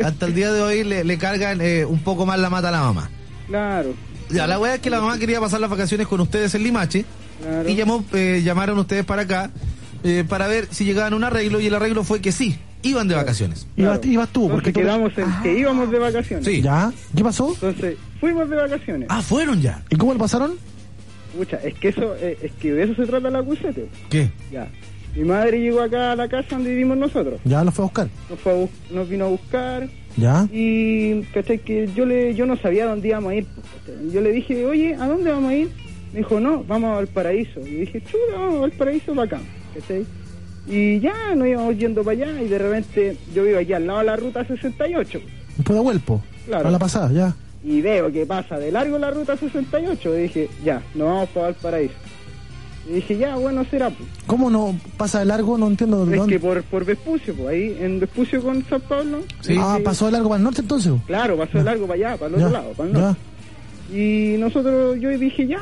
[SPEAKER 3] hasta el día de hoy le, le cargan eh, un poco más la mata a la mamá.
[SPEAKER 34] Claro,
[SPEAKER 3] Ya, la weá es que la mamá quería pasar las vacaciones con ustedes en Limache y llamó, eh, llamaron ustedes para acá eh, para ver si llegaban a un arreglo y el arreglo fue que sí, iban de vacaciones.
[SPEAKER 34] Ibas-
[SPEAKER 4] tú,
[SPEAKER 34] porque quedamos en que íbamos de vacaciones.
[SPEAKER 3] Ah, Sí.
[SPEAKER 4] ¿Ya? ¿Qué pasó?
[SPEAKER 34] Entonces, fuimos de vacaciones.
[SPEAKER 3] Ah, fueron ya.
[SPEAKER 4] ¿Y cómo lo pasaron?
[SPEAKER 34] Pucha, es que eso, eh, es que de eso se trata la cusete.
[SPEAKER 3] ¿Qué?
[SPEAKER 34] Ya. Mi madre llegó acá a la casa donde vivimos nosotros.
[SPEAKER 4] ¿Ya lo fue a buscar?
[SPEAKER 34] Nos, fue a bus- nos vino a buscar.
[SPEAKER 4] ¿Ya?
[SPEAKER 34] Y, ¿cachai? Que yo, le, yo no sabía dónde íbamos a ir. pues, ¿cachai? Yo le dije, oye, ¿a dónde vamos a ir? Me dijo, no, vamos al paraíso. Y dije, chulo, vamos al paraíso bacán. ¿cachai? Y ya nos íbamos yendo para allá y de repente yo vivo aquí al lado de la ruta 68.
[SPEAKER 4] Después de Huelpo.
[SPEAKER 34] Claro.
[SPEAKER 4] A la pasada, ya.
[SPEAKER 34] y veo que pasa de largo la ruta 68. Y dije, ya, nos vamos para Valparaíso. Y dije, ya, bueno, será. pues.
[SPEAKER 4] ¿Cómo no pasa de largo? No entiendo.
[SPEAKER 34] Es
[SPEAKER 4] dónde-
[SPEAKER 34] que por, por Vespucio, pues, ahí en Vespucio con San Pablo.
[SPEAKER 4] Ah,
[SPEAKER 34] dije,
[SPEAKER 4] pasó de largo para el norte entonces.
[SPEAKER 34] Claro, pasó de largo para allá, para el otro
[SPEAKER 4] Ya,
[SPEAKER 34] lado, para el norte. Y nosotros, yo dije, ya,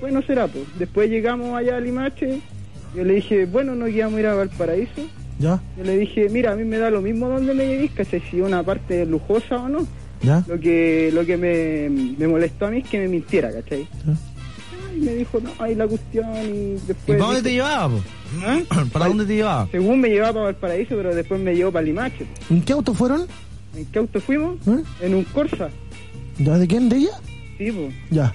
[SPEAKER 34] bueno, será. Pues. Después llegamos allá a Limache. Yo le dije, bueno, no íbamos a ir a Valparaíso.
[SPEAKER 4] ¿Ya?
[SPEAKER 34] Yo le dije, mira, a mí me da lo mismo donde me llevéis, ¿cachai? Si una parte es lujosa o no.
[SPEAKER 4] ¿Ya?
[SPEAKER 34] Lo que, lo que me, me molestó a mí es que me mintiera, ¿cachai?
[SPEAKER 3] Ah.
[SPEAKER 34] Y me dijo, no, hay la cuestión y
[SPEAKER 3] ¿Y
[SPEAKER 34] después...
[SPEAKER 3] para dónde
[SPEAKER 34] dijo-
[SPEAKER 3] te llevaba? po? ¿Para dónde te llevaba?
[SPEAKER 34] Según me llevaba para Valparaíso, pero después me llevó para Limache.
[SPEAKER 4] ¿En qué auto fueron?
[SPEAKER 34] ¿En qué auto fuimos?
[SPEAKER 3] ¿Eh?
[SPEAKER 34] En un Corsa,
[SPEAKER 4] ¿Ya de quién? ¿De ella?
[SPEAKER 34] sí, po,
[SPEAKER 4] Ya.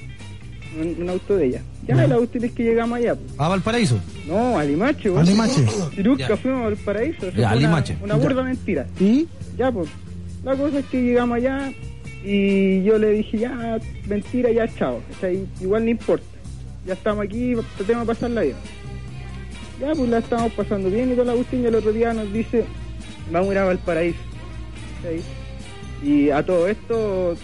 [SPEAKER 34] un, un auto de ella. Ya, la cuestión es que llegamos allá, pues. po.
[SPEAKER 3] ¿A Valparaíso?
[SPEAKER 34] No, a Limache,
[SPEAKER 3] A Limache.
[SPEAKER 34] Si nunca
[SPEAKER 3] Ya.
[SPEAKER 34] fuimos a Valparaíso. eso
[SPEAKER 3] Ya, a
[SPEAKER 34] fue una-
[SPEAKER 3] Limache.
[SPEAKER 34] Una,
[SPEAKER 3] Ya.
[SPEAKER 34] burda mentira.
[SPEAKER 4] ¿Y?
[SPEAKER 34] Ya, pues. La cosa es que llegamos allá y yo le dije, ya, mentira, ya, chao. O sea, igual no importa. Ya estamos aquí, tratemos de pasarla bien. Ya, pues la estamos pasando bien y toda la cuestión y el otro día nos dice, vamos a ir a Valparaíso. ¿cachai? Y a todo esto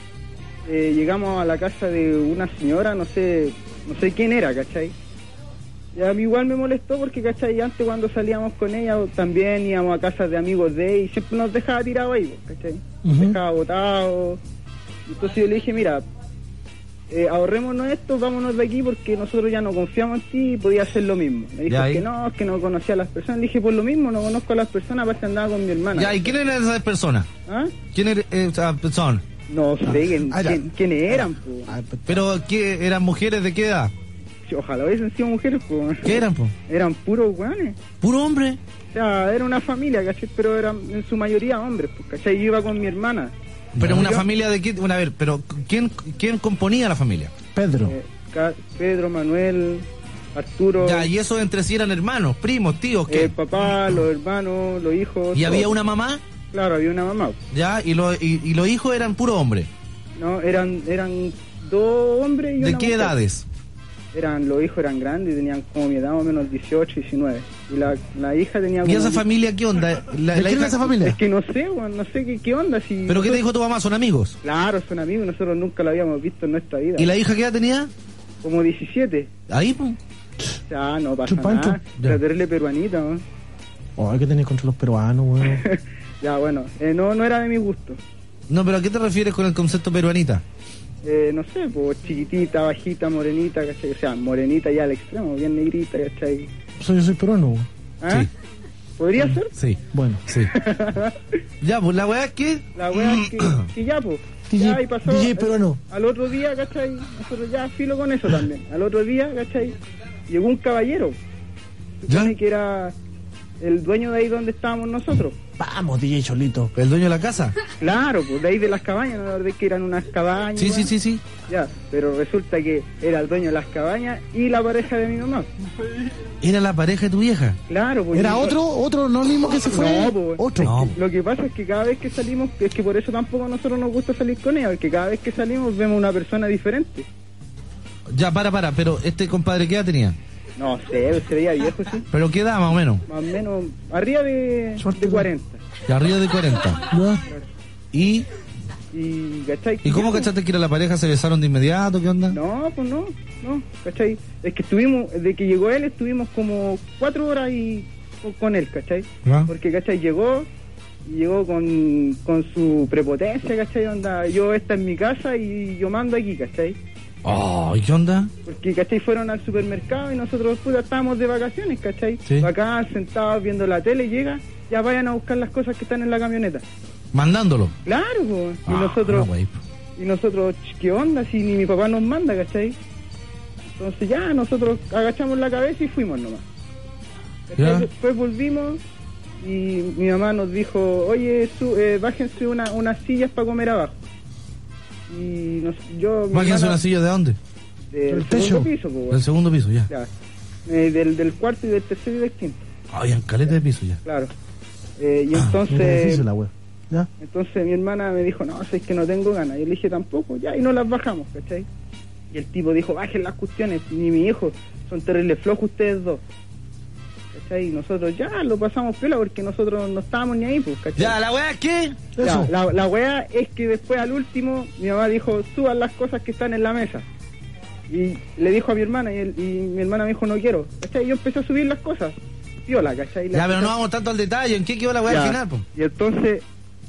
[SPEAKER 34] eh, llegamos a la casa de una señora, no sé, no sé quién era, ¿cachai? Y a mí igual me molestó porque, ¿cachai? Antes cuando salíamos con ella también íbamos a casas de amigos de ella y siempre nos dejaba tirado ahí, pues, ¿cachai? Nos dejaba botados. Entonces yo le dije, mira, eh, ahorrémonos esto, vámonos de aquí porque nosotros ya no confiamos en ti y podía hacer lo mismo. Me dijo
[SPEAKER 3] Ya,
[SPEAKER 34] "Es
[SPEAKER 3] ¿y?
[SPEAKER 34] que no, es que no conocía a las personas. Le dije, por lo mismo, no conozco a las personas, aparte andaba con mi hermana.
[SPEAKER 3] Ya, ¿y quién eran esas personas?
[SPEAKER 34] ¿Ah?
[SPEAKER 3] ¿Quién era, eh, o sea, son?
[SPEAKER 34] No sé quién,
[SPEAKER 3] Ah, ya. Ah.
[SPEAKER 34] quién- quiénes eran, po.
[SPEAKER 3] ¿Pero qué, eran mujeres de qué edad?
[SPEAKER 34] Si Ojalá hubiesen sido mujeres, po.
[SPEAKER 3] ¿Qué eran, po?
[SPEAKER 34] Eran puros guanes.
[SPEAKER 3] ¿Puro hombre?
[SPEAKER 34] O sea, era una familia, ¿cachai? Pero eran en su mayoría hombres, pues, ¿cachai? Yo iba con mi hermana.
[SPEAKER 3] Pero
[SPEAKER 34] Ya.
[SPEAKER 3] una
[SPEAKER 34] Yo-
[SPEAKER 3] familia de qué... Una, a ver, pero ¿quién, quién componía la familia?
[SPEAKER 4] Pedro.
[SPEAKER 34] Eh, Ca- Pedro, Manuel, Arturo.
[SPEAKER 3] Ya, y esos entre sí eran hermanos, primos, tíos, ¿qué?
[SPEAKER 34] El papá, los hermanos, los hijos.
[SPEAKER 3] ¿Y
[SPEAKER 34] todo.
[SPEAKER 3] había una mamá?
[SPEAKER 34] Claro, había una mamá.
[SPEAKER 3] Ya, y, lo- y, y los hijos eran puro hombre.
[SPEAKER 34] No, eran eran dos hombres y
[SPEAKER 3] ¿De
[SPEAKER 34] una
[SPEAKER 3] qué
[SPEAKER 34] mujer.
[SPEAKER 3] edades?
[SPEAKER 34] Eran, los hijos eran grandes, tenían como mi edad, más o menos 18, 19. Y la, la hija tenía
[SPEAKER 3] ¿Y
[SPEAKER 34] como
[SPEAKER 3] esa familia qué onda? La, la hija-
[SPEAKER 34] Es que no sé, weón, no sé qué, qué onda. Si
[SPEAKER 3] ¿Pero qué te
[SPEAKER 34] nosotros-
[SPEAKER 3] dijo tu mamá? ¿Son amigos?
[SPEAKER 34] Claro, son amigos, nosotros nunca lo habíamos visto en nuestra vida.
[SPEAKER 3] ¿Y la hija qué edad tenía?
[SPEAKER 34] Como 17.
[SPEAKER 3] Ahí, pues.
[SPEAKER 34] Ya, no pasa
[SPEAKER 4] Chupanto.
[SPEAKER 34] nada. La terrible peruanita, weón.
[SPEAKER 4] Oh, hay que tener contra los peruanos, weón.
[SPEAKER 34] Ya, bueno, eh, no, no era de mi gusto.
[SPEAKER 3] No, pero ¿a qué te refieres con el concepto peruanita?
[SPEAKER 34] Eh, no sé, pues chiquitita, bajita, morenita, ¿cachai? O sea, morenita ya al extremo, bien negrita, ¿cachai?
[SPEAKER 4] Soy- yo soy peruano, weón.
[SPEAKER 34] ¿Ah?
[SPEAKER 3] Mm.
[SPEAKER 34] ¿Podría ser?
[SPEAKER 3] Sí.
[SPEAKER 4] Bueno.
[SPEAKER 3] Sí. ya, pues la weá es que...
[SPEAKER 34] La wea es que, que ya, pues.
[SPEAKER 4] DJ
[SPEAKER 34] ya, y pasó.
[SPEAKER 4] DJ
[SPEAKER 34] eh,
[SPEAKER 4] peruano.
[SPEAKER 34] Al otro día, ¿cachai? Nosotros ya filo con eso también. Al otro día, ¿cachai? Llegó un caballero. Supone que era el dueño de ahí donde estábamos nosotros.
[SPEAKER 4] Vamos, DJ Cholito.
[SPEAKER 3] ¿El dueño de la casa?
[SPEAKER 34] Claro, pues de ahí de las cabañas, ¿no? De que eran unas cabañas.
[SPEAKER 3] Sí, sí,
[SPEAKER 34] bueno.
[SPEAKER 3] sí, sí.
[SPEAKER 34] Ya, pero resulta que era el dueño de las cabañas y la pareja de mi mamá.
[SPEAKER 3] Era la pareja de tu vieja.
[SPEAKER 34] Claro, pues,
[SPEAKER 4] ¿Era
[SPEAKER 34] yo-
[SPEAKER 4] otro, otro, no el mismo que se fue?
[SPEAKER 34] No, pues,
[SPEAKER 4] otro.
[SPEAKER 34] es que- Lo que pasa es que cada vez que salimos, es que por eso tampoco a nosotros nos gusta salir con ella, porque cada vez que salimos vemos una persona diferente.
[SPEAKER 3] Ya, para, para, pero este compadre, ¿qué edad tenía?
[SPEAKER 34] No sé, se veía viejo, sí.
[SPEAKER 3] ¿Pero qué edad, más o menos?
[SPEAKER 34] Más o menos, arriba de,
[SPEAKER 4] pues.
[SPEAKER 34] de 40.
[SPEAKER 3] De arriba de 40. ¿Y,
[SPEAKER 34] Y, ¿cachai?
[SPEAKER 3] ¿Y cómo
[SPEAKER 34] Ya,
[SPEAKER 3] cachaste que era la pareja? ¿Se besaron de inmediato? ¿Qué onda?
[SPEAKER 34] No, pues no, no, ¿cachai? Es que estuvimos, desde que llegó él, estuvimos como cuatro horas y con, con él, ¿cachai?
[SPEAKER 3] Ya.
[SPEAKER 34] Porque, ¿cachai? Llegó, y llegó con, con su prepotencia, ¿cachai? Onda, yo esta es mi casa y yo mando aquí, ¿cachai?
[SPEAKER 3] Oh, ¿y qué onda?
[SPEAKER 34] Porque, ¿cachai? Fueron al supermercado y nosotros, puta, estábamos de vacaciones, ¿cachai?
[SPEAKER 3] Sí.
[SPEAKER 34] Acá sentados viendo la tele, llega ya vayan a buscar las cosas que están en la camioneta.
[SPEAKER 3] Mandándolo.
[SPEAKER 34] Claro, po. y
[SPEAKER 3] Ah,
[SPEAKER 34] nosotros,
[SPEAKER 3] no, wey.
[SPEAKER 34] y nosotros, ch, ¿qué onda? Si ni mi papá nos manda, ¿cachai? Entonces ya, nosotros agachamos la cabeza y fuimos nomás.
[SPEAKER 3] Ya.
[SPEAKER 34] Después, después volvimos y mi mamá nos dijo, oye, su- eh, bájense una, unas sillas para comer abajo. Y nos, yo... mi
[SPEAKER 3] Bájense
[SPEAKER 34] hermana-
[SPEAKER 3] una silla de dónde?
[SPEAKER 34] Del segundo piso, po, weón.
[SPEAKER 3] Del segundo piso, ya.
[SPEAKER 34] Ya. Eh, del, del cuarto y del tercero y del quinto,
[SPEAKER 3] Ay, en caleta de piso, ya.
[SPEAKER 34] claro. Eh,
[SPEAKER 3] Ah,
[SPEAKER 34] y entonces...
[SPEAKER 4] Mira, difícil la wea.
[SPEAKER 34] Entonces mi hermana me dijo, no, si es que no tengo ganas. Yo le dije, tampoco, ya, y no las bajamos, ¿cachai? Y el tipo dijo, bajen las cuestiones, ni mi hijo, son terribles flojos ustedes dos. ¿Cachai? Y nosotros ya lo pasamos piola porque nosotros no estábamos ni ahí, pues, ¿cachai?
[SPEAKER 3] Ya, ¿la weá es qué?
[SPEAKER 34] Ya,
[SPEAKER 3] Eso.
[SPEAKER 34] la, la weá es que después al último mi mamá dijo, suban las cosas que están en la mesa. Y le dijo a mi hermana y, el- y mi hermana me dijo, no quiero. ¿Cachai? Y yo empecé a subir las cosas. Piola, ¿cachai? Las
[SPEAKER 3] Ya, pero no
[SPEAKER 34] cosas-
[SPEAKER 3] vamos tanto al detalle. ¿En qué quedó la weá al
[SPEAKER 34] Ya.
[SPEAKER 3] final, po?
[SPEAKER 34] Y entonces.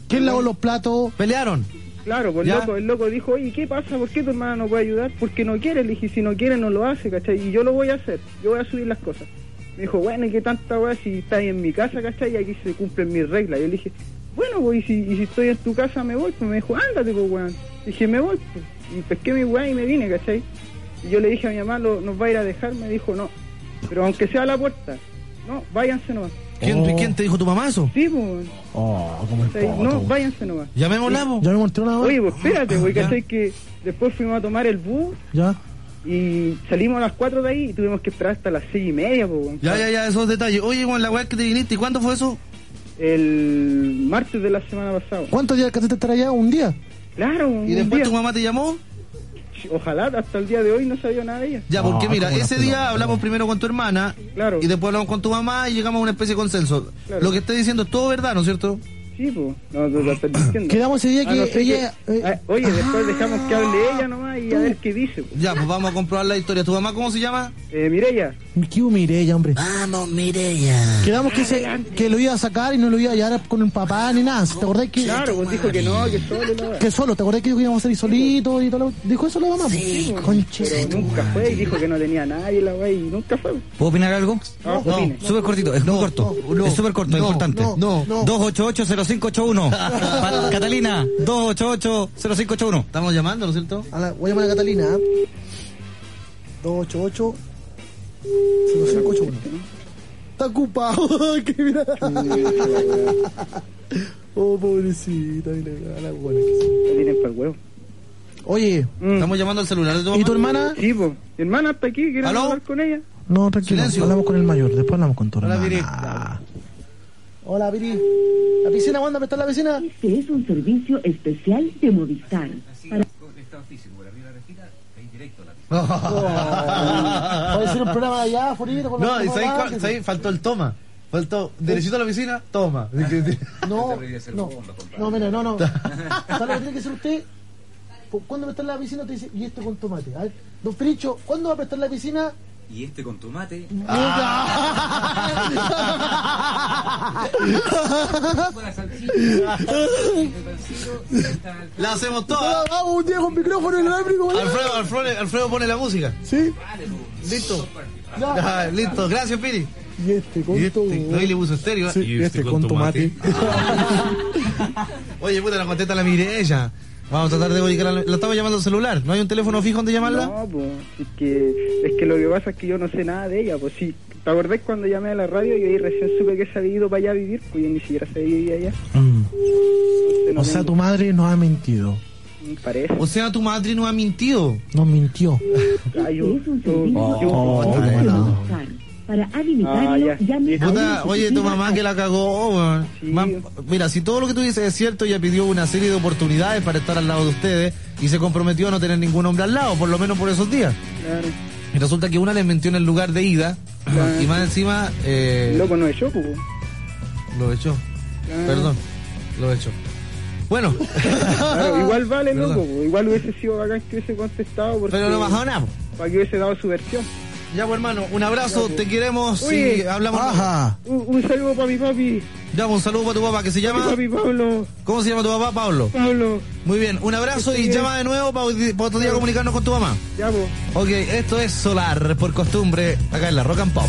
[SPEAKER 3] ¿Quién
[SPEAKER 34] lavó
[SPEAKER 3] los platos? Pelearon.
[SPEAKER 34] Claro, pues
[SPEAKER 3] ¿Ya?
[SPEAKER 34] loco, el loco dijo, oye, ¿qué pasa? ¿Por qué tu hermana no puede ayudar? Porque no quiere. Le dije, si no quiere, no lo hace, ¿cachai? Y yo lo voy a hacer, yo voy a subir las cosas. Me dijo, bueno, ¿y qué tanta weá si estáis en mi casa, ¿cachai? Y aquí se cumplen mis reglas. Yo le dije, bueno, pues, y si, y si estoy en tu casa, me voy. Pues me dijo, ándate, pues, weón. Dije, me voy, pues. Y pesqué mi weá y me vine, ¿cachai? Y yo le dije a mi mamá, lo- ¿nos va a ir a dejar? Me dijo, no. Pero aunque sea a la puerta, no, váyanse nomás.
[SPEAKER 3] ¿Quién, ¿Quién te dijo tu mamá eso?
[SPEAKER 34] Sí, pues.
[SPEAKER 3] Oh, como
[SPEAKER 34] ¿cachai? No, váyanse nomás.
[SPEAKER 3] Llamémosla, po.
[SPEAKER 34] Oye, pues espérate, güey,
[SPEAKER 3] Ya.
[SPEAKER 34] ¿cachai? Que después fuimos a tomar el bus
[SPEAKER 4] Ah, Ya.
[SPEAKER 34] y salimos a las 4 de ahí y tuvimos que esperar hasta las 6 y media, pues, güey.
[SPEAKER 3] Ya, ya, ya, esos detalles. Oye, con la weá que te viniste, ¿y cuándo fue eso?
[SPEAKER 34] El martes de la semana pasada.
[SPEAKER 4] ¿Cuántos días alcanzaste a estar allá? ¿Un día?
[SPEAKER 34] Claro, un
[SPEAKER 4] ¿Y después
[SPEAKER 34] día.
[SPEAKER 4] tu
[SPEAKER 3] mamá te llamó?
[SPEAKER 34] Ojalá, hasta el día de hoy no sabía nada de ella.
[SPEAKER 4] Ah,
[SPEAKER 3] Ya, porque mira, ese día hablamos primero con tu hermana y después hablamos con tu mamá y llegamos a una especie de consenso.
[SPEAKER 34] Claro.
[SPEAKER 3] Lo que estás diciendo es todo verdad, ¿no es cierto?
[SPEAKER 34] Sí, pues. No, no, no, estoy diciendo.
[SPEAKER 4] Quedamos ese día
[SPEAKER 34] A
[SPEAKER 4] que
[SPEAKER 34] no ser
[SPEAKER 4] ella-
[SPEAKER 34] que-
[SPEAKER 4] eh,
[SPEAKER 34] ah, oye, después dejamos que hable ella nomás y a ver qué dice. pues.
[SPEAKER 3] Ya, pues vamos a comprobar la historia. ¿Tu mamá cómo se llama?
[SPEAKER 34] Eh, Mireya.
[SPEAKER 4] ¿Qué hubo Mireya, hombre?
[SPEAKER 3] Vamos, Mireya.
[SPEAKER 4] Quedamos que, se- que lo iba a sacar y no lo iba a llevar con el papá ni nada. ¿Te acordás que.?
[SPEAKER 34] Claro, pues dijo que no, que solo no.
[SPEAKER 4] Que solo, ¿te acordás que dijo que íbamos a salir solitos y todo lo... ¿Dijo eso la mamá?
[SPEAKER 34] Sí,
[SPEAKER 4] Conche.
[SPEAKER 34] Pero nunca fue y dijo que no tenía a nadie la wey y nunca fue.
[SPEAKER 21] ¿Puedo opinar algo?
[SPEAKER 34] No, opine.
[SPEAKER 21] súper cortito, es muy corto. es súper corto, es importante.
[SPEAKER 34] no,
[SPEAKER 21] 288-0581. Pa- Catalina, 288-0581.
[SPEAKER 3] Estamos llamando, ¿no es cierto?
[SPEAKER 4] A la- voy a llamar a Catalina. ¿ah? 288 0581. Está ocupado. que mira. oh, pobrecita. mira, a la buena que sí. Oye,
[SPEAKER 3] estamos llamando al celular de tu mamá.
[SPEAKER 4] ¿Y tu hermana?
[SPEAKER 34] Mm. Sí, pues. Mi hermana está aquí, ¿quieres
[SPEAKER 3] ¿Aló?
[SPEAKER 34] hablar con ella?
[SPEAKER 4] No, tranquilo.
[SPEAKER 3] Silencio.
[SPEAKER 4] Hablamos con el mayor. Después hablamos con tu hermana. Hola, Viri. ¿La piscina, Wanda? ¿Me está la piscina?
[SPEAKER 9] Este es un servicio especial de Movistar. Para-
[SPEAKER 4] Voy a hacer un programa de allá, afuera. con
[SPEAKER 3] No,
[SPEAKER 4] los
[SPEAKER 3] y sabes
[SPEAKER 4] demás.
[SPEAKER 3] cuál- sabes, faltó el toma. Faltó, derechito a la piscina, toma. Este
[SPEAKER 4] No, no, no, mira, no, no. ¿Sabes lo que tiene que hacer usted? Cu- Cuando me está en la piscina te dice, y esto con tomate. A ver, don Fricho, ¿cuándo va a prestar la piscina?
[SPEAKER 15] Y este con tomate.
[SPEAKER 3] Ah. La hacemos toda.
[SPEAKER 4] Ah, Vamos un día con micrófono en el ámbrico.
[SPEAKER 3] Alfredo, Alfredo, Alfredo pone la música.
[SPEAKER 4] Sí.
[SPEAKER 3] Listo.
[SPEAKER 4] Ya.
[SPEAKER 3] Ya, listo, gracias, Piri.
[SPEAKER 4] Y este con
[SPEAKER 3] Y este-
[SPEAKER 4] tomate.
[SPEAKER 3] no, y le puso estéreo. ¿eh?
[SPEAKER 4] Sí, y este con tomate.
[SPEAKER 3] Oye, puta, la contesta la Mirella. Vamos a tratar de ubicarla. La estamos llamando al celular. ¿No hay un teléfono fijo donde llamarla?
[SPEAKER 34] No, pues. Es que, es que lo que pasa es que yo no sé nada de ella, pues sí. ¿Te acordás cuando llamé a la radio y ahí recién supe que se había ido para allá a vivir? Pues yo ni siquiera sabía que vivía allá.
[SPEAKER 4] Mm. O sea, tu madre nos ha mentido.
[SPEAKER 34] Me parece.
[SPEAKER 3] O sea, tu madre no ha mintido.
[SPEAKER 4] Nos mintió.
[SPEAKER 34] Ay, yo-
[SPEAKER 4] Oh,
[SPEAKER 34] yo-
[SPEAKER 4] qué mala.
[SPEAKER 9] Para habilitarlo, llame a
[SPEAKER 3] Puta,
[SPEAKER 9] una
[SPEAKER 3] oye, tu
[SPEAKER 9] ejecutiva
[SPEAKER 3] mamá que la cagó. weón. Mam- mira, si todo lo que tú dices es cierto, ella pidió una serie de oportunidades para estar al lado de ustedes y se comprometió a no tener ningún hombre al lado, por lo menos por esos días.
[SPEAKER 34] Claro.
[SPEAKER 3] Y resulta que una les mintió en el lugar de ida y más encima eh,
[SPEAKER 34] Loco no es yo, pues.
[SPEAKER 3] lo echó.
[SPEAKER 34] Claro.
[SPEAKER 3] Perdón, lo echó. Bueno,
[SPEAKER 34] Claro, igual vale,
[SPEAKER 3] Perdón.
[SPEAKER 34] loco. po. Igual hubiese sido bacán que hubiese contestado. Porque,
[SPEAKER 3] Pero no bajó nada, po.
[SPEAKER 34] Para que hubiese dado su versión.
[SPEAKER 3] Ya, pues, hermano, un abrazo,
[SPEAKER 34] Ya, po.
[SPEAKER 3] te queremos
[SPEAKER 34] Oye,
[SPEAKER 3] y hablamos.
[SPEAKER 34] ajá. Un, un saludo para mi papi.
[SPEAKER 3] Dame un saludo para tu papá que se llama.
[SPEAKER 34] papi Pablo.
[SPEAKER 3] ¿Cómo se llama tu papá, Pablo?
[SPEAKER 34] Pablo.
[SPEAKER 3] Muy bien, un abrazo
[SPEAKER 34] Que
[SPEAKER 3] y
[SPEAKER 34] esté
[SPEAKER 3] llama de
[SPEAKER 34] bien.
[SPEAKER 3] nuevo para otro día comunicarnos con tu mamá.
[SPEAKER 34] Ya, pues.
[SPEAKER 3] Ok, esto es Solar, por costumbre, acá en la Rock and Pop.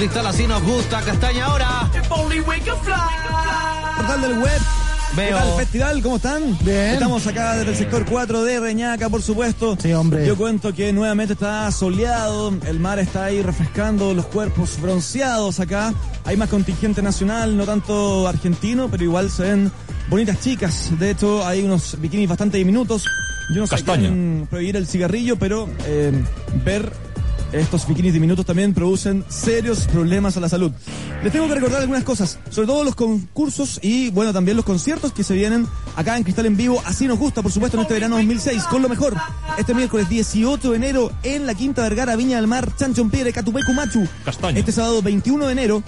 [SPEAKER 3] cristal, así nos gusta. Castaña ahora.
[SPEAKER 10] ¿Qué tal del web?
[SPEAKER 3] Veo.
[SPEAKER 10] ¿Qué tal festival? ¿Cómo están?
[SPEAKER 3] Bien.
[SPEAKER 10] Estamos acá desde el sector 4 de Reñaca, por supuesto.
[SPEAKER 3] Sí, hombre.
[SPEAKER 10] Yo cuento que nuevamente está soleado, el mar está ahí refrescando los cuerpos bronceados acá. Hay más contingente nacional, no tanto argentino, pero igual se ven bonitas chicas. De hecho, hay unos bikinis bastante diminutos. Yo no sé
[SPEAKER 12] Castaña.
[SPEAKER 10] quién prohibir el cigarrillo, pero eh, ver estos bikinis diminutos también producen serios problemas a la salud. Les tengo que recordar algunas cosas, sobre todo los concursos y bueno, también los conciertos que se vienen acá en Cristal en Vivo. Así nos gusta, por supuesto, en este verano 2006, con lo mejor. Este miércoles 18 de enero en la Quinta Vergara, Viña del Mar, Chanchón Piedra, Catupecu, Machu.
[SPEAKER 12] Castaña.
[SPEAKER 10] Este sábado 21 de enero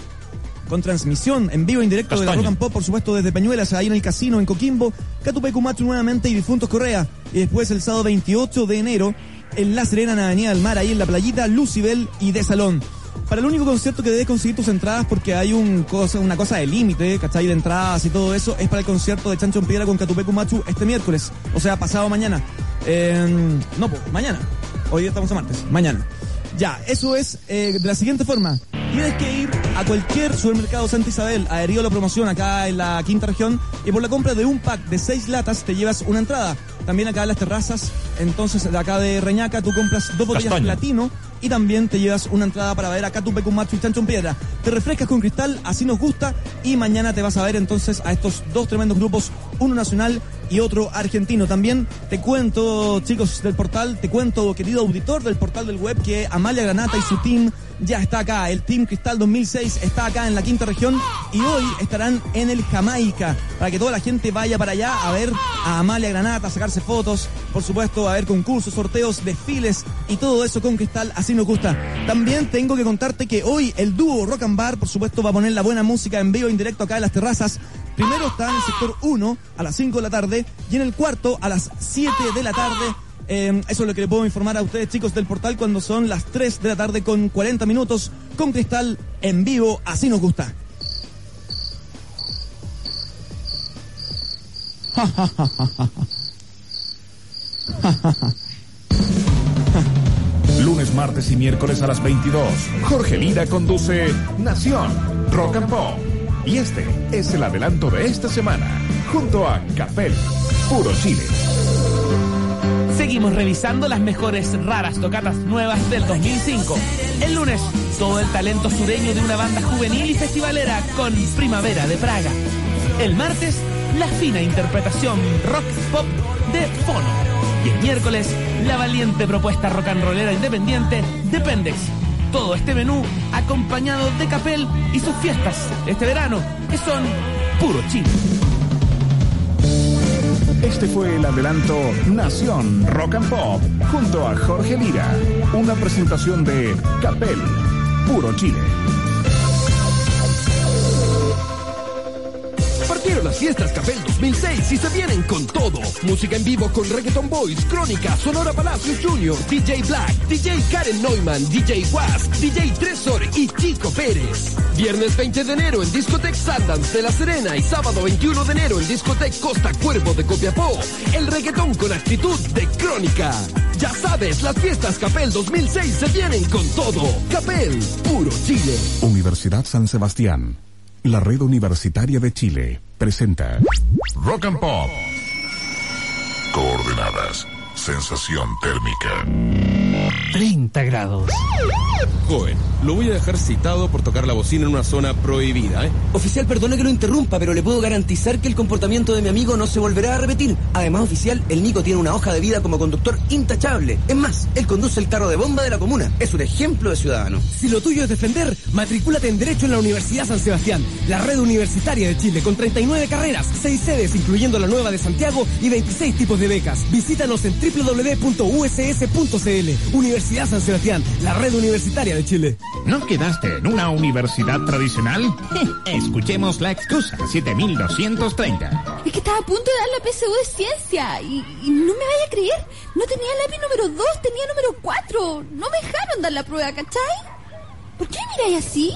[SPEAKER 10] con transmisión en vivo e indirecto de la
[SPEAKER 12] Castaña.
[SPEAKER 10] Rock and Pop, por supuesto, desde Pañuelas, ahí en el casino, en Coquimbo, Catupecu Machu nuevamente y Difuntos Correa. Y después el sábado 28 de enero, en La Serena, en Avenida del Mar, ahí en la playita, Lucibel y De Salón. Para el único concierto que debes conseguir tus entradas, porque hay un cosa, una cosa de límite, ¿cachai? De entradas y todo eso, es para el concierto de Chancho en Piedra con Catupecu Machu este miércoles, o sea, pasado mañana. Eh, no, po, mañana. Hoy día estamos a martes, mañana. Ya, eso es eh, de la siguiente forma. Tienes que ir a cualquier supermercado Santa Isabel, a Eriolo Promoción, acá en la quinta región, y por la compra de un pack de seis latas te llevas una entrada. También acá en las terrazas, entonces de acá de Reñaca, tú compras dos botellas
[SPEAKER 12] Castaño.
[SPEAKER 10] platino y también te llevas una entrada para ver acá tu Macho y Chancho en Piedra. Te refrescas con cristal, así nos gusta, y mañana te vas a ver entonces a estos dos tremendos grupos, uno nacional y otro argentino. También te cuento, chicos del portal, te cuento, querido auditor del portal del web, que Amalia Granata y su team ya está acá. El Team Cristal 2006 está acá en la quinta región y hoy estarán en el Jamaica para que toda la gente vaya para allá a ver a Amalia Granata, a sacarse fotos, por supuesto, a ver concursos, sorteos, desfiles y todo eso con Cristal, así nos gusta. También tengo que contarte que hoy el dúo Rock and Bar, por supuesto, va a poner la buena música en vivo, en directo acá en las terrazas. Primero está en el sector 1 a las 5 de la tarde y en el cuarto a las 7 de la tarde. Eh, eso es lo que le puedo informar a ustedes, chicos del portal, cuando son las 3 de la tarde con 40 minutos, con Cristal en vivo, así nos gusta.
[SPEAKER 2] Lunes, martes y miércoles a las 22. Jorge Lira conduce Nación Rock and Pop. Y este es el adelanto de esta semana, junto a Capel, Puro Chile.
[SPEAKER 9] Seguimos revisando las mejores raras tocatas nuevas del 2005. El lunes, todo el talento sureño de una banda juvenil y festivalera con Primavera de Praga. El martes, la fina interpretación rock pop de Fono. Y el miércoles, la valiente propuesta rock and rollera independiente de Pendex. Todo este menú acompañado de Capel y sus fiestas este verano, que son puro chile.
[SPEAKER 2] Este fue el adelanto Nación Rock and Pop, junto a Jorge Lira. Una presentación de Capel, Puro Chile.
[SPEAKER 20] Partieron las fiestas Capel 2006 y se vienen con todo. Música en vivo con Reggaeton Boys, Crónica, Sonora Palacios Jr., DJ Black, DJ Karen Neumann, DJ Wasp, DJ Tresor y Chico Pérez. Viernes 20 de enero en Discotec Sundance de La Serena y sábado 21 de enero en Discotec Costa Cuervo de Copiapó. El reggaetón con actitud de Crónica. Ya sabes, las fiestas Capel 2006 se vienen con todo. Capel, puro Chile.
[SPEAKER 36] Universidad San Sebastián, la red universitaria de Chile, presenta
[SPEAKER 18] Rock and Pop. Coordenadas. Sensación térmica.
[SPEAKER 37] 30 grados. Joven, lo voy a dejar citado por tocar la bocina en una zona prohibida, ¿eh?
[SPEAKER 38] Oficial, perdone que lo interrumpa, pero le puedo garantizar que el comportamiento de mi amigo no se volverá a repetir. Además, oficial, el Nico tiene una hoja de vida como conductor intachable. Es más, él conduce el carro de bomba de la comuna. Es un ejemplo de ciudadano.
[SPEAKER 37] Si lo tuyo es defender, matricúlate en Derecho en la Universidad San Sebastián, la red universitaria de Chile, con 39 carreras, 6 sedes, incluyendo la nueva de Santiago, y 26 tipos de becas. Visítanos en www.uss.cl. Universidad San Sebastián, la red universitaria de Chile.
[SPEAKER 39] ¿No quedaste en una universidad tradicional? Escuchemos la excusa 7230.
[SPEAKER 23] Es que estaba a punto de dar la PSU de ciencia y, y no me vaya a creer. No tenía lápiz número 2, tenía número 4. No me dejaron dar la prueba, ¿cachai? ¿Por qué me miráis así?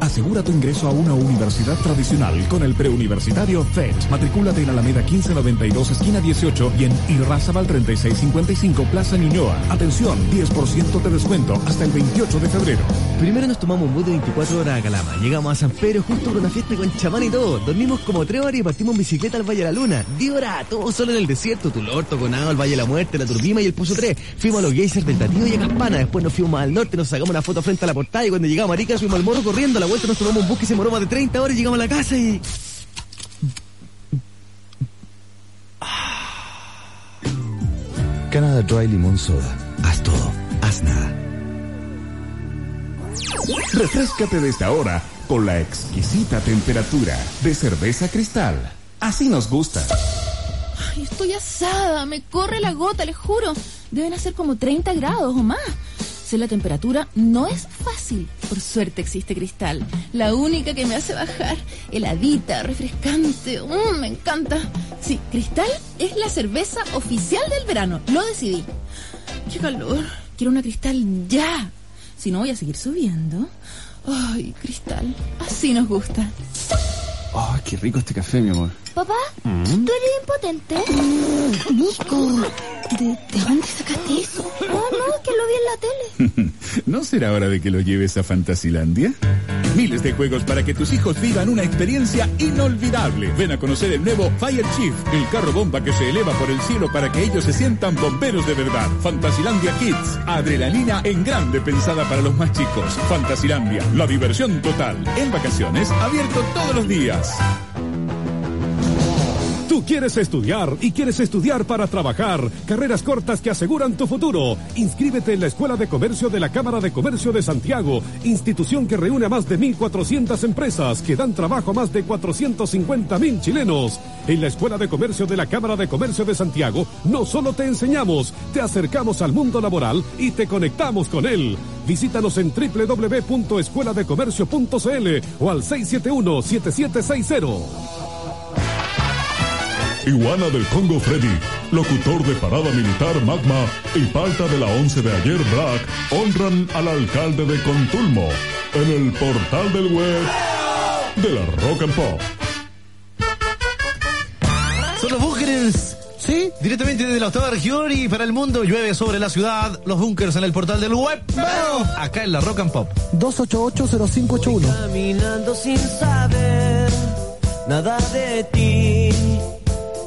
[SPEAKER 2] Asegura tu ingreso a una universidad tradicional con el preuniversitario FET. Matricúlate en Alameda 1592, esquina 18 y en Irrazabal 3655, Plaza Ñuñoa. Atención, 10% de descuento hasta el 28 de febrero.
[SPEAKER 9] Primero nos tomamos un bus de 24 horas a Calama. Llegamos a San Pedro justo con una fiesta con chamán y todo. Dormimos como 3 horas y partimos en bicicleta al Valle de la Luna. 10 horas, todo solo en el desierto. Tulor, Toconao, el Valle de la Muerte, la Turbima y el Pozo 3. Fuimos a los geysers del Tatío y a Campana. Después nos fuimos al norte, nos sacamos una foto frente a la portada y cuando llegamos a Arica subimos al morro corriendo. A la vuelta nos tomamos un bus que se moró más de 30 horas y llegamos a la casa y...
[SPEAKER 31] Canada Dry Limón Soda. Haz todo, haz nada.
[SPEAKER 2] Refrescate desde ahora con la exquisita temperatura de cerveza cristal. Así nos gusta.
[SPEAKER 23] Ay, estoy asada, me corre la gota, les juro. Deben hacer como 30 grados o más. Sé la temperatura no es fácil. Por suerte existe Cristal, la única que me hace bajar. Heladita, refrescante, mm, me encanta. Sí, Cristal es la cerveza oficial del verano, lo decidí. ¡Qué calor! Quiero una Cristal ya. Si no, voy a seguir subiendo. Ay, Cristal, así nos gusta.
[SPEAKER 40] ¡Oh, qué rico este café, mi amor!
[SPEAKER 6] Papá,
[SPEAKER 40] Mm.
[SPEAKER 6] ¿tú eres impotente? Nico, ¿de, de dónde sacaste eso? Oh, no, que lo vi en la tele.
[SPEAKER 2] ¿No será hora de que lo lleves a Fantasilandia? Miles de juegos para que tus hijos vivan una experiencia inolvidable. Ven a conocer el nuevo Fire Chief, el carro bomba que se eleva por el cielo para que ellos se sientan bomberos de verdad. Fantasilandia Kids, adrenalina en grande pensada para los más chicos. Fantasilandia, la diversión total. En vacaciones, abierto todos los días.
[SPEAKER 41] Tú quieres estudiar y quieres estudiar para trabajar. Carreras cortas que aseguran tu futuro. Inscríbete en la Escuela de Comercio de la Cámara de Comercio de Santiago, institución que reúne a más de 1.400 empresas que dan trabajo a más de 450.000 chilenos. En la Escuela de Comercio de la Cámara de Comercio de Santiago no solo te enseñamos, te acercamos al mundo laboral y te conectamos con él. Visítanos en www.escueladecomercio.cl o al 671-7760.
[SPEAKER 42] Iguana del Congo Freddy, locutor de Parada Militar Magma y Palta de la 11 de ayer Black honran al alcalde de Contulmo en el portal del web de la Rock and Pop.
[SPEAKER 3] Son los búnkeres. Sí, directamente desde la octava región y para el mundo llueve sobre la ciudad. Los búnkers en el portal del web. ¡Vamos! Acá en la Rock and Pop.
[SPEAKER 43] 2880581.
[SPEAKER 1] Caminando sin saber nada de ti,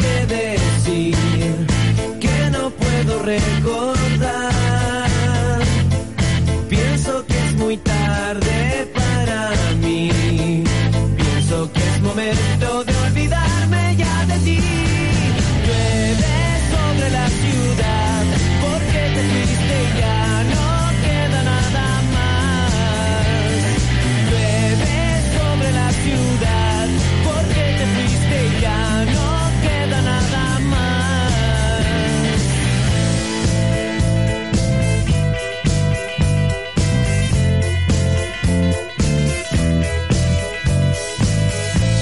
[SPEAKER 1] que decir que no puedo recordar. Pienso que es muy tarde para mí. Pienso que es momento de olvidarme ya de ti. Llueve sobre la ciudad porque te fuiste y ya no queda nada más. Llueve sobre la ciudad porque te fuiste y ya no queda nada más.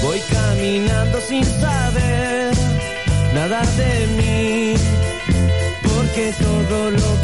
[SPEAKER 1] Voy caminando sin saber nada de mí, porque todo lo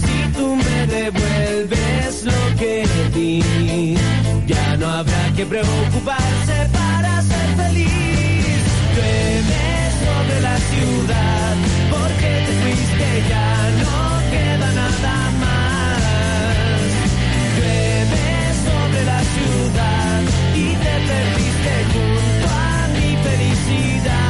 [SPEAKER 1] Si tú me devuelves lo que di, ya no habrá que preocuparse para ser feliz. Llueve sobre la ciudad porque te fuiste, ya no queda nada más. Llueve sobre la ciudad y te perdiste junto a mi felicidad.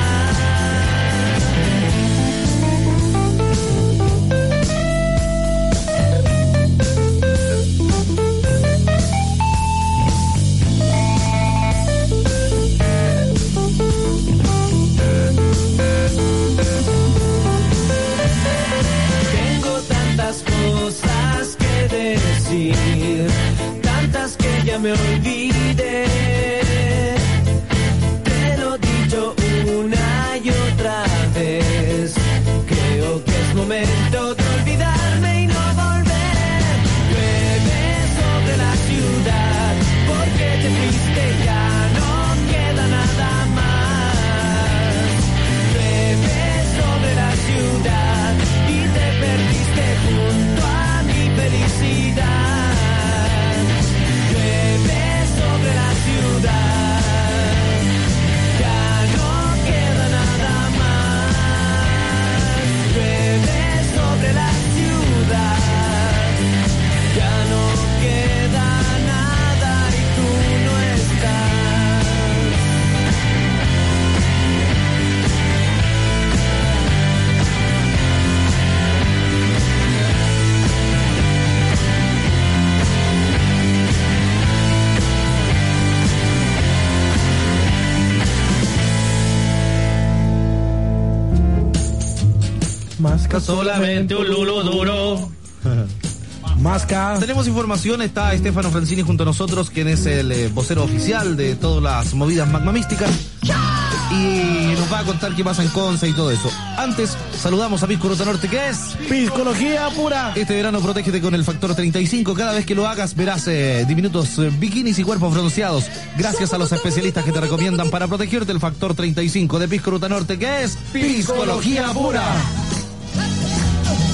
[SPEAKER 1] ya me olvidé. Te lo he dicho una y otra vez. Creo que es momento de olvidarme y no volver. Llueve sobre la ciudad porque te fuiste ya. no queda nada más. Llueve sobre la ciudad y te perdiste junto a mi felicidad. Llueve sobre la ciudad, ya no queda nada más. Llueve sobre la ciudad, ya no queda nada y tú no estás.
[SPEAKER 4] Masca
[SPEAKER 3] solamente un lulo duro.
[SPEAKER 4] Masca.
[SPEAKER 3] Tenemos información, está Estefano Francini junto a nosotros, quien es el eh, vocero oficial de todas las movidas magma místicas. Y nos va a contar qué pasa en Conce y todo eso. Antes, saludamos a Pisco Ruta Norte, que es...
[SPEAKER 4] Piscología pura.
[SPEAKER 3] Este verano protégete con el factor 35. Cada vez que lo hagas verás eh, diminutos eh, bikinis y cuerpos bronceados. Gracias a los especialistas que te recomiendan para protegerte el factor 35 de Pisco Ruta Norte, que es... Piscología pura.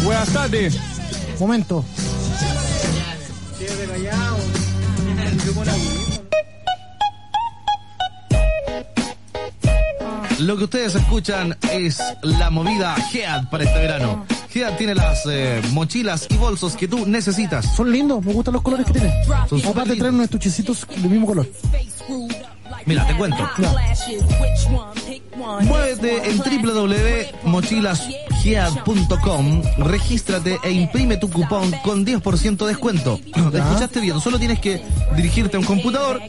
[SPEAKER 4] Buenas tardes. Momento.
[SPEAKER 3] Lo que ustedes escuchan es la movida Head para este verano. Head tiene las eh, mochilas y bolsos que tú necesitas.
[SPEAKER 4] Son lindos, me gustan los colores que tienen.
[SPEAKER 3] Son
[SPEAKER 4] Aparte
[SPEAKER 3] súper
[SPEAKER 4] traen unos estuchecitos del mismo color.
[SPEAKER 3] Mira, te cuento. Muévete en www.mochilashead.com, regístrate e imprime tu cupón con 10% de descuento. ¿Escuchaste bien? Solo tienes que dirigirte a un computador,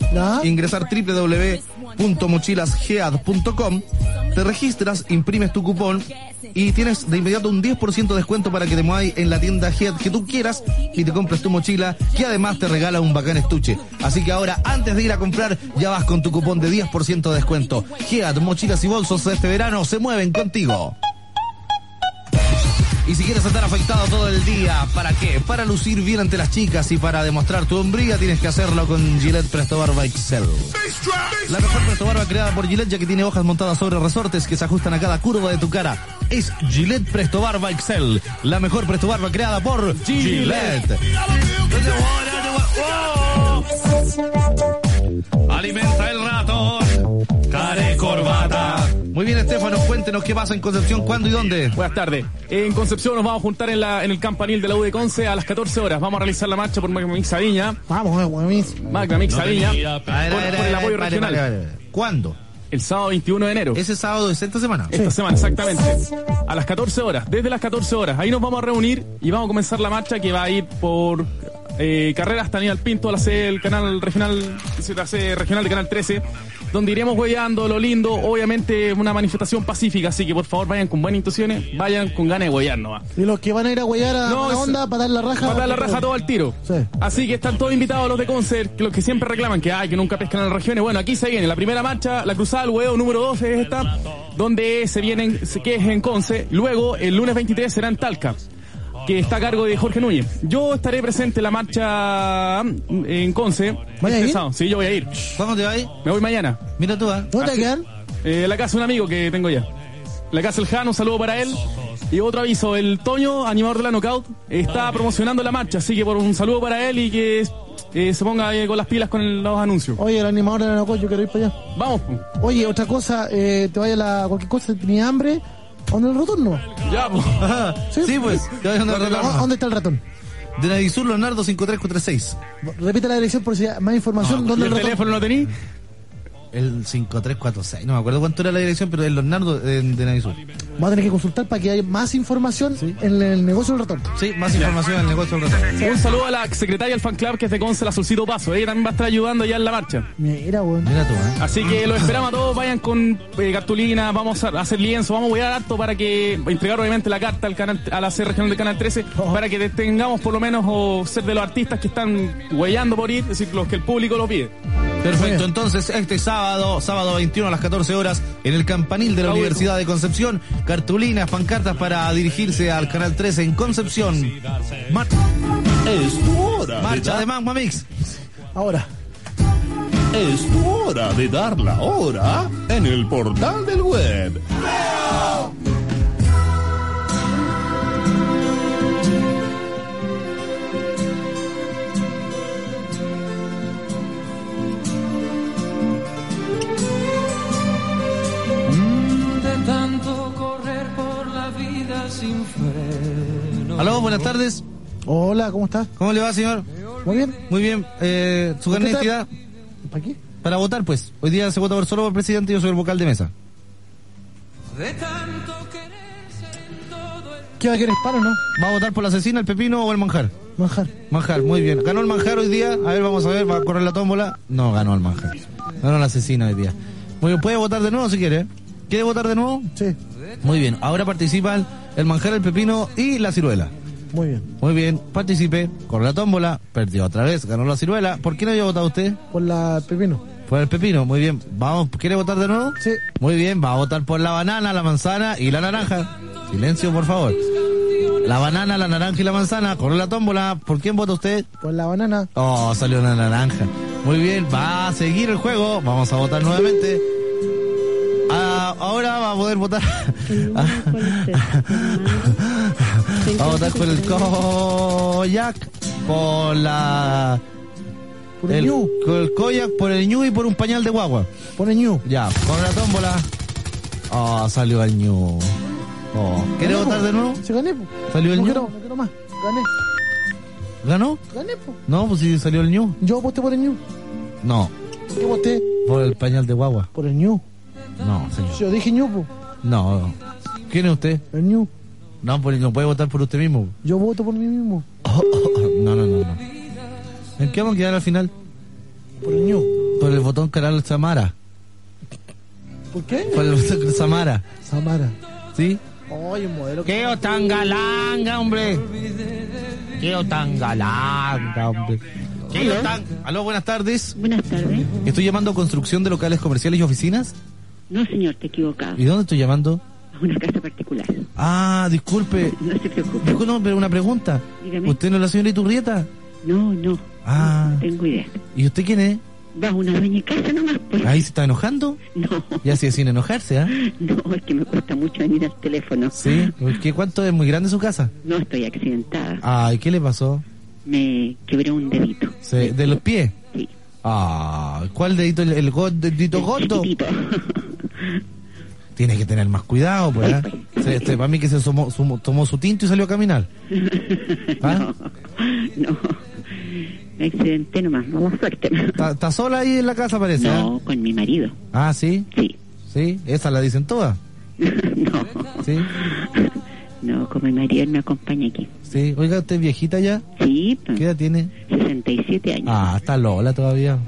[SPEAKER 3] ingresar www.mochilashead.com, te registras, imprimes tu cupón y tienes de inmediato un 10% de descuento para que te muevas en la tienda Head que tú quieras y te compres tu mochila que además te regala un bacán estuche. Así que ahora, antes de ir a comprar, ya vas con tu cupón de 10% de descuento. Head, mochilas y bolsos este verano se mueven contigo. Y si quieres estar afectado todo el día, ¿para qué? Para lucir bien ante las chicas y para demostrar tu hombría tienes que hacerlo con Gillette Presto Barba Excel. La mejor Presto Barba creada por Gillette ya que tiene hojas montadas sobre resortes que se ajustan a cada curva de tu cara. Es Gillette Presto Barba Excel, la mejor Presto Barba creada por Gillette.
[SPEAKER 1] Oh.
[SPEAKER 3] Alimenta el ratón, care corbata. Muy bien, Estefano, cuéntenos qué pasa en Concepción, cuándo y dónde.
[SPEAKER 44] Buenas tardes. En Concepción nos vamos a juntar en, la, en el campanil de la U de Conce a las 14 horas. Vamos a realizar la marcha por Magna Mix Viña.
[SPEAKER 4] Vamos, eh, buenísimo.
[SPEAKER 44] Magna Mix
[SPEAKER 4] No te
[SPEAKER 44] Viña.
[SPEAKER 4] mira,
[SPEAKER 44] Con,
[SPEAKER 4] pero- A ver, a
[SPEAKER 44] con
[SPEAKER 4] ver, a
[SPEAKER 44] el
[SPEAKER 4] ver,
[SPEAKER 44] apoyo
[SPEAKER 4] vale,
[SPEAKER 44] regional.
[SPEAKER 4] vale, vale. ¿Cuándo?
[SPEAKER 44] El sábado 21 de enero.
[SPEAKER 3] Ese sábado es esta semana.
[SPEAKER 44] Esta semana, exactamente. A las 14 horas, desde las 14 horas. Ahí nos vamos a reunir y vamos a comenzar la marcha que va a ir por eh, carrera hasta Aníbal Pinto, la sede del canal regional, la sede regional de Canal 13, donde iremos hueveando lo lindo. Obviamente, una manifestación pacífica, así que por favor vayan con buenas intenciones, vayan con ganas de huevear nomás.
[SPEAKER 4] Y los que van a ir a huellar a
[SPEAKER 44] No,
[SPEAKER 4] Mala
[SPEAKER 44] es-
[SPEAKER 4] onda para dar la raja.
[SPEAKER 44] Matar la raja todo al tiro. Así que están todos invitados los de Concert, que los que siempre reclaman que ay, que nunca pescan en las regiones. Bueno, aquí se viene la primera marcha, la cruzada del huevo número 12 es esta, donde se vienen, se- que es en Conce. Luego, el lunes 23 será en Talca, que está a cargo de Jorge Núñez. Yo estaré presente en la marcha mm, en Conce.
[SPEAKER 4] ¿Vaya a
[SPEAKER 44] este
[SPEAKER 4] ir?
[SPEAKER 44] sábado. Sí, yo voy a ir.
[SPEAKER 3] ¿Cuándo te vas?
[SPEAKER 44] Me voy mañana.
[SPEAKER 3] Mira tú, ¿eh?
[SPEAKER 4] ¿Dónde te quedan?
[SPEAKER 44] Eh, la casa de un amigo que tengo ya. La casa del Jano, un saludo para él. Y otro aviso, el Toño, animador de la Knockout, está promocionando la marcha, así que por un saludo para él y que eh, se ponga eh, con las pilas con el- los anuncios.
[SPEAKER 4] Oye, el animador de la Nocó, yo quiero ir para allá.
[SPEAKER 44] Vamos.
[SPEAKER 4] Oye, otra cosa, eh, te vaya la cualquier cosa, tenía hambre. ¿Dónde el ratón no?
[SPEAKER 44] Ya, pues.
[SPEAKER 3] Sí, pues. Te vas a andar de la
[SPEAKER 4] ¿Dónde está el ratón?
[SPEAKER 3] De Navisur Leonardo 53436.
[SPEAKER 4] Repite la dirección por si hay más información.
[SPEAKER 44] Ah,
[SPEAKER 3] pues, ¿Y
[SPEAKER 4] Ah, ¿Dónde
[SPEAKER 3] el
[SPEAKER 4] el ratón?
[SPEAKER 3] teléfono
[SPEAKER 44] lo tení?
[SPEAKER 3] El 5346. No me acuerdo cuánto era la dirección, pero es Leonardo de, de Navisur.
[SPEAKER 4] Vamos a tener que consultar para que haya más información en el negocio del ratón.
[SPEAKER 3] Sí, más información en el negocio del ratón.
[SPEAKER 44] Un saludo a la secretaria del fan club que es de Conce, la Solcito Paso. Ella también va a estar ayudando ya en la marcha.
[SPEAKER 4] Mira, weón.
[SPEAKER 3] Mira tú, ¿eh?
[SPEAKER 44] Así que los esperamos a todos, vayan con eh, cartulina, vamos a hacer lienzo, vamos a cuidar harto para que entregar obviamente la carta al canal, a la C regional del canal 13, para que tengamos por lo menos o ser de los artistas que están huellando por ir, es decir, los que el público lo pide.
[SPEAKER 3] Perfecto, entonces este sábado, sábado 21 a las 14 horas, en el campanil de la Universidad de Concepción, cartulinas, pancartas para dirigirse al Canal 13 en Concepción. Mar-
[SPEAKER 45] Es tu hora.
[SPEAKER 3] Marcha de
[SPEAKER 45] dar-
[SPEAKER 3] Magma Mix.
[SPEAKER 4] Ahora.
[SPEAKER 45] Es tu hora de dar la hora en el portal del web.
[SPEAKER 1] De tanto correr por la vida sin freno.
[SPEAKER 3] Aló, buenas tardes.
[SPEAKER 4] Hola, ¿cómo estás?
[SPEAKER 3] ¿Cómo le va, señor?
[SPEAKER 4] Muy bien.
[SPEAKER 3] Muy bien. Eh, ¿Su
[SPEAKER 4] ¿Usted
[SPEAKER 3] carnet de
[SPEAKER 4] está-
[SPEAKER 3] identidad?
[SPEAKER 4] ¿Para qué?
[SPEAKER 3] Para votar, pues. Hoy día se vota por solo por presidente y yo soy el vocal de mesa.
[SPEAKER 1] De tanto que
[SPEAKER 4] ¿Qué va a querer, paro o no?
[SPEAKER 3] ¿Va a votar por la asesina, el pepino o el manjar?
[SPEAKER 4] Manjar.
[SPEAKER 3] Manjar, muy bien. ¿Ganó el manjar hoy día? A ver, vamos a ver, va a correr la tómbola. No, ganó el manjar. Ganó la asesina hoy día. Muy bien, puede votar de nuevo si quiere. ¿Quiere votar de nuevo?
[SPEAKER 4] Sí.
[SPEAKER 3] Muy bien, ahora participan el manjar, el pepino y la ciruela.
[SPEAKER 4] Muy bien.
[SPEAKER 3] Muy bien, participe, corre la tómbola, perdió otra vez, ganó la ciruela. ¿Por qué no había votado usted?
[SPEAKER 4] Por la pepino.
[SPEAKER 3] Por el pepino, muy bien. Vamos, ¿quiere votar de nuevo?
[SPEAKER 4] Sí.
[SPEAKER 3] Muy bien, va a votar por la banana, la manzana y la naranja. Silencio, por favor. La banana, la naranja y la manzana, corre la tómbola. ¿Por quién vota usted?
[SPEAKER 4] Por la banana.
[SPEAKER 3] Oh, salió una naranja. Muy bien, va a seguir el juego. Vamos a votar nuevamente. Ah, ahora va a poder votar. va a votar por el koyak, por la.
[SPEAKER 4] Por el ñu.
[SPEAKER 3] Por el koyak, por el ñu y por un pañal de guagua.
[SPEAKER 4] Pone ñu.
[SPEAKER 3] Ya, por la tómbola. Oh, salió el ñu. Oh, ¿Quiere
[SPEAKER 4] Gané,
[SPEAKER 3] votar
[SPEAKER 4] po.
[SPEAKER 3] de nuevo?
[SPEAKER 4] Se gané, po.
[SPEAKER 3] ¿Salió el
[SPEAKER 4] no
[SPEAKER 3] ñu?
[SPEAKER 4] quiero, no quiero más. Gané.
[SPEAKER 3] ¿Ganó?
[SPEAKER 4] Gané, po.
[SPEAKER 3] No, pues sí salió el ñu.
[SPEAKER 4] Yo voté por el ñu.
[SPEAKER 3] No,
[SPEAKER 4] ¿Qué voté?
[SPEAKER 3] por el pañal de guagua.
[SPEAKER 4] Por el ñu.
[SPEAKER 3] No, señor.
[SPEAKER 4] Yo dije ñu, po.
[SPEAKER 3] No. ¿Quién es usted?
[SPEAKER 4] El ñu.
[SPEAKER 3] No, pues no puede votar por usted mismo. Oh,
[SPEAKER 4] Yo voto por mí mismo.
[SPEAKER 3] No, no, no, no. ¿En qué vamos a quedar al final?
[SPEAKER 4] Por el ñu.
[SPEAKER 3] Por el botón Caral Samara.
[SPEAKER 4] ¿Por qué?
[SPEAKER 3] Por el botón Samara.
[SPEAKER 4] Samara.
[SPEAKER 3] ¿Sí?
[SPEAKER 4] Oye, un modelo.
[SPEAKER 3] ¡Qué tan galanga, hombre! ¡Qué tan galanga, hombre! ¿Qué
[SPEAKER 17] Aló.
[SPEAKER 3] tan... Aló, buenas tardes.
[SPEAKER 17] Buenas tardes.
[SPEAKER 3] Estoy llamando a construcción de locales comerciales y oficinas.
[SPEAKER 17] No, señor, te equivocado.
[SPEAKER 3] ¿Y dónde estoy llamando?
[SPEAKER 17] Es una casa particular.
[SPEAKER 3] Ah, disculpe.
[SPEAKER 17] No se preocupe.
[SPEAKER 3] Disculpe, no, pero una pregunta.
[SPEAKER 17] Dígame.
[SPEAKER 3] ¿Usted no es la señora Iturrieta?
[SPEAKER 17] No, no.
[SPEAKER 3] Ah.
[SPEAKER 17] No tengo idea.
[SPEAKER 3] ¿Y usted quién es?
[SPEAKER 17] Va una dueña de casa nomás, pues.
[SPEAKER 3] ¿Ahí se está enojando?
[SPEAKER 17] No,
[SPEAKER 3] Ya sí, sin enojarse, ¿ah?
[SPEAKER 17] no, es que me cuesta mucho venir al teléfono.
[SPEAKER 3] Sí, porque ¿cuánto es muy grande su casa?
[SPEAKER 17] No, estoy accidentada.
[SPEAKER 3] Ay, ¿qué le pasó?
[SPEAKER 17] Me quebré un dedito.
[SPEAKER 3] Se- ¿De los pies?
[SPEAKER 17] Sí.
[SPEAKER 3] Ah, ¿cuál dedito? ¿El, el go- dedito gordo? Tienes que tener más cuidado, pues. ¿ah? Se- este, para mí que se somó- sumo- tomó su tinto y salió a caminar. ¿Ah?
[SPEAKER 17] No, me accidenté nomás, mala suerte.
[SPEAKER 3] ¿Está está sola ahí en la casa, parece?
[SPEAKER 17] No,
[SPEAKER 3] ¿ah?
[SPEAKER 17] con mi marido.
[SPEAKER 3] Ah, ¿sí?
[SPEAKER 17] Sí.
[SPEAKER 3] ¿Sí? ¿Esa la dicen todas?
[SPEAKER 17] No,
[SPEAKER 3] ¿Sí?
[SPEAKER 17] no, con mi marido él me acompaña aquí.
[SPEAKER 3] ¿Sí? Oiga, ¿usted es viejita ya?
[SPEAKER 17] Sí, pues,
[SPEAKER 3] ¿Qué edad tiene?
[SPEAKER 17] 67 años.
[SPEAKER 3] Ah, está Lola todavía.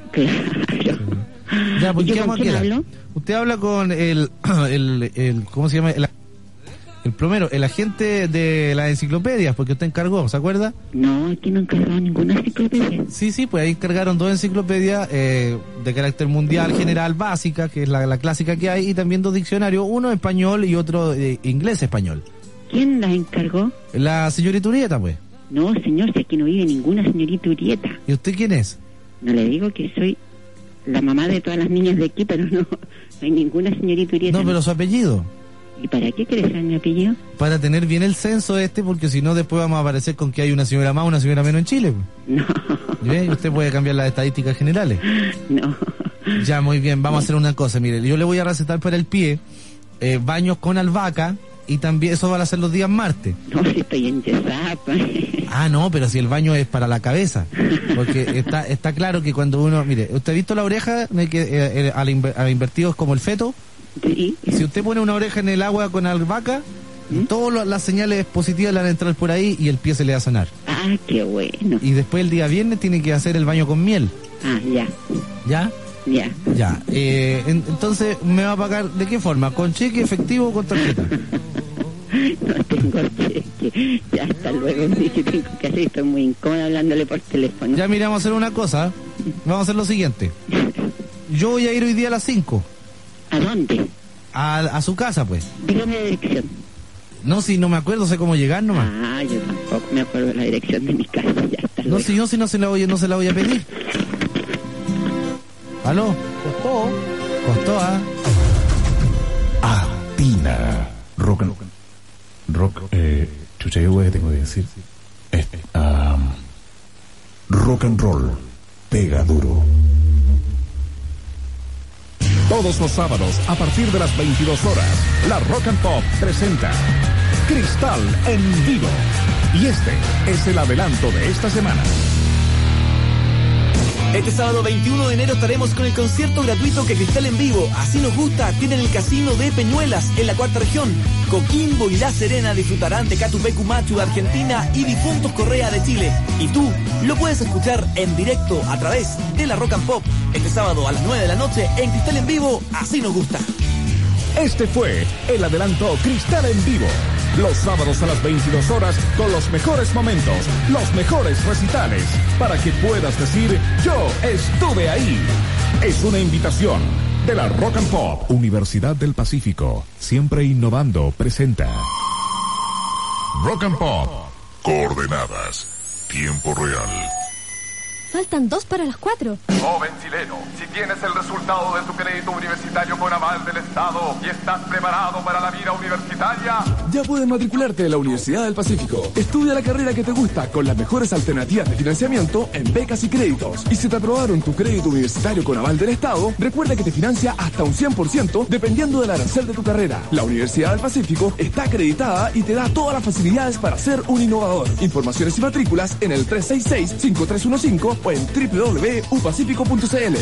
[SPEAKER 3] Ya, pues,
[SPEAKER 17] ¿Y yo
[SPEAKER 3] ¿qué
[SPEAKER 17] con
[SPEAKER 3] vamos a
[SPEAKER 17] quién
[SPEAKER 3] quedar?
[SPEAKER 17] hablo?
[SPEAKER 3] Usted habla con el, el, el- ¿cómo se llama? El, el plomero, el agente de las enciclopedias, porque usted encargó, ¿se acuerda?
[SPEAKER 17] No, aquí no encargado ninguna enciclopedia.
[SPEAKER 3] Sí, sí, pues ahí encargaron dos enciclopedias eh, de carácter mundial, general, básica, que es la, la clásica que hay, y también dos diccionarios, uno español y otro inglés-español.
[SPEAKER 17] ¿Quién las encargó?
[SPEAKER 3] La señorita Urieta, pues.
[SPEAKER 17] No, señor, si aquí no vive ninguna señorita Urieta.
[SPEAKER 3] ¿Y usted quién es?
[SPEAKER 17] No le digo que soy la mamá de todas las niñas de aquí, pero no, no hay ninguna señorita Urieta.
[SPEAKER 3] No, pero su apellido.
[SPEAKER 17] ¿Y para qué quieres saber mi apellido?
[SPEAKER 3] Para tener bien el censo este, porque si no después vamos a aparecer con que hay una señora más, una señora menos en Chile. pues.
[SPEAKER 17] No,
[SPEAKER 3] ¿Ve? Usted puede cambiar las estadísticas generales.
[SPEAKER 17] no.
[SPEAKER 3] Ya, muy bien, vamos a hacer una cosa, mire, yo le voy a recetar para el pie eh, baños con albahaca y también eso van a ser los días martes.
[SPEAKER 6] No, si estoy en Yesapa.
[SPEAKER 3] Ah, no, pero si el baño es para la cabeza. Porque está, está claro que cuando uno. Mire, ¿usted ha visto la oreja de que eh, eh, al, inver- al invertido es como el feto?
[SPEAKER 6] Sí. ¿Mm?
[SPEAKER 3] Si usted pone una oreja en el agua con albahaca, todas lo- las señales positivas le van a entrar por ahí y el pie se le va a sanar.
[SPEAKER 6] Ah, qué bueno.
[SPEAKER 3] Y después el día viernes tiene que hacer el baño con miel.
[SPEAKER 6] Ah, ya,
[SPEAKER 3] ¿Ya?
[SPEAKER 6] ya.
[SPEAKER 3] Ya. Eh, en- entonces, ¿me va a pagar de qué forma? ¿Con cheque, efectivo o con tarjeta?
[SPEAKER 6] No tengo cheque. Ya, hasta luego. sí, que tengo que hacer. Estoy muy incómoda hablándole por teléfono.
[SPEAKER 3] Ya, mira, vamos a hacer una cosa. Vamos a hacer lo siguiente. Yo voy a ir hoy día a las 5.
[SPEAKER 6] ¿A dónde?
[SPEAKER 3] A, a su casa, pues.
[SPEAKER 6] Dígame la dirección.
[SPEAKER 3] No, si no me acuerdo, sé cómo llegar nomás.
[SPEAKER 6] Ah, yo tampoco me acuerdo de la dirección de mi casa. Ya, hasta
[SPEAKER 3] No,
[SPEAKER 6] luego.
[SPEAKER 3] si yo si no se la voy, no se la voy a pedir. ¿Aló? Costó. Costó, ¿ah?
[SPEAKER 2] Tina. Rock and Rock. Eh, chucha, yo güey, tengo que decir. Este, am, rock and roll. Pega duro. Todos los sábados, a partir de las 22 horas, la Rock and Pop presenta Cristal en vivo. Y este es el adelanto de esta semana.
[SPEAKER 10] Este sábado 21 de enero estaremos con el concierto gratuito que Cristal en Vivo, así nos gusta, tiene en el casino de Peñuelas, en la cuarta región. Coquimbo y La Serena disfrutarán de Catupecu Machu de Argentina y Difuntos Correa de Chile. Y tú lo puedes escuchar en directo a través de la Rock and Pop. Este sábado a las 9 de la noche en Cristal en Vivo, así nos gusta.
[SPEAKER 2] Este fue el adelanto Cristal en vivo. Los sábados a las 22 horas con los mejores momentos, los mejores recitales, para que puedas decir yo estuve ahí. Es una invitación de la Rock and Pop. Universidad del Pacífico, siempre innovando, presenta.
[SPEAKER 18] Rock and Pop. Coordenadas. Tiempo real.
[SPEAKER 9] Faltan dos para las cuatro.
[SPEAKER 46] Joven chileno, si tienes el resultado de tu crédito universitario con aval del Estado y estás preparado para la vida universitaria,
[SPEAKER 41] Ya puedes matricularte en la Universidad del Pacífico. Estudia la carrera que te gusta con las mejores alternativas de financiamiento en becas y créditos. Y si te aprobaron tu crédito universitario con aval del Estado, recuerda que te financia hasta un 100% dependiendo del arancel de tu carrera. La Universidad del Pacífico está acreditada y te da todas las facilidades para ser un innovador. Informaciones y matrículas en el 366-5315 o en www.upacífico.cl.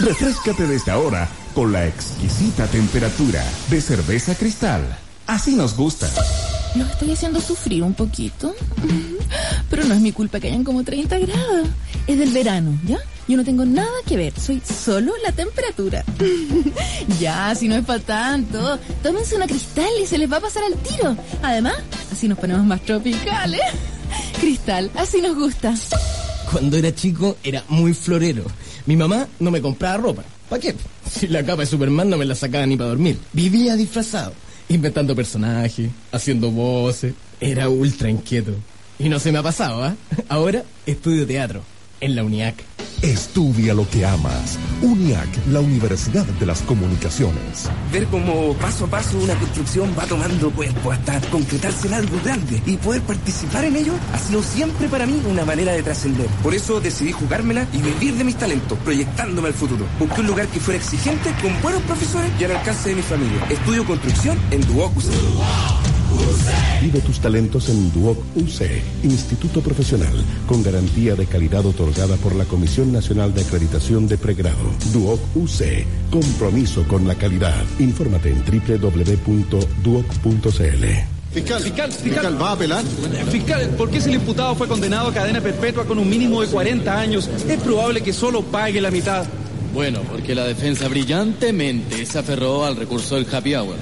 [SPEAKER 2] Refrescate desde ahora con la exquisita temperatura de cerveza cristal. Así nos gusta.
[SPEAKER 23] Los estoy haciendo sufrir un poquito. Pero no es mi culpa que hayan como 30 grados. Es del verano, ¿ya? Yo no tengo nada que ver, soy solo la temperatura. ya, si no es para tanto. Tómense una cristal y se les va a pasar al tiro. Además, así nos ponemos más tropicales. cristal, así nos gusta.
[SPEAKER 9] Cuando era chico era muy florero. Mi mamá no me compraba ropa. ¿Para qué? Si la capa de Superman no me la sacaba ni para dormir. Vivía disfrazado, inventando personajes, haciendo voces. Era ultra inquieto. Y no se me ha pasado, ¿ah? Ahora estudio teatro, en la UNIAC.
[SPEAKER 47] Estudia lo que amas. UNIAC, la Universidad de las Comunicaciones.
[SPEAKER 20] Ver cómo paso a paso una construcción va tomando cuerpo hasta concretarse en algo grande y poder participar en ello ha sido siempre para mí una manera de trascender. Por eso decidí jugármela y vivir de mis talentos, proyectándome al futuro. Busqué un lugar que fuera exigente, con buenos profesores y al alcance de mi familia. Estudio construcción en Duocus.
[SPEAKER 47] Vive tus talentos en Duoc UC, Instituto Profesional, con garantía de calidad otorgada por la Comisión Nacional de Acreditación de Pregrado. Duoc UC, compromiso con la calidad. Infórmate en www.duoc.cl.
[SPEAKER 48] Fiscal, fiscal, fiscal, va a apelar. Fiscal, ¿por qué si el imputado fue condenado a cadena perpetua con un mínimo de 40 años, es probable que solo pague la mitad?
[SPEAKER 44] Bueno, porque la defensa brillantemente se aferró al recurso del happy hour.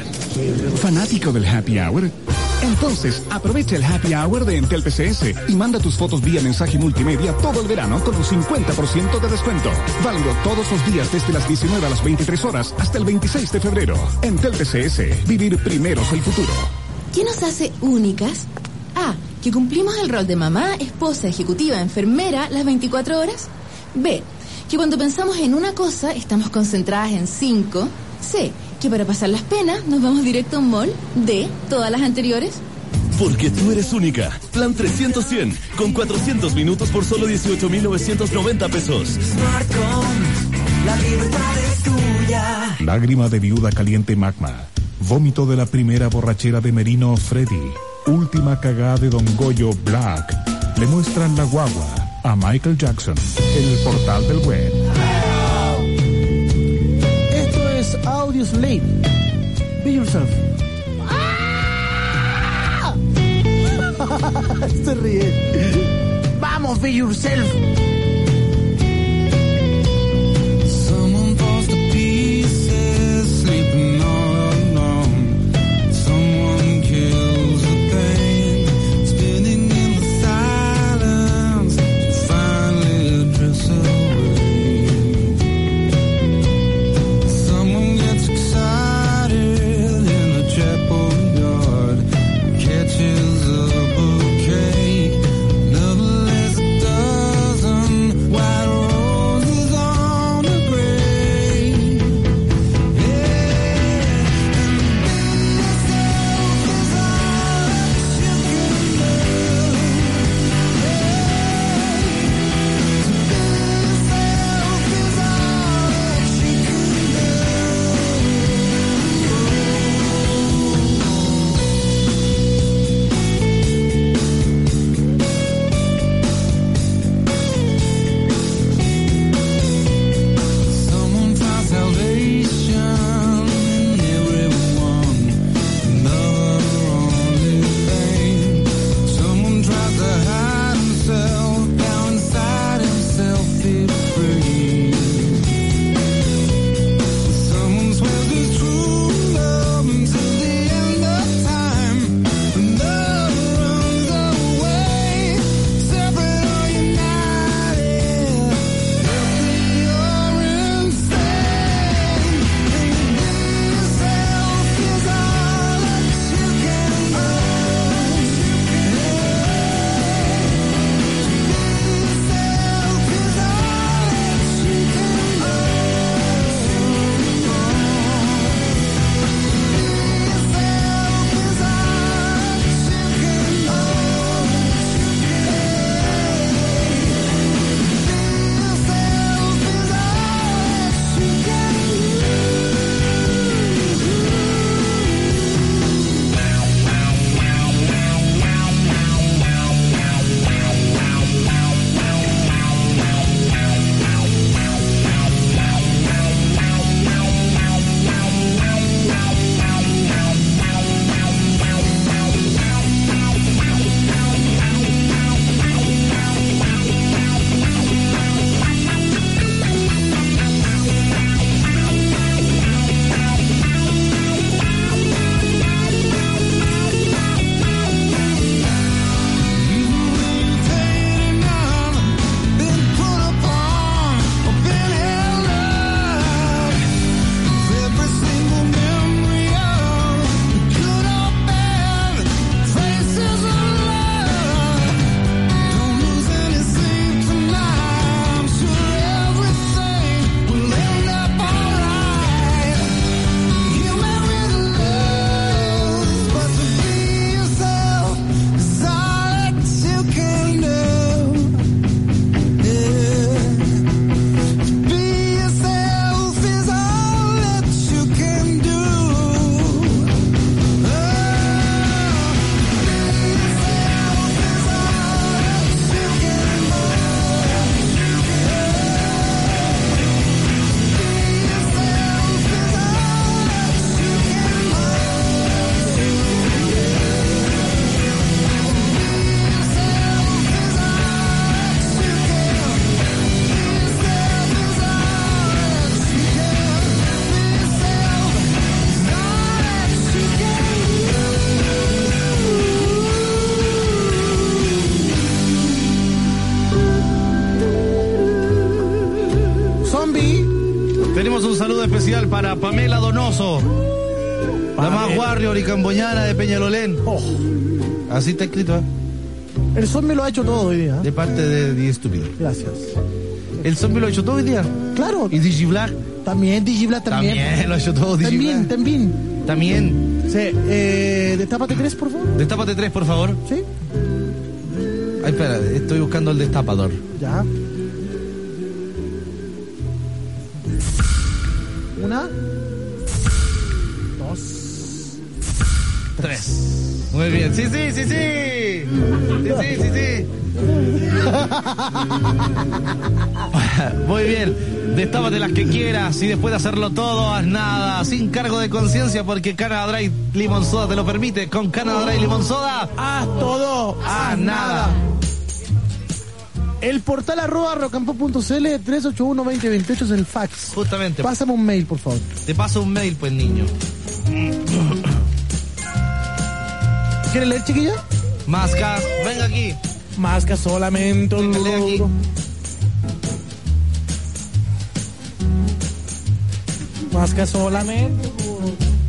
[SPEAKER 49] ¿Fanático del happy hour? Entonces, aprovecha el happy hour de Entel PCS y manda tus fotos vía mensaje multimedia todo el verano con un 50% de descuento. Válido todos los días desde las 19 a las 23 horas hasta el 26 de febrero. Entel PCS, vivir primero el futuro.
[SPEAKER 23] ¿Qué nos hace únicas? A. Que cumplimos el rol de mamá, esposa, ejecutiva, enfermera las 24 horas. B. Que cuando pensamos en una cosa estamos concentradas en cinco. C. Que para pasar las penas nos vamos directo a un mall. D. Todas las anteriores.
[SPEAKER 31] Porque tú eres única. Plan 300-100 con 400 minutos por solo 18.990 pesos.
[SPEAKER 1] Smartcom, la libertad es tuya.
[SPEAKER 2] Lágrima de viuda caliente magma. Vómito de la primera borrachera de Merino Freddy. Última cagada de Don Goyo Black. Le muestran la guagua a Michael Jackson. El portal del web.
[SPEAKER 4] Esto es Audio Slave. Be yourself.
[SPEAKER 3] ¡Ah!
[SPEAKER 4] Se ríe. Vamos, be yourself.
[SPEAKER 1] Someone falls to pieces, sleeping all alone. Someone kills the pain, spinning in the silence to finally drift away. Someone gets excited in the chapel yard, catches a bouquet, another lays a dozen white roses on the grave. Someone found salvation in everyone. Another only thing. Someone tried to hide himself. Now inside himself is free. Someone swears his true love until the end of time. Another runs away. Separate or united.
[SPEAKER 3] Zombie. Tenemos un saludo especial para Pamela Donoso. La más warrior y camboñana de Peñalolén. Así está escrito, ¿eh?
[SPEAKER 4] El zombie lo ha hecho todo hoy día.
[SPEAKER 3] De parte de Die Estúpido.
[SPEAKER 4] Gracias.
[SPEAKER 3] ¿El zombie lo ha hecho todo hoy día?
[SPEAKER 4] Claro.
[SPEAKER 3] ¿Y Digiblack?
[SPEAKER 4] También, Digiblack también.
[SPEAKER 3] También lo ha hecho todo Digiblack.
[SPEAKER 4] También, también.
[SPEAKER 3] También.
[SPEAKER 4] Sí, eh, destápate crees, por favor.
[SPEAKER 3] Destápate tres, por favor.
[SPEAKER 4] Sí.
[SPEAKER 3] Ay, espera, estoy buscando el destapador.
[SPEAKER 4] Ya. Una. Dos.
[SPEAKER 3] Muy bien. Sí, sí, sí, sí. Sí, sí, sí, sí. Muy bien. Destápate las que quieras y después de hacerlo todo, haz nada. Sin cargo de conciencia porque Canada Dry Limon Soda te lo permite. Con Canada Dry Limon Soda, haz todo, haz nada.
[SPEAKER 4] El portal arroba rocampo.cl 381-2028 es el fax.
[SPEAKER 3] Justamente.
[SPEAKER 4] Pásame un mail, por favor.
[SPEAKER 3] Te paso un mail, pues, niño.
[SPEAKER 4] ¿Quieres leer, chiquilla?
[SPEAKER 3] Mascas, venga aquí.
[SPEAKER 44] Mascas solamente un logro. Mascas solamente.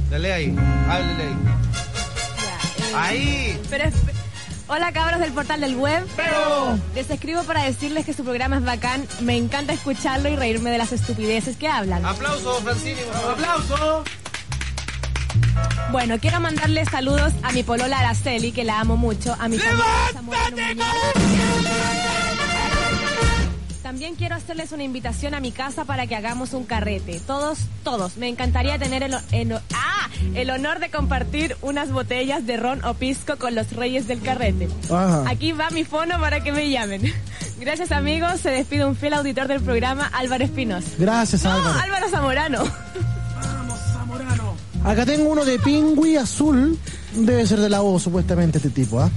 [SPEAKER 3] Dale ahí, háblele ahí. Ahí.
[SPEAKER 50] Pero es- Hola cabros del portal del web. Les escribo para decirles que su programa es bacán. Me encanta escucharlo y reírme de las estupideces que hablan.
[SPEAKER 3] Aplauso, Francini, por favor. Aplauso.
[SPEAKER 50] Bueno, quiero mandarle saludos a mi polola Araceli, que la amo mucho, a mi familia Samuel Muñoz. También quiero hacerles una invitación a mi casa para que hagamos un carrete. Todos, todos. Me encantaría tener el, o- el o- ¡ah! el honor de compartir unas botellas de ron o pisco con los reyes del carrete.
[SPEAKER 4] Ajá.
[SPEAKER 50] Aquí va mi fono para que me llamen. Gracias amigos. Se despide un fiel auditor del programa, Álvaro Espinosa.
[SPEAKER 4] Gracias,
[SPEAKER 50] No,
[SPEAKER 4] Álvaro.
[SPEAKER 50] Álvaro Zamorano.
[SPEAKER 4] Acá tengo uno de pingüi azul. Debe ser de la O, supuestamente, este tipo, ¿ah?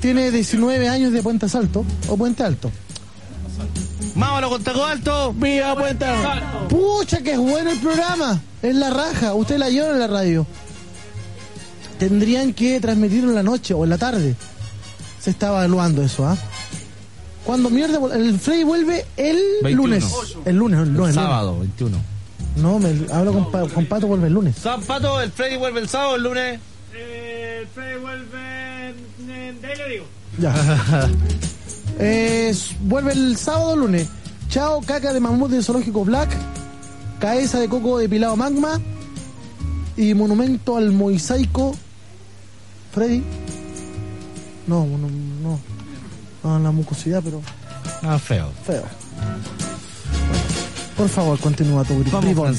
[SPEAKER 4] Tiene 19 años de Puente Salto o Puente Alto.
[SPEAKER 3] Vámonos con Taco Alto.
[SPEAKER 44] Viva Puente
[SPEAKER 4] Pucha, que es bueno el programa. Es la raja. Usted la llevan en la radio. Tendrían que transmitirlo en la noche o en la tarde. Se está evaluando eso, ¿ah? Cuando mierda, vol- el Freddy vuelve el
[SPEAKER 3] 21.
[SPEAKER 4] lunes. El lunes, el lunes.
[SPEAKER 3] Sábado, 21.
[SPEAKER 4] No, me hablo con, Pa- con Pato, vuelve el lunes.
[SPEAKER 3] San Pato, el Freddy vuelve el sábado, el lunes.
[SPEAKER 6] Eh, Freddy vuelve. eh, De ahí le digo.
[SPEAKER 4] Ya. Eh, vuelve el sábado lunes. Chao, caca de mamut de Zoológico Black. Cabeza de coco de Pilado Magma. Y monumento al mosaico. Freddy. No, no, no. No, la mucosidad, pero
[SPEAKER 3] Ah, feo.
[SPEAKER 4] feo. Por favor, continúa tu grito. Vamos,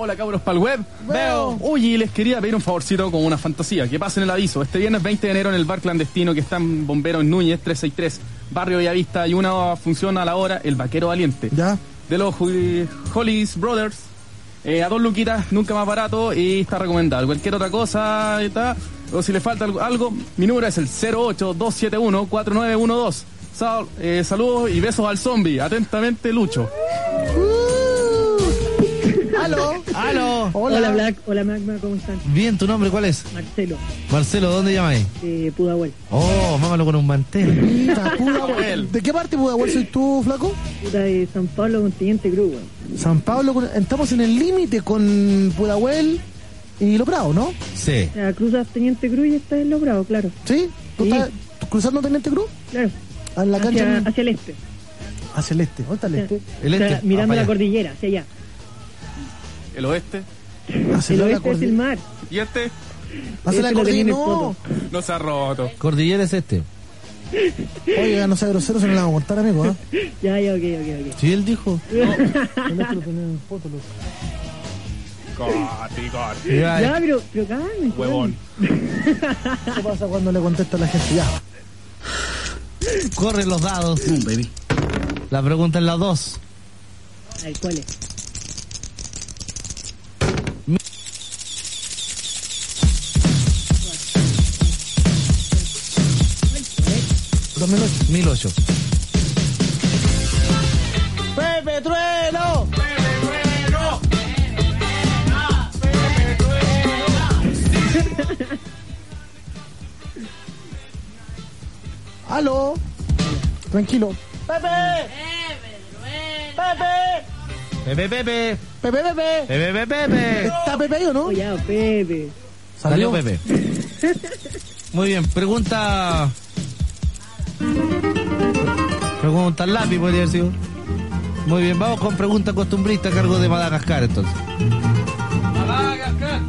[SPEAKER 44] Hola cabros para el web. Veo. Oye, les quería pedir un favorcito con una fantasía. Que pasen el aviso. Este viernes 20 de enero en el bar clandestino que está en Bomberos Núñez 363, Barrio Villavista, hay una función a la hora, El Vaquero Valiente.
[SPEAKER 4] Ya.
[SPEAKER 44] De los Ju- Hollis Brothers. Eh, a dos luquitas, nunca más barato y está recomendado. Cualquier otra cosa y tal, o si le falta algo, algo, mi número es el 08271-4912. Sal- eh, saludos y besos al zombie. Atentamente, Lucho.
[SPEAKER 4] Uh. ¡Aló!
[SPEAKER 3] ¡Aló!
[SPEAKER 9] Hola. Hola, Black. Hola, Magma. ¿Cómo están?
[SPEAKER 3] Bien, ¿tu nombre cuál es?
[SPEAKER 9] Marcelo,
[SPEAKER 3] Marcelo, ¿dónde llamáis?
[SPEAKER 9] de Pudahuel.
[SPEAKER 3] Oh, mámalo con un mantel.
[SPEAKER 4] Puta, Pudahuel. ¿De qué parte de Pudahuel soy tú, flaco?
[SPEAKER 9] Puta de San Pablo Continente Cruz, weón.
[SPEAKER 4] San Pablo, con- estamos en el límite con Pudahuel y Lo Prado, ¿no?
[SPEAKER 3] Sí.
[SPEAKER 9] O sea, cruzas Teniente Cruz y estás en Logrado, claro.
[SPEAKER 4] ¿Sí? ¿Tú
[SPEAKER 9] Sí.
[SPEAKER 4] estás cruzando Teniente Cruz?
[SPEAKER 9] Claro.
[SPEAKER 4] Ah, En la cancha.
[SPEAKER 9] Hacia, hacia el este.
[SPEAKER 4] Hacia el este. ¿Dónde está el
[SPEAKER 9] O sea,
[SPEAKER 4] este?
[SPEAKER 9] o sea,
[SPEAKER 7] Ah,
[SPEAKER 3] Ah,
[SPEAKER 9] mirando la cordillera, hacia allá.
[SPEAKER 44] El oeste.
[SPEAKER 4] Hacia
[SPEAKER 9] el
[SPEAKER 4] la
[SPEAKER 9] oeste es
[SPEAKER 4] cordi-
[SPEAKER 9] el mar.
[SPEAKER 44] ¿Y este?
[SPEAKER 4] Hacia la
[SPEAKER 9] Este lo
[SPEAKER 4] cordillera.
[SPEAKER 9] tenía en el
[SPEAKER 4] No.
[SPEAKER 9] foto.
[SPEAKER 44] No se ha roto.
[SPEAKER 3] Cordillera es este.
[SPEAKER 4] Oiga, no sea grosero, se lo vamos a cortar, amigo. ¿ah?
[SPEAKER 9] Ya, ya, ok, ok, ok.
[SPEAKER 3] Sí, él dijo.
[SPEAKER 4] El otro lo tenía en foto, loco.
[SPEAKER 9] Coti, coti.
[SPEAKER 4] Ya, eh.
[SPEAKER 9] Ya, pero, pero calmen,
[SPEAKER 4] Huevón. ¿Qué pasa cuando le contesto a la gente? Ya.
[SPEAKER 3] Corren los dados. baby. La pregunta es la dos.
[SPEAKER 9] calmen. Ay, ¿cuál es?
[SPEAKER 4] ¡Pepe Trueno! ¡Aló! Tranquilo. ¡Pepe! ¡Pepe!
[SPEAKER 3] Pepe, Pepe.
[SPEAKER 4] ¡Pepe, Pepe!
[SPEAKER 3] Pepe, Pepe.
[SPEAKER 4] ¿Está Pepe ahí o no?
[SPEAKER 9] Ya, Pepe.
[SPEAKER 3] Salió Pepe. Muy bien, pregunta. Pregunta al lápiz, podría haber sido. Muy bien, vamos con pregunta costumbrista a cargo de Madagascar entonces.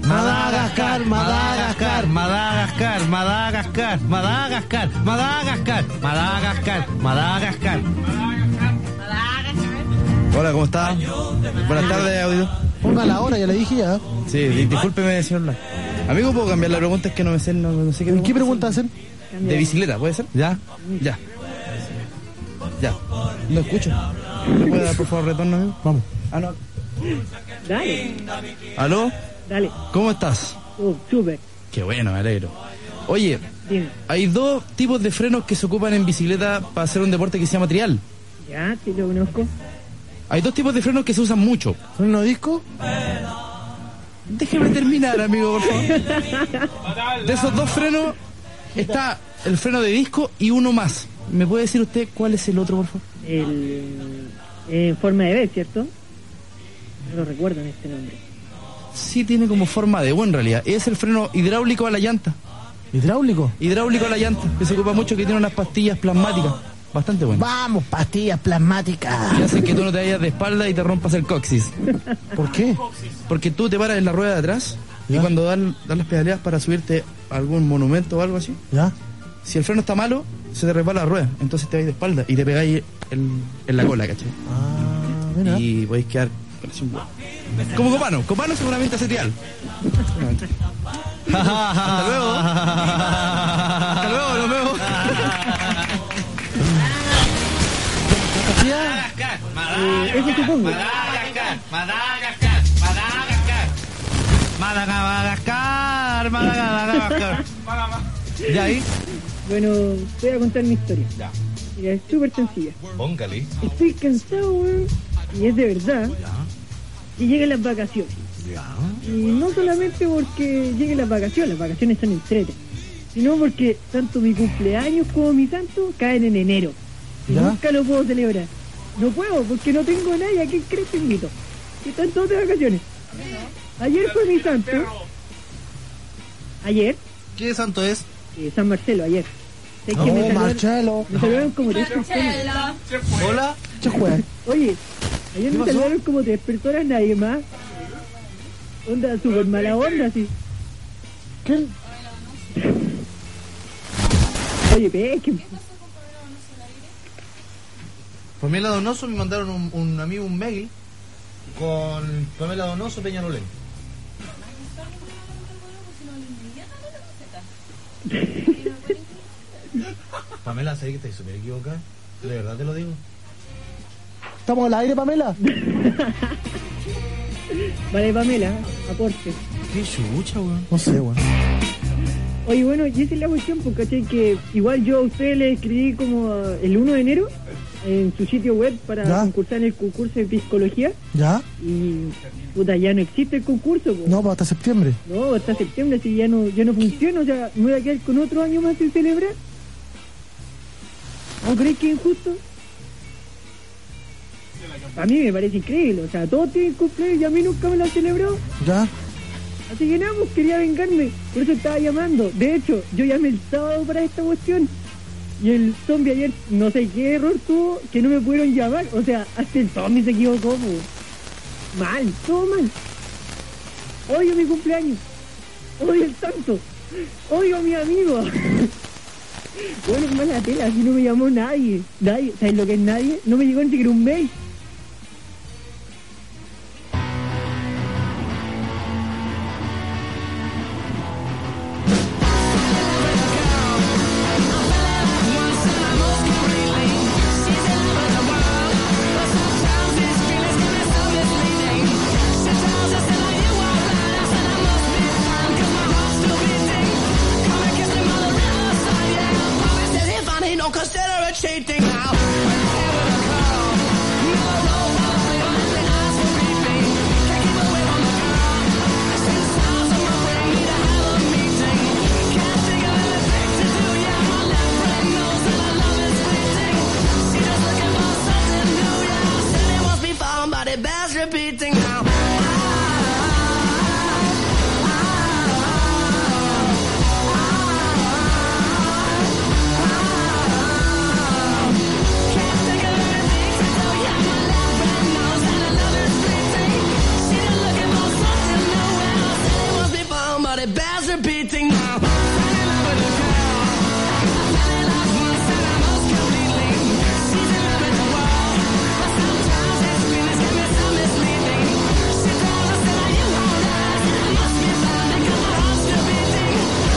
[SPEAKER 3] Madagascar, Madagascar, Madagascar, Madagascar, Madagascar, Madagascar, Madagascar, Madagascar.
[SPEAKER 1] Hola, ¿cómo está? Buenas tardes, auditor.
[SPEAKER 4] Ponga la hora, ya le dije ya.
[SPEAKER 1] Sí, di- discúlpeme, señor Blanc.
[SPEAKER 3] Amigo, ¿puedo cambiar la pregunta? Es que no me sé, no, no sé qué.
[SPEAKER 4] ¿Qué pregunta hacen?
[SPEAKER 3] De bicicleta, ¿puede ser? Ya, ya. Ya. No escucho. ¿Puede dar, por favor, retorno, amigo? Vamos. Ah, no.
[SPEAKER 7] Dale,
[SPEAKER 3] ¿Aló?
[SPEAKER 7] dale.
[SPEAKER 3] ¿Cómo estás?
[SPEAKER 7] Uh, súper.
[SPEAKER 3] Qué bueno, me alegro. Oye,
[SPEAKER 7] Dime.
[SPEAKER 3] hay dos tipos de frenos que se ocupan en bicicleta para hacer un deporte que se llama trial.
[SPEAKER 7] Ya, sí lo conozco.
[SPEAKER 3] Hay dos tipos de frenos que se usan mucho. ¿Freno disco? Déjeme terminar, amigo, por favor. De esos dos frenos está el freno de disco y uno más. ¿Me puede decir usted cuál es el otro, por favor?
[SPEAKER 7] El, Eh, en forma de B, ¿cierto? No lo recuerdo en este nombre.
[SPEAKER 3] Sí tiene como forma de buen en realidad. Es el freno hidráulico a la llanta. ¿Hidráulico? Hidráulico a la llanta, que se ocupa mucho, que tiene unas pastillas plasmáticas. Bastante bueno.
[SPEAKER 4] Vamos, pastillas plasmáticas.
[SPEAKER 3] que hacen que tú no te vayas de espalda y te rompas el coxis. ¿Por qué? Porque tú te paras en la rueda de atrás y cuando dan, dan las pedaleadas para subirte a algún monumento o algo así,
[SPEAKER 4] ¿Ya?
[SPEAKER 3] si el freno está malo, se te resbala la rueda. Entonces te vais de espalda y te pegáis en, en la cola, ¿cachai? Ah, Y podéis quedar con ese huevo. Como Copano. Copano seguramente hace trial. Hasta luego. Hasta luego, nos vemos.
[SPEAKER 7] Ese supongo.
[SPEAKER 14] Madagascar, Madagascar, Madagascar, Madagascar, Madagascar.
[SPEAKER 3] ¿Ya ahí?
[SPEAKER 7] Bueno, te voy a contar mi historia. Mira, es súper sencilla.
[SPEAKER 14] Póngale.
[SPEAKER 7] Estoy cansado, weón. Y es de verdad. Y llegan las vacaciones. Y no solamente porque lleguen las vacaciones, las vacaciones son entretas, sino porque tanto mi cumpleaños como mi santo caen en enero. Y
[SPEAKER 1] ¿Ya?
[SPEAKER 7] nunca lo puedo celebrar. No puedo porque no tengo a nadie a quien crees que invito. Y están todos de vacaciones. Ayer fue mi santo. Ayer. Eh,
[SPEAKER 3] ¿Qué santo es?
[SPEAKER 7] San Marcelo, ayer. Sé que
[SPEAKER 4] No,
[SPEAKER 7] me saludaron-
[SPEAKER 4] Marcelo.
[SPEAKER 7] Me saludaron como tres personas.
[SPEAKER 3] Hola.
[SPEAKER 7] Oye,
[SPEAKER 4] ¿Qué
[SPEAKER 7] ayer me
[SPEAKER 4] pasó?
[SPEAKER 7] saludaron como tres personas, nadie más. Onda, súper mala onda, sí. ¿Qué? Oye, ve, que...
[SPEAKER 3] Pamela Donoso me mandaron un, un amigo un mail con Pamela Donoso Peñalolén. Pamela, sé que estáis súper equivocada. De verdad te lo digo.
[SPEAKER 4] ¿Estamos al aire, Pamela?
[SPEAKER 7] Vale, Pamela, aporte.
[SPEAKER 3] Qué chucha, weón.
[SPEAKER 4] No sé, weón.
[SPEAKER 7] Oye, bueno, y esa es la cuestión, porque ¿cachai? que igual yo a ustedes les escribí como ah, el 1 de enero en su sitio web para
[SPEAKER 4] Ya.
[SPEAKER 7] concursar en el concurso de psicología
[SPEAKER 4] ¿Ya?
[SPEAKER 7] y puta, ya no existe el concurso. po.
[SPEAKER 4] No, pues hasta septiembre.
[SPEAKER 7] No, hasta septiembre, si ya no, ya no funciona, o sea, me voy a quedar con otro año más sin celebrar. ¿No crees que es injusto? A mí me parece increíble, o sea, todos tienen cumpleaños y a mí nunca me lo han celebrado.
[SPEAKER 4] ¿Ya?
[SPEAKER 7] Así que nada, pues, quería vengarme, por eso estaba llamando. De hecho, yo llamé el sábado para esta cuestión. Y el zombie ayer, no sé qué error tuvo, que no me pudieron llamar. O sea, hasta el zombie se equivocó, po. Mal, todo mal. Odio mi cumpleaños. Odio el santo. Odio a mi amigo. bueno, es mala tela, si no me llamó nadie. Nadie, ¿sabes lo que es nadie? No me llegó ni siquiera un mail.
[SPEAKER 1] If I ain't no considerate cheating now, whenever I call, no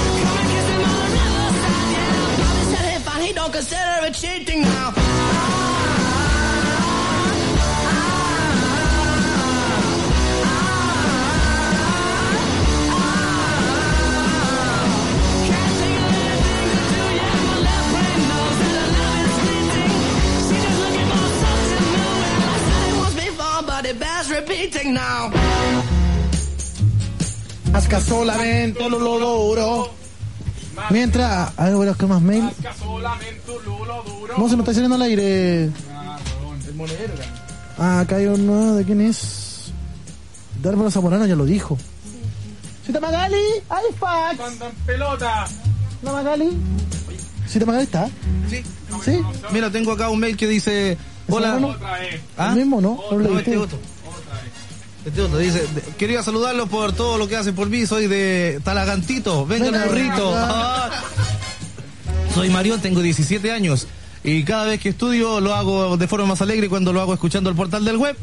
[SPEAKER 1] Ah, ah. repeating now.
[SPEAKER 4] Haz solamente lo logro. Mientras, a ver, voy a buscar más mail. ¿Cómo se nos está saliendo al aire? Ah, acá hay uno, ¿de quién es? Dárbaro Zamorano ya lo dijo. Cita Magali, hay fax.
[SPEAKER 44] pelota.
[SPEAKER 4] ¿La Magali? ¿Cita Magali está?
[SPEAKER 3] Sí.
[SPEAKER 4] ¿Sí?
[SPEAKER 3] Mira, tengo acá un mail que dice... Hola.
[SPEAKER 4] ¿Zamorano? ¿El mismo, no? ¿No lo
[SPEAKER 3] Ah. No,
[SPEAKER 4] leíste?
[SPEAKER 3] este otro. Este otro dice, de- quería saludarlos por todo lo que hacen por mí, soy de Talagantito, venga el
[SPEAKER 1] Venga,
[SPEAKER 3] burrito.
[SPEAKER 1] venga.
[SPEAKER 3] Ah. Soy Marión, tengo 17 años y cada vez que estudio lo hago de forma más alegre cuando lo hago escuchando el portal del web.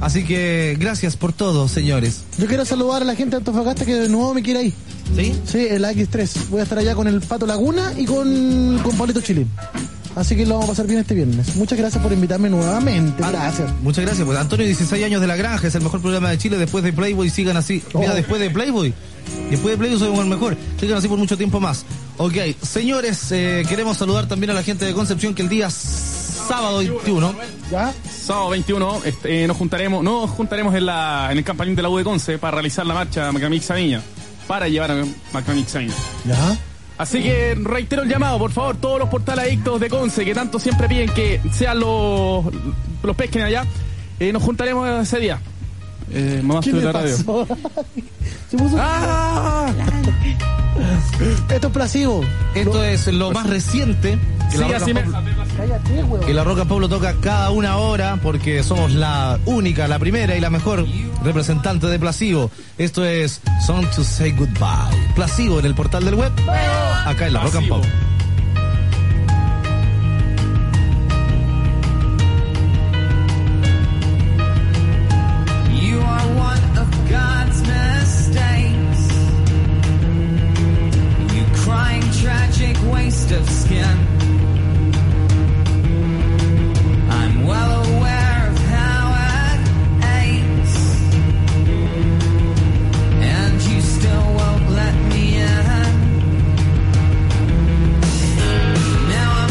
[SPEAKER 3] Así que gracias por todo, señores.
[SPEAKER 4] Yo quiero saludar a la gente de Antofagasta que de nuevo me quiere ir.
[SPEAKER 3] ¿Sí?
[SPEAKER 4] Sí, el X3. Voy a estar allá con el Pato Laguna y con, con Pablito Chilín. Así que lo vamos a pasar bien este viernes. Muchas gracias por invitarme
[SPEAKER 3] Ah.
[SPEAKER 4] nuevamente. Gracias.
[SPEAKER 3] Muchas gracias, pues Antonio, 16 años de la granja, es el mejor programa de Chile después de Playboy, sigan así.
[SPEAKER 4] Oh.
[SPEAKER 3] Mira, después de Playboy. Después de Playboy soy el mejor. Sigan así por mucho tiempo más. Ok, señores, eh, queremos saludar también a la gente de Concepción que el día sábado 21.
[SPEAKER 4] ¿Ya?
[SPEAKER 44] Sábado 21 este, eh, nos juntaremos, nos juntaremos en, la, en el campañín de la U de Conce para realizar la marcha Macramixa Viña, para llevar a Macramixa Viña.
[SPEAKER 4] ¿Ya?
[SPEAKER 44] Así que reitero el llamado, por favor, todos los portales adictos de Conce que tanto siempre piden que sean los, los pesquen allá, eh, nos juntaremos ese día. Eh, mamá,
[SPEAKER 4] ¿Qué
[SPEAKER 44] estoy en
[SPEAKER 4] le
[SPEAKER 44] la radio. ¡Ah!
[SPEAKER 4] pasó? Se puso- Esto es placebo.
[SPEAKER 3] Esto es lo más reciente que, la,
[SPEAKER 4] Sí,
[SPEAKER 3] Roca
[SPEAKER 4] así me-
[SPEAKER 3] Pablo,
[SPEAKER 4] Cállate, weón.
[SPEAKER 3] que la Roca Pablo toca cada una hora porque somos la única, la primera y la mejor representante de Plasivo. Esto es Song to Say Goodbye. Plasivo en el portal del web, acá en la Roca Pablo.
[SPEAKER 1] You are one of God's mistakes. You crying tragic waste of skin. I'm well aware of how it aches. And you still won't let me in. oh,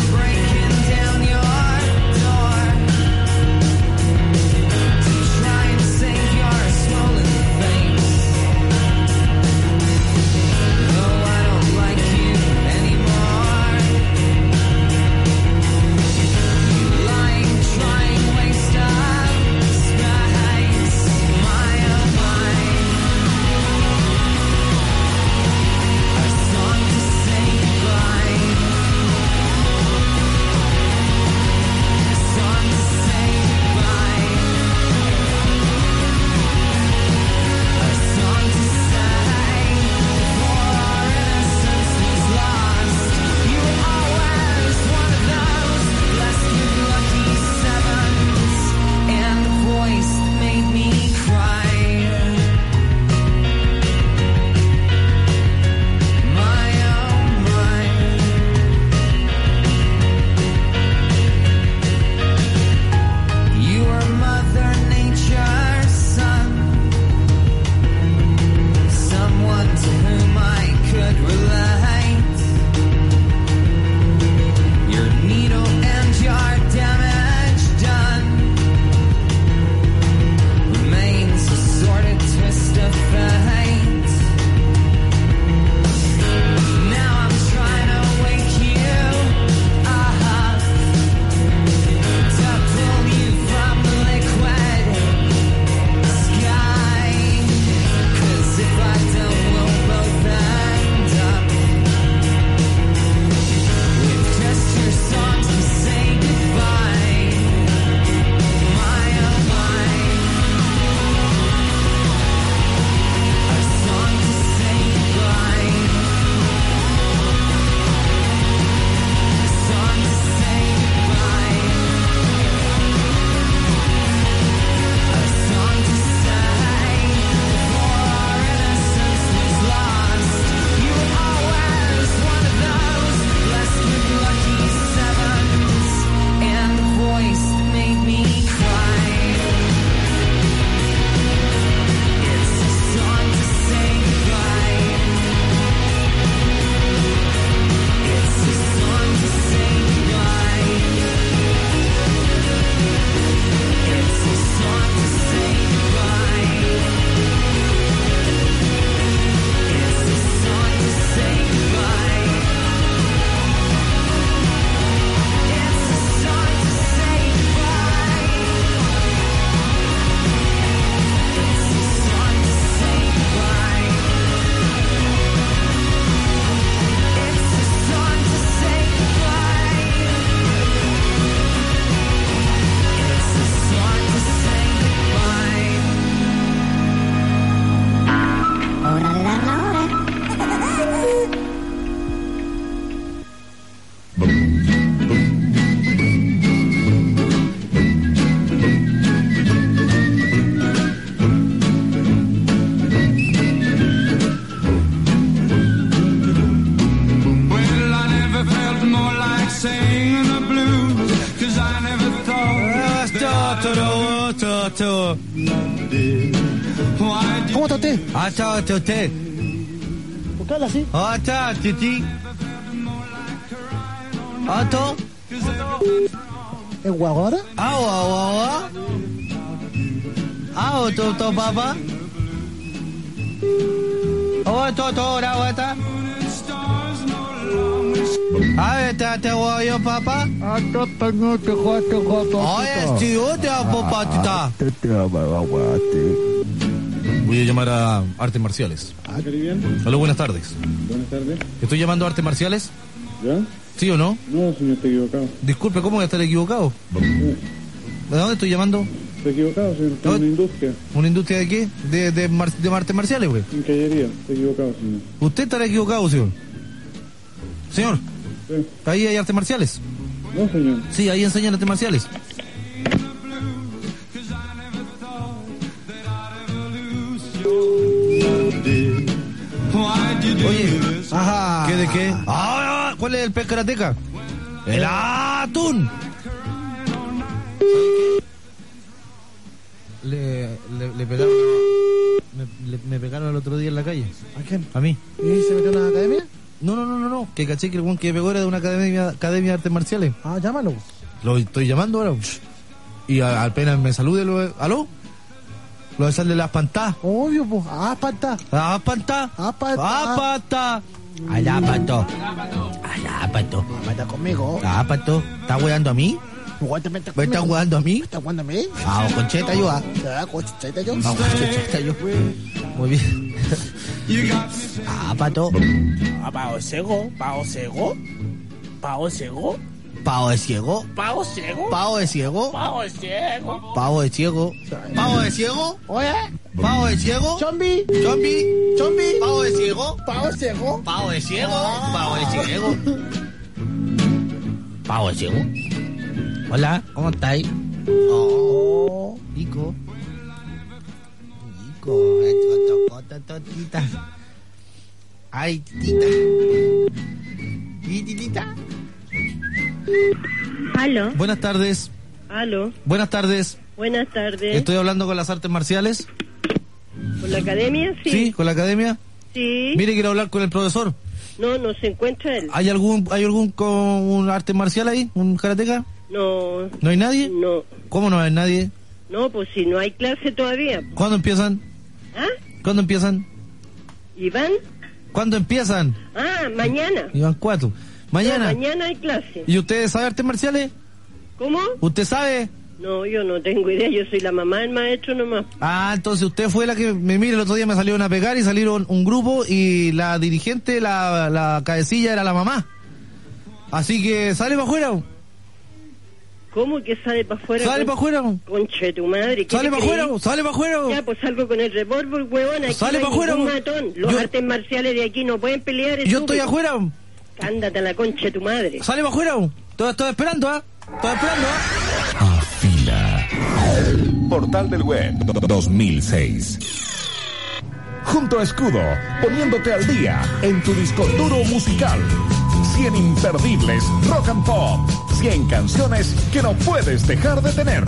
[SPEAKER 4] ¿Cómo está usted?
[SPEAKER 3] Ah, chao, chao, usted.
[SPEAKER 4] ¿Por qué habla así?
[SPEAKER 3] Ah, chao, chichi. Ah, to.
[SPEAKER 4] ¿Es guagora?
[SPEAKER 3] Ah, guagua. Ah, to, to, papá. Ah, to, to, ora, guata. Ah, está, te voy yo, papá.
[SPEAKER 6] Acá tengo que jugar, que jugar,
[SPEAKER 3] Oye, tío, te amo, patita.
[SPEAKER 6] Te te amo, aguante.
[SPEAKER 3] Voy a llamar a Artes Marciales. Hola, buenas tardes.
[SPEAKER 6] Buenas tardes.
[SPEAKER 3] ¿Estoy llamando a Artes Marciales?
[SPEAKER 6] ¿Ya?
[SPEAKER 3] ¿Sí o no?
[SPEAKER 6] No, señor, está equivocado.
[SPEAKER 3] Disculpe, ¿cómo voy a estar equivocado? ¿De dónde estoy llamando?
[SPEAKER 6] Está equivocado, señor. Está en una industria.
[SPEAKER 3] ¿Una industria de qué? ¿De, de, mar- de artes marciales, güey?
[SPEAKER 6] En callería. Está equivocado, señor.
[SPEAKER 3] ¿Usted estará equivocado, señor? Señor,
[SPEAKER 6] Sí.
[SPEAKER 3] ¿ahí hay artes marciales?
[SPEAKER 6] No, señor.
[SPEAKER 3] Sí, ahí enseñan artes marciales. Oye, ajá. ¿Qué de qué? Eh. Ah, ¿Cuál es el pez karateca? El atún. Le, le, le pegaron. Me, le- me pegaron el otro día en la calle.
[SPEAKER 4] ¿A quién?
[SPEAKER 3] ¿A mí?
[SPEAKER 4] ¿Y se metió en la academia?
[SPEAKER 3] No, no, no, no, no. Que caché que el weón que pegó era de una academia, academia de artes marciales.
[SPEAKER 4] Ah, llámalo.
[SPEAKER 3] Lo estoy llamando ahora. Y a- apenas me salude, lo, ¿aló? Lo de sale la espantada.
[SPEAKER 4] Obvio, pues. Ah, pata.
[SPEAKER 3] ¡Ah, panta!
[SPEAKER 4] Ah, pata.
[SPEAKER 3] ¡Ah, pata! ¡Alá, pato! ¡Alá, pato!
[SPEAKER 4] Mata conmigo.
[SPEAKER 3] ¡Ah, pato! ¿Estás weando a mí?
[SPEAKER 4] Aguántame, está
[SPEAKER 3] ¿Me estás
[SPEAKER 4] conmigo.
[SPEAKER 3] weando a mí?
[SPEAKER 4] ¿Está jugando a mí?
[SPEAKER 3] ¡Ah, concheta yo! ah.
[SPEAKER 4] Ah, cochita, yo.
[SPEAKER 3] ¡Ah, concheta yo! Muy bien. ¡Ah, pato!
[SPEAKER 9] Ah, pao ciego, pao ciego, pao ciego,
[SPEAKER 3] ¡Pavo de ciego!
[SPEAKER 9] pao ciego,
[SPEAKER 3] ¡Pavo de ciego!
[SPEAKER 9] pao ciego.
[SPEAKER 3] ¡Pavo de ciego! ¡Pavo de ciego!
[SPEAKER 4] Oye,
[SPEAKER 3] ¡Pavo de ciego!
[SPEAKER 4] chombi,
[SPEAKER 3] ¡Chombi!
[SPEAKER 4] chombi.
[SPEAKER 3] ¡Pavo de ciego!
[SPEAKER 4] Pavo ciego.
[SPEAKER 3] ¡Pavo de ciego! ¡Pavo de ciego! ¡Pavo de ciego! Hola, ¿cómo estáis? Oh, Nico. Nico, eh, to- to- to- to- tita. Ay, tita. Y titita.
[SPEAKER 15] Aló,
[SPEAKER 3] Buenas tardes.
[SPEAKER 15] aló,
[SPEAKER 3] Buenas tardes.
[SPEAKER 15] buenas tardes.
[SPEAKER 3] Estoy hablando con las artes marciales.
[SPEAKER 15] ¿Por la academia? Sí.
[SPEAKER 3] con la academia.
[SPEAKER 15] Sí.
[SPEAKER 3] Mire, quiero hablar con el profesor.
[SPEAKER 15] No, no se encuentra él.
[SPEAKER 3] ¿Hay algún hay algún con un arte marcial ahí? ¿Un karateca?
[SPEAKER 15] No,
[SPEAKER 3] ¿No hay nadie?
[SPEAKER 15] No.
[SPEAKER 3] ¿Cómo no hay nadie?
[SPEAKER 15] no, pues si no hay clase todavía.
[SPEAKER 3] ¿Cuándo empiezan?
[SPEAKER 15] ¿Ah?
[SPEAKER 3] ¿Cuándo empiezan?
[SPEAKER 15] ¿Iván?
[SPEAKER 3] ¿Cuándo empiezan?
[SPEAKER 15] Ah, mañana.
[SPEAKER 3] Iban cuatro. Mañana.
[SPEAKER 15] No, mañana hay clase.
[SPEAKER 3] ¿Y ustedes saben artes marciales?
[SPEAKER 15] ¿Cómo?
[SPEAKER 3] ¿Usted sabe?
[SPEAKER 15] No, yo no tengo idea. Yo soy la mamá del maestro nomás.
[SPEAKER 3] Ah, entonces usted fue la que me mire el otro día me salieron a pegar y salieron un grupo y la dirigente, la, la cabecilla era la mamá. Así que sale para afuera.
[SPEAKER 15] ¿Cómo que sale para afuera?
[SPEAKER 3] Sale para afuera.
[SPEAKER 15] Concha de tu madre. ¿qué
[SPEAKER 3] Sale
[SPEAKER 15] te
[SPEAKER 3] pa'
[SPEAKER 15] creí?
[SPEAKER 3] afuera, sale pa' afuera.
[SPEAKER 15] Ya, pues salgo con el revólver, huevón. Aquí
[SPEAKER 3] Sale
[SPEAKER 15] no
[SPEAKER 3] pa'
[SPEAKER 15] hay
[SPEAKER 3] afuera,
[SPEAKER 15] ningún
[SPEAKER 3] vos.
[SPEAKER 15] matón. Los
[SPEAKER 3] Yo-
[SPEAKER 15] artes marciales de aquí no pueden pelear.
[SPEAKER 3] Yo estoy
[SPEAKER 15] estúpido.
[SPEAKER 3] afuera.
[SPEAKER 15] Ándate a la concha de tu madre.
[SPEAKER 3] Sale para afuera. Estoy, estoy esperando, ¿ah? Estoy esperando, ¿ah?
[SPEAKER 2] Portal del Web 2006. Junto a Escudo, poniéndote al día en tu disco duro musical. 100 imperdibles rock and pop. 100 canciones que no puedes dejar de tener.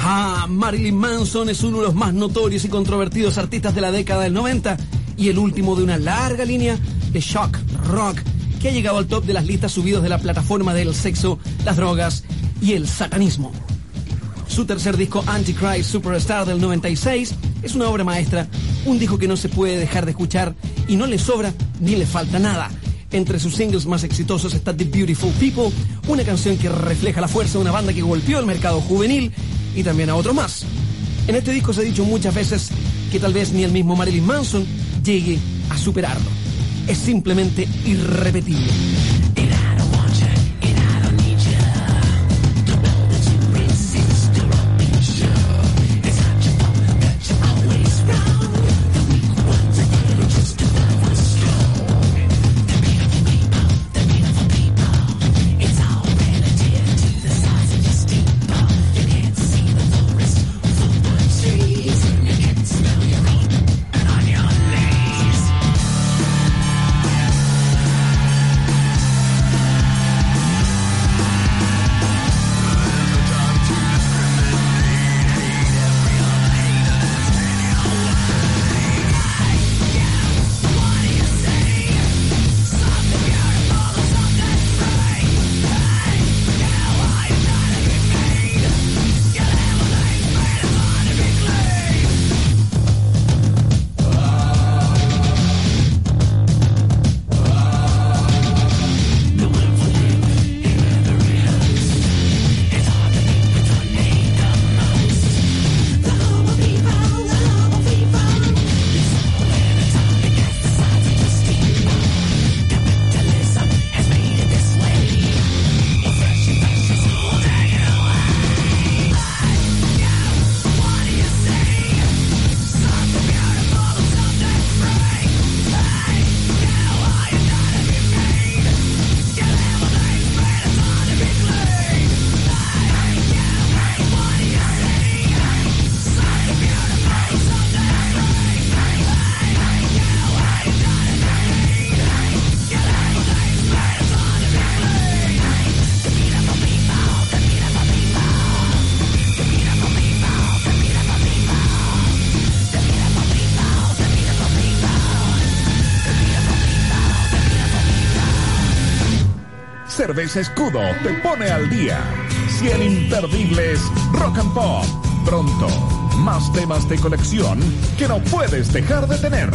[SPEAKER 20] Ah, Marilyn Manson es uno de los más notorios y controvertidos artistas de la década del 90 y el último de una larga línea de shock rock que ha llegado al top de las listas subidos de la plataforma del sexo, las drogas y el satanismo. Su tercer disco, Antichrist Superstar del 96, es una obra maestra, un disco que no se puede dejar de escuchar y no le sobra ni le falta nada. Entre sus singles más exitosos está The Beautiful People, una canción que refleja la fuerza de una banda que golpeó el mercado juvenil y también a otros más. En este disco se ha dicho muchas veces que tal vez ni el mismo Marilyn Manson llegue a superarlo. Es simplemente irrepetible.
[SPEAKER 1] And on your lace.
[SPEAKER 2] Jueves Escudo te pone al día. 100 imperdibles rock and pop. Pronto, más temas de colección que no puedes dejar de tener.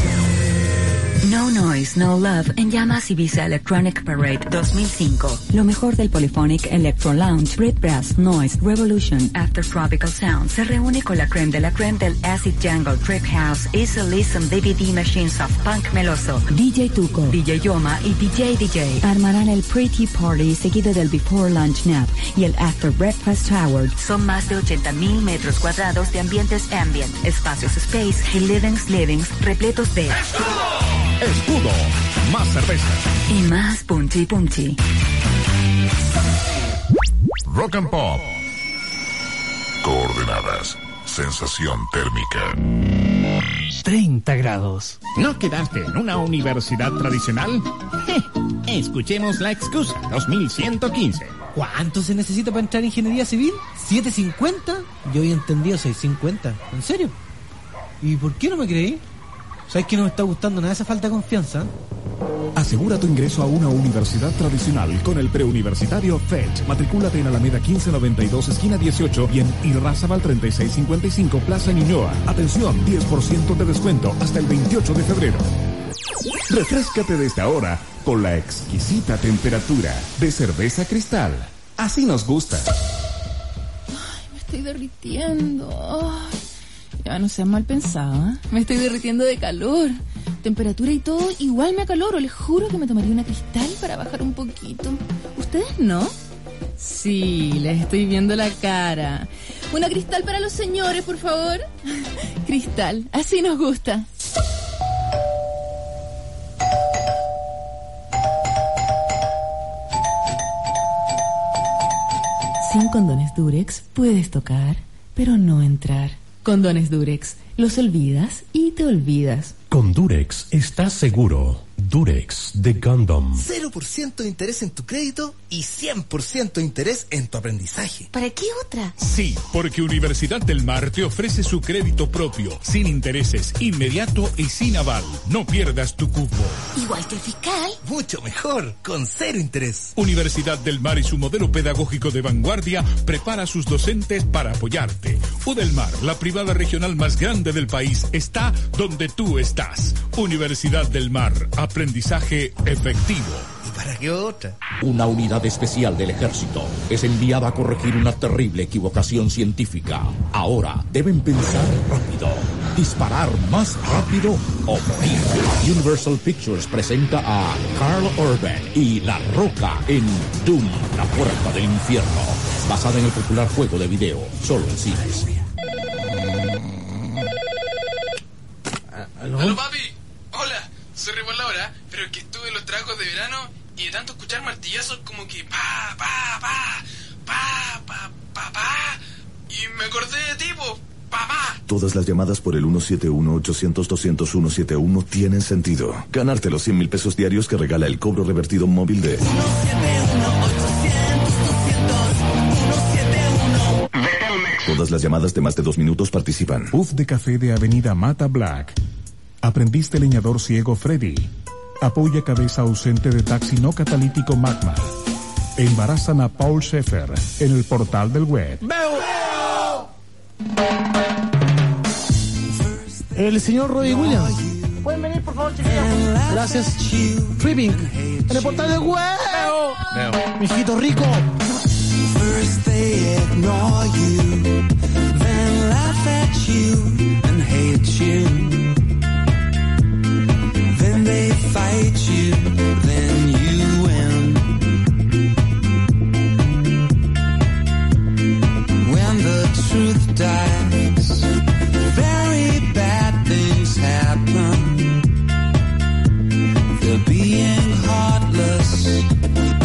[SPEAKER 51] No Noise, No Love en Llamas Ibiza Electronic Parade 2005. Lo mejor del Polyphonic Electro Lounge, Red Brass, Noise, Revolution, After Tropical Sound se reúne con la creme de la creme del Acid Jungle, Trip House, Easy Listen DVD Machines of Punk Meloso, DJ Tuco, DJ Yoma y DJ DJ. Armarán el Pretty Party seguido del Before Lunch Nap y el After Breakfast Hour. Son más de 80.000 metros cuadrados de ambientes ambient, espacios space y livings livings repletos de...
[SPEAKER 2] Escudo, más cerveza.
[SPEAKER 51] Y más punchi punchi.
[SPEAKER 18] Rock and Pop. Coordenadas. Sensación térmica.
[SPEAKER 9] 30 grados.
[SPEAKER 52] ¿No quedarte en una universidad tradicional? Je, escuchemos la excusa 2115.
[SPEAKER 9] ¿Cuánto se necesita para entrar en ingeniería civil? ¿750? Yo había entendido 650. ¿En serio? ¿Y por qué no me creí? ¿Sabes que no me está gustando nada esa falta de confianza?
[SPEAKER 2] Asegura tu ingreso a una universidad tradicional con el preuniversitario FET. Matricúlate en Alameda 1592, esquina 18 y en Irrazabal 3655, Plaza Ñuñoa. Atención, 10% de descuento hasta el 28 de febrero. Refrescate desde ahora con la exquisita temperatura de cerveza cristal. Así nos gusta.
[SPEAKER 23] Me estoy derritiendo. Ay, ya no seas mal pensado. ¿eh? Me estoy derritiendo de calor. Temperatura y todo, igual me acaloro. Les juro que me tomaría una cristal para bajar un poquito. ¿Ustedes no? Sí, les estoy viendo la cara. Una cristal para los señores, por favor. Cristal, así nos gusta.
[SPEAKER 53] Sin condones Durex puedes tocar, pero no entrar. Condones Durex, los olvidas y te olvidas.
[SPEAKER 54] Con Durex estás seguro. Durex de Gundam.
[SPEAKER 55] 0% de interés en tu crédito y 100% de interés en tu aprendizaje.
[SPEAKER 56] ¿Para qué otra?
[SPEAKER 57] Sí, porque Universidad del Mar te ofrece su crédito propio, sin intereses, inmediato y sin aval. No pierdas tu cupo.
[SPEAKER 56] Igual que el fiscal.
[SPEAKER 55] Mucho mejor, con cero interés.
[SPEAKER 57] Universidad del Mar y su modelo pedagógico de vanguardia prepara a sus docentes para apoyarte. Udelmar, la privada regional más grande del país, está donde tú estás. Universidad del Mar, aprendizaje efectivo.
[SPEAKER 55] ¿Para qué otra?
[SPEAKER 24] Una unidad especial del ejército es enviada a corregir una terrible equivocación científica. Ahora deben pensar rápido, disparar más rápido o morir. Universal Pictures presenta a Carl Urban y La Roca en Doom, la puerta del infierno, basada en el popular juego de video, solo en cines.
[SPEAKER 6] Aló, papi. Hola. Sorry por la hora, pero es que estuve en los tragos de verano y de tanto escuchar martillazos como que pa, pa, pa, pa, pa, pa, pa. Y me acordé de tipo, papá.
[SPEAKER 31] Todas las llamadas por el 171-800-200-171 tienen sentido. Ganarte los 100 mil pesos diarios que regala el cobro revertido móvil de... Todas las llamadas de más de dos minutos participan.
[SPEAKER 2] UF de Café de Avenida Mata Black. Aprendiz de leñador ciego Freddy. Apoya cabeza ausente de taxi no catalítico Magma. Embarazan a Paul Schaeffer en el portal del web.
[SPEAKER 4] El señor Robbie Williams.
[SPEAKER 6] ¿Pueden venir, por favor, chiquillos?
[SPEAKER 4] Gracias. Tripping. En el portal de huevo. Mijito rico.
[SPEAKER 1] First they ignore you, then laugh at you and hate you. Then they fight you, then you win. When the truth dies, very bad things happen. They're being heartless again.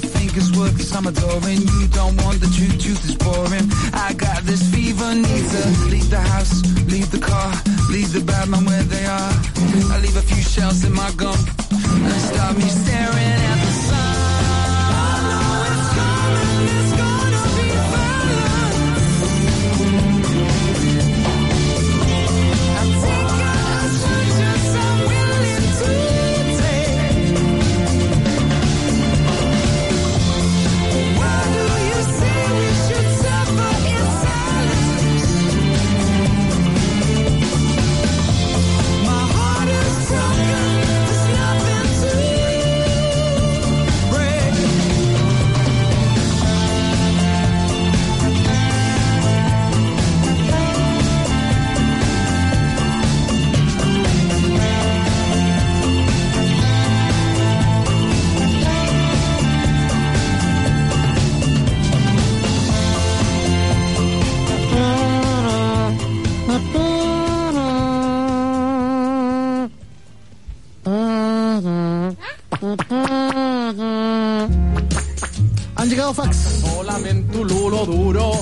[SPEAKER 44] think it's worth the summer adoring. You don't want the truth, truth is boring. I got this fever, need to leave the house, leave the car, leave the bad man where they are. I leave a few shells in my gum and stop me staring at the sun. I know it's coming, it's gonna be I think I'll change just I'm willing to take. Why do you say we should suffer in silence? My heart is broken. There's nothing to break.
[SPEAKER 4] Han llegado fax.
[SPEAKER 10] Solamente un lulo duro.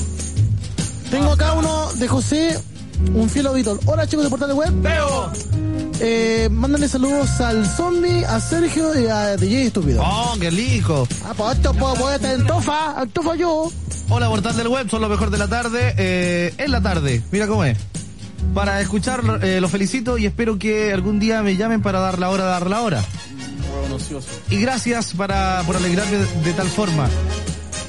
[SPEAKER 4] Tengo acá uno de José, un fiel auditor. Hola chicos de Portal de Web. Veo. Eh, mándale saludos al zombie, a Sergio y a DJ Estúpido.
[SPEAKER 3] ¡Oh, qué rico!
[SPEAKER 4] Ah, pues esto puedo poder estar en tofa, al tofa yo.
[SPEAKER 3] Hola, portal del web, son lo mejor de la tarde. eh, en la tarde, mira cómo es. Para escuchar, eh, los felicito y espero que algún día me llamen para dar la hora, dar la hora. Y gracias para, por alegrarme de, de tal forma.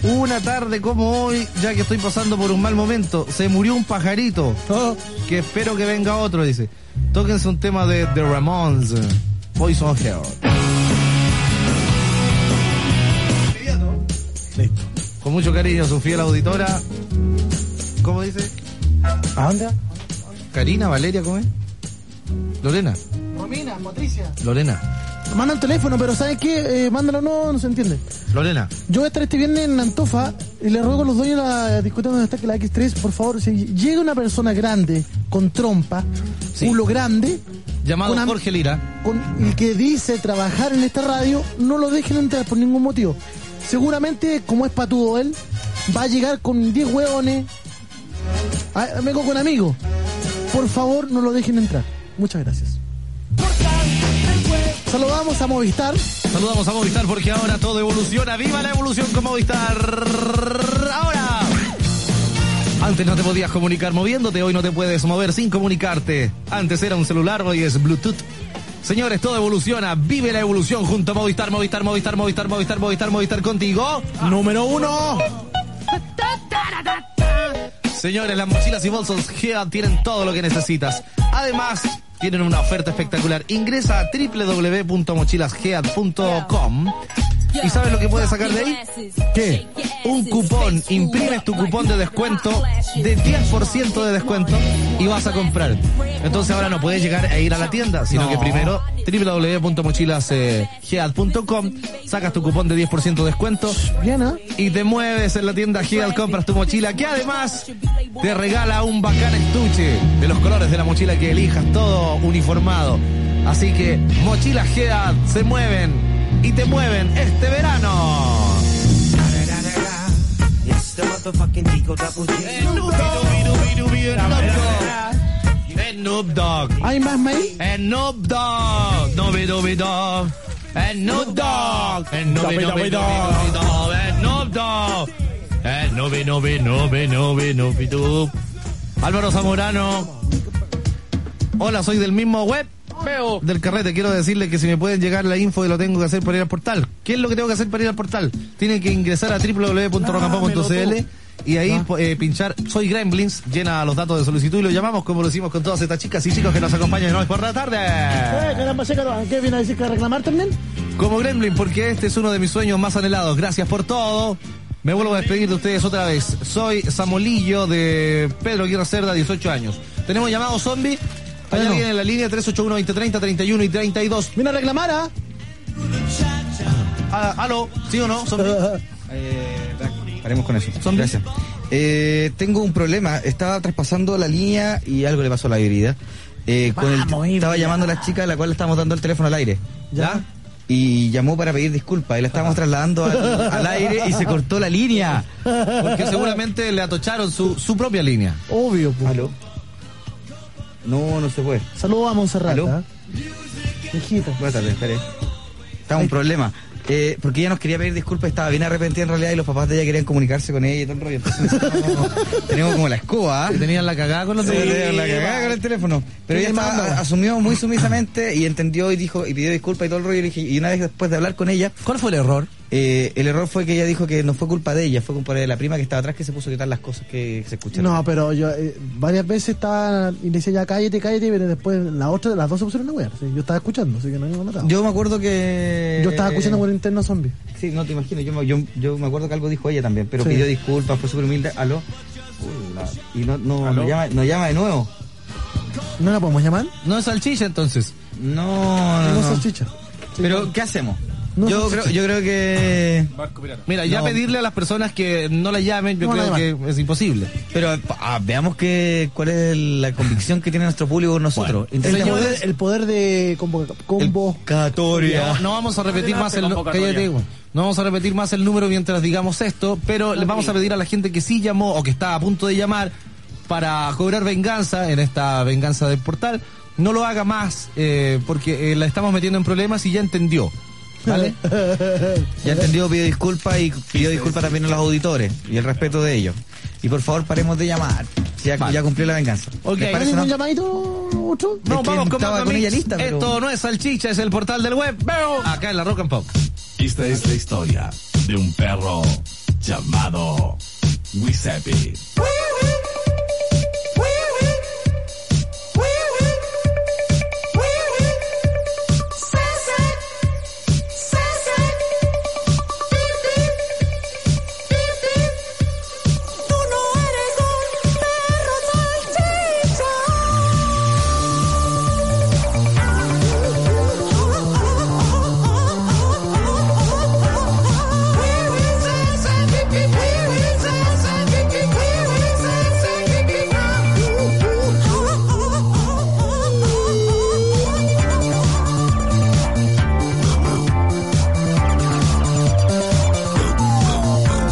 [SPEAKER 3] Una tarde como hoy, ya que estoy pasando por un mal momento, se murió un pajarito. Que espero que venga otro, dice. Tóquense un tema de The Ramones, eh, Poison Heart. Listo. Con mucho cariño, su fiel auditora. ¿Cómo dice? ¿A dónde? Mm. Karina, Valeria, ¿cómo es? Lorena.
[SPEAKER 4] Romina, Patricia.
[SPEAKER 3] Lorena.
[SPEAKER 4] Manda el teléfono, pero ¿sabes qué? Eh, mándalo, no, no se entiende.
[SPEAKER 3] Lorena.
[SPEAKER 4] Yo voy a estar este viernes en Antofa y le ruego a los dueños de la discoteca donde está que la X3, por favor, si llega una persona grande, con trompa, culo grande,
[SPEAKER 3] Llamado
[SPEAKER 4] Una-
[SPEAKER 3] Jorge Lira.
[SPEAKER 4] con el que dice trabajar en esta radio, no lo dejen entrar por ningún motivo. Seguramente, como es patudo él, va a llegar con 10 hueones, a- vengo con amigos. Por favor, no lo dejen entrar. Muchas gracias. Saludamos a Movistar.
[SPEAKER 3] Saludamos a Movistar porque ahora todo evoluciona. ¡Viva la evolución con Movistar! ¡Ahora! Antes no te podías comunicar moviéndote, hoy no te puedes mover sin comunicarte. Antes era un celular, hoy es Bluetooth. Señores, todo evoluciona. Vive la evolución junto a Movistar, Movistar, Movistar, Movistar, Movistar, Movistar, Movistar contigo. Número uno. Señores, las mochilas y bolsos GEA tienen todo lo que necesitas. Además, tienen una oferta espectacular. Ingresa a www.mochilasgead.com y ¿sabes lo que puedes sacar de ahí? ¿Qué? Un cupón. Imprimes tu cupón de descuento de 10% de descuento y vas a comprar. Entonces ahora no puedes llegar e ir a la tienda, sino que primero www.mochilasgead.com sacas tu cupón de 10% de descuento y te mueves en la tienda Gead, compras tu mochila que además te regala un bacán estuche de los colores de la mochila que elijas, todo uniformado. Así que mochilas Gead se mueven y te mueven este verano.
[SPEAKER 1] It's the motherfucking Eagle Double G.
[SPEAKER 3] Noob Dog.
[SPEAKER 4] ¿Hay más mail?
[SPEAKER 3] Noob Dog. Dobi Dobi Dog. Noob Dog. Noob Dobi Dog. Noob Dog. Noob Noob Noob Noob Noob Dog. Álvaro Zamorano. Hola, soy del mismo web. Veo. Del carrete, quiero decirle que si me pueden llegar la info que lo tengo que hacer para ir al portal. ¿Qué es lo que tengo que hacer para ir al portal? Tienen que ingresar a www.rocampo.cl y ahí eh, pinchar Soy Gremlins, llena los datos de solicitud y lo llamamos como lo hicimos con todas estas chicas y chicos que nos acompañan hoy por la tarde.
[SPEAKER 4] Eh, caramba, chécalo. ¿Qué viene a decir que a reclamar también?
[SPEAKER 3] Como Gremlin, porque este es uno de mis sueños más anhelados. Gracias por todo. Me vuelvo a despedir de ustedes otra vez. Soy Samolillo de Pedro Guerra Cerda, 18 años. Tenemos llamado zombie. Hay
[SPEAKER 4] Bueno.
[SPEAKER 3] alguien en la línea 381 2030 31 y 32.
[SPEAKER 4] Viene a reclamar, ¿ah?
[SPEAKER 3] Ah, aló, ¿sí o no? Zombie.
[SPEAKER 4] Eh,
[SPEAKER 12] Paremos con eso. Gracias. Eh, tengo un problema. Estaba traspasando la línea y algo le pasó a la híbrida. Eh, con el- estaba llamando a la chica a la cual le estábamos dando el teléfono al aire. ¿Ya?
[SPEAKER 21] y llamó para pedir disculpas y la estábamos trasladando al, al aire y se cortó la línea.
[SPEAKER 3] Porque seguramente le atocharon su, su propia línea.
[SPEAKER 4] Obvio, pues.
[SPEAKER 21] No, no se puede.
[SPEAKER 4] Saludos a Monserrat.
[SPEAKER 21] ¿Aló?
[SPEAKER 4] ¿ah? Hijita.
[SPEAKER 21] Buenas tardes, espere. Estaba un problema. Eh, porque ella nos quería pedir disculpas, estaba bien arrepentida en realidad y los papás de ella querían comunicarse con ella y todo el rollo. Entonces, no, tenemos como la escoba. ¿ah?
[SPEAKER 3] Tenían la cagada con los
[SPEAKER 21] Sí,
[SPEAKER 3] teléfonos.
[SPEAKER 21] la cagada con el teléfono. Pero
[SPEAKER 3] ¿Qué
[SPEAKER 21] ella
[SPEAKER 3] le
[SPEAKER 21] estaba-
[SPEAKER 3] manda?
[SPEAKER 21] asumió muy sumisamente y entendió y dijo y pidió disculpas y todo el rollo. Y, le dije- y una vez después de hablar con ella. eh,
[SPEAKER 3] ¿Cuál fue el error?
[SPEAKER 21] el error fue que ella dijo que no fue culpa de ella, fue culpa de la prima que estaba atrás que se puso a gritar las cosas que se escucharon.
[SPEAKER 4] No, pero yo eh, varias veces estaba y le decía ya cállate, cállate, pero después la otra, las dos se pusieron a wear. sí, yo estaba escuchando, así que no me matado.
[SPEAKER 21] Yo eh, me acuerdo que.
[SPEAKER 4] Yo estaba escuchando por interno zombie.
[SPEAKER 21] Sí, no te imagino. Yo, me- yo, yo me acuerdo que algo dijo ella también, pero
[SPEAKER 4] Sí.
[SPEAKER 21] pidió disculpas, fue súper humilde. Aló. Uy, la- Y no, no,
[SPEAKER 3] ¿Aló?
[SPEAKER 21] no llama, no llama de nuevo.
[SPEAKER 4] ¿No la podemos llamar?
[SPEAKER 3] No es salchicha entonces.
[SPEAKER 21] No, no.
[SPEAKER 3] No
[SPEAKER 4] salchicha.
[SPEAKER 21] Pero, ¿qué hacemos?
[SPEAKER 3] No
[SPEAKER 21] yo, creo,
[SPEAKER 3] salchicha.
[SPEAKER 21] yo creo que.
[SPEAKER 3] Eh, Mira, ya
[SPEAKER 21] No.
[SPEAKER 3] pedirle a las personas que no la llamen, yo
[SPEAKER 21] No,
[SPEAKER 3] creo
[SPEAKER 21] nada
[SPEAKER 3] que es imposible.
[SPEAKER 21] Pero ah, veamos que, cuál es la convicción que tiene nuestro público con nosotros.
[SPEAKER 4] El
[SPEAKER 21] Intentemos-
[SPEAKER 4] poder, el poder de combo. combo.
[SPEAKER 3] No, no vamos a repetir más el nu- cállate, güey. no vamos a repetir más el número mientras digamos esto, pero les vamos a pedir a la gente que sí llamó o que está a punto de llamar para cobrar venganza en esta venganza del portal, no lo haga más eh, porque eh, la estamos metiendo en problemas y ya entendió. ¿Vale?
[SPEAKER 21] Ya entendido, pidió disculpas y pidió disculpas también a los auditores y el respeto de ellos. Y por favor, paremos de llamar. Si Ya, ya cumplió la venganza.
[SPEAKER 3] Ok.
[SPEAKER 21] ¿Les parece,
[SPEAKER 4] ¿Hay
[SPEAKER 21] no?
[SPEAKER 4] ningún llamadito? otro?
[SPEAKER 3] No,
[SPEAKER 21] que
[SPEAKER 3] vamos Eh, con,
[SPEAKER 21] estaba
[SPEAKER 3] Mamma
[SPEAKER 21] con ella
[SPEAKER 3] Mix.
[SPEAKER 21] lista, pero-
[SPEAKER 3] Esto no es salchicha, es el portal del web. ¡Veo! Acá en la Rock and Pop.
[SPEAKER 17] Esta es la historia de un perro llamado Giuseppe.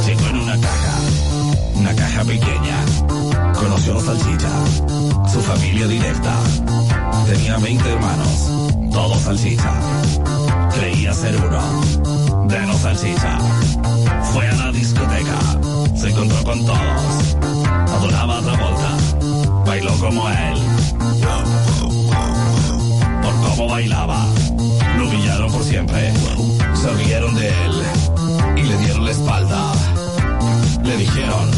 [SPEAKER 17] Llegó en una caja, una caja pequeña. Conoció a la salchicha, su familia directa. Tenía 20 hermanos, todos salchicha. Creía ser uno de los salchicha. Fue a la discoteca, se encontró con todos. Adoraba a Travolta, bailó como él. Por cómo bailaba, lo humillaron por siempre. Se rieron de él y le dieron la espalda. Le dijeron,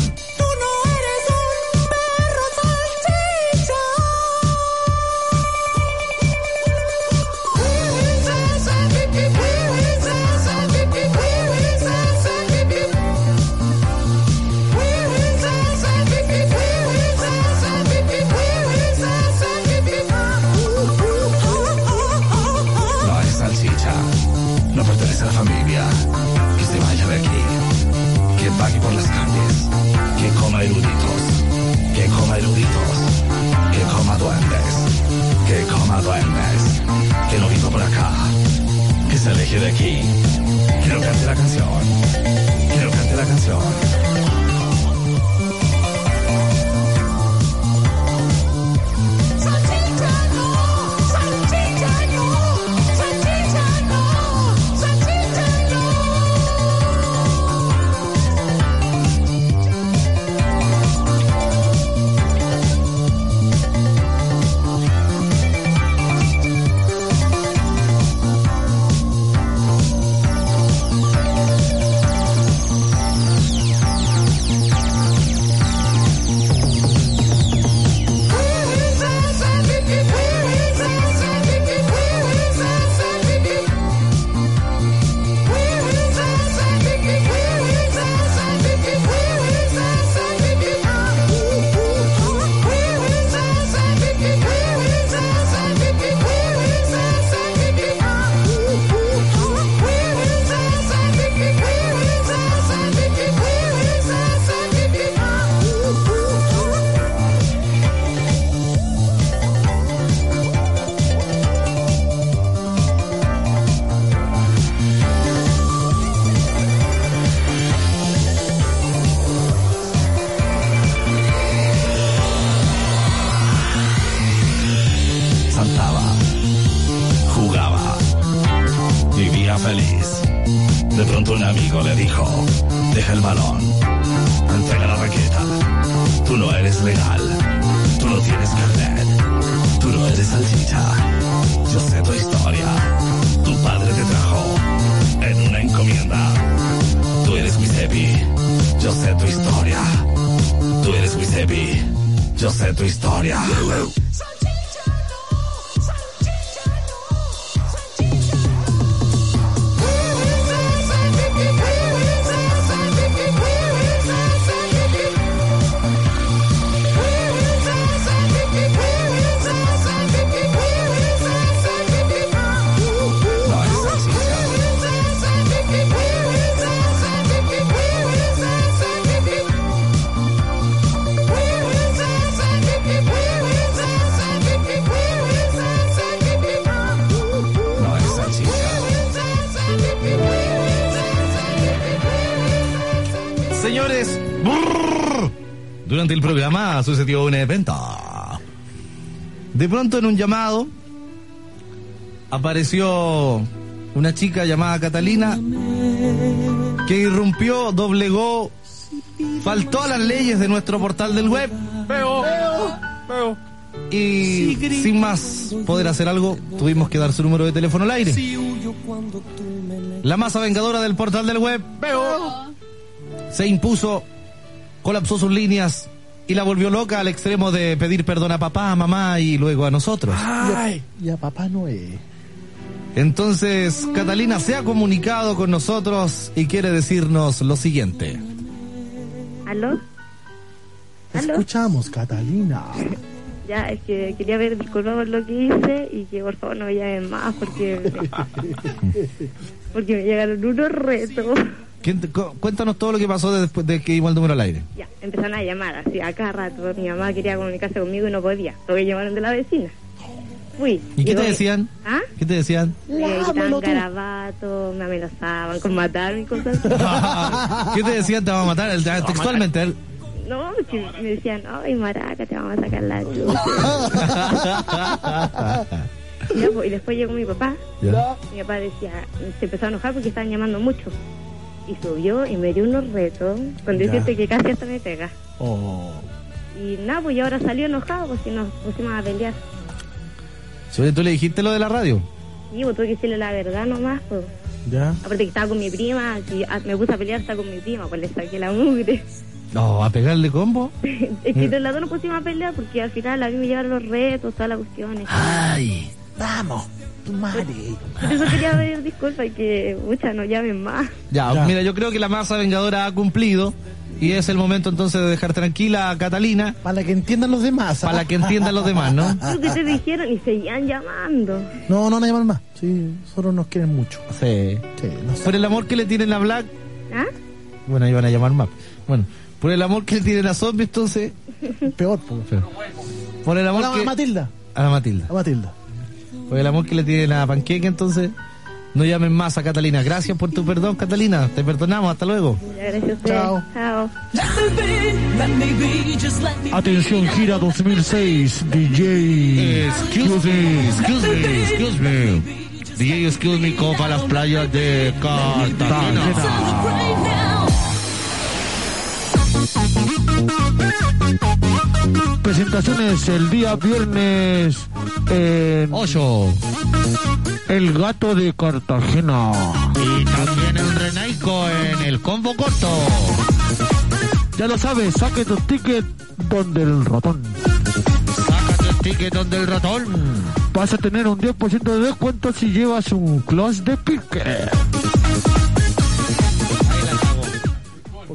[SPEAKER 17] No es salchicha, no pertenece a la familia. Que se vaya de aquí, que vague por las calles, que coma eruditos, que coma eruditos, que coma duendes, que coma duendes, que no vivo por acá, que se aleje de aquí. Quiero cante la canción, quiero cante la canción. momento un amigo le dijo, deja el balón, entrega la raqueta, tú no eres legal, tú no tienes carnet, tú no eres salchicha, yo sé tu historia, tu padre te trajo en una encomienda, tú eres Wisepi, yo sé tu historia, tú eres Wisepi, yo sé tu historia. No es
[SPEAKER 3] Señores, brrr, durante el programa sucedió un evento. De pronto en un llamado apareció una chica llamada Catalina que irrumpió, doblegó, faltó a las leyes de nuestro portal del web.
[SPEAKER 58] Veo, veo.
[SPEAKER 3] Y sin más poder hacer algo, tuvimos que dar su número de teléfono al aire. La masa vengadora del portal del web
[SPEAKER 58] Veo.
[SPEAKER 3] se impuso, colapsó sus líneas y la volvió loca al extremo de pedir perdón a papá, a mamá y luego a nosotros.
[SPEAKER 4] Y a Papá Noé.
[SPEAKER 3] Entonces, Catalina se ha comunicado con nosotros y quiere decirnos lo siguiente.
[SPEAKER 32] ¿Aló?
[SPEAKER 4] Te Escuchamos, Catalina.
[SPEAKER 32] Ya, es que quería ver, disculpa por lo que hice y que por favor no me llamen más porque me, porque me llegaron unos retos.
[SPEAKER 3] ¿Quién te- cu- cuéntanos todo lo que pasó después de que igual el número al aire.
[SPEAKER 32] Ya, empezaron a llamar así a cada rato. Mi mamá quería comunicarse conmigo y no podía. Porque llamaron de la vecina. Fui.
[SPEAKER 3] ¿Y qué
[SPEAKER 32] Llegó
[SPEAKER 3] te
[SPEAKER 32] mi-
[SPEAKER 3] decían?
[SPEAKER 32] ¿Ah?
[SPEAKER 3] ¿Qué te decían?
[SPEAKER 32] Me
[SPEAKER 4] Lámelo
[SPEAKER 32] quitaban
[SPEAKER 4] tú.
[SPEAKER 32] garabatos, me amenazaban con matarme y cosas así.
[SPEAKER 3] ¿Qué te decían? Te va a matar el- textualmente. el-
[SPEAKER 32] No, que me decían, ay, maraca, te vamos a sacar la chucha. Ya, pues, y después llegó mi papá.
[SPEAKER 3] Ya.
[SPEAKER 32] Mi papá decía, se empezó a enojar porque estaban llamando mucho. Y subió y me dio unos retos, con
[SPEAKER 4] Ya.
[SPEAKER 32] decirte que casi hasta me pega.
[SPEAKER 4] Oh.
[SPEAKER 32] Y nada, pues y ahora salió enojado, pues y nos pusimos a pelear.
[SPEAKER 3] Sobre tú le dijiste lo de la radio.
[SPEAKER 32] Y pues tuve que decirle la verdad nomás, pues.
[SPEAKER 3] Ya.
[SPEAKER 32] Aparte que estaba con mi prima, y ah, me puse a pelear hasta con mi prima, pues le saqué la mugre.
[SPEAKER 3] No, a pegarle combo.
[SPEAKER 32] es que los dos nos pusimos a pelear porque al final a mí me llevaron los retos, todas las cuestiones.
[SPEAKER 3] Ay,
[SPEAKER 32] Ah, vamos, tu madre. Por eso quería pedir disculpas y que, muchas no llamen más.
[SPEAKER 3] Ya, mira, yo creo que la masa vengadora ha cumplido y es el momento entonces de dejar tranquila a Catalina.
[SPEAKER 4] Para que entiendan los demás. ¿ah?
[SPEAKER 3] Para que entiendan los demás, ¿no?
[SPEAKER 32] Creo que te dijeron y seguían llamando.
[SPEAKER 4] No, no nos llaman más. Sí, nosotros nos quieren mucho.
[SPEAKER 3] Sí. Por el amor que le tienen a Black,
[SPEAKER 32] ¿Ah?
[SPEAKER 3] bueno, ahí van a llamar más. Bueno, por el amor que le tienen a Zombie, entonces.
[SPEAKER 4] Peor,
[SPEAKER 3] Por el amor
[SPEAKER 4] Hola,
[SPEAKER 3] que.
[SPEAKER 4] Matilda.
[SPEAKER 3] A la Matilda.
[SPEAKER 4] A Matilda.
[SPEAKER 3] Por el amor que le tienen a Panqueque, entonces. No llamen más a Catalina. Gracias por tu perdón, Catalina. Te perdonamos. Hasta luego.
[SPEAKER 32] Gracias a ustedes. Chao.
[SPEAKER 1] Atención, gira 2006, DJ.
[SPEAKER 3] Excuse me, excuse me, excuse me. DJ, excuse me, como para las playas de Cartagena.
[SPEAKER 1] Presentaciones el día viernes en... El gato de Cartagena.
[SPEAKER 3] Y también el Renaico en el combo corto.
[SPEAKER 1] Ya lo sabes, saque tus tickets donde el ratón.
[SPEAKER 3] Sácate el ticket donde el ratón.
[SPEAKER 1] Vas a tener un 10% de descuento si llevas un close de pique.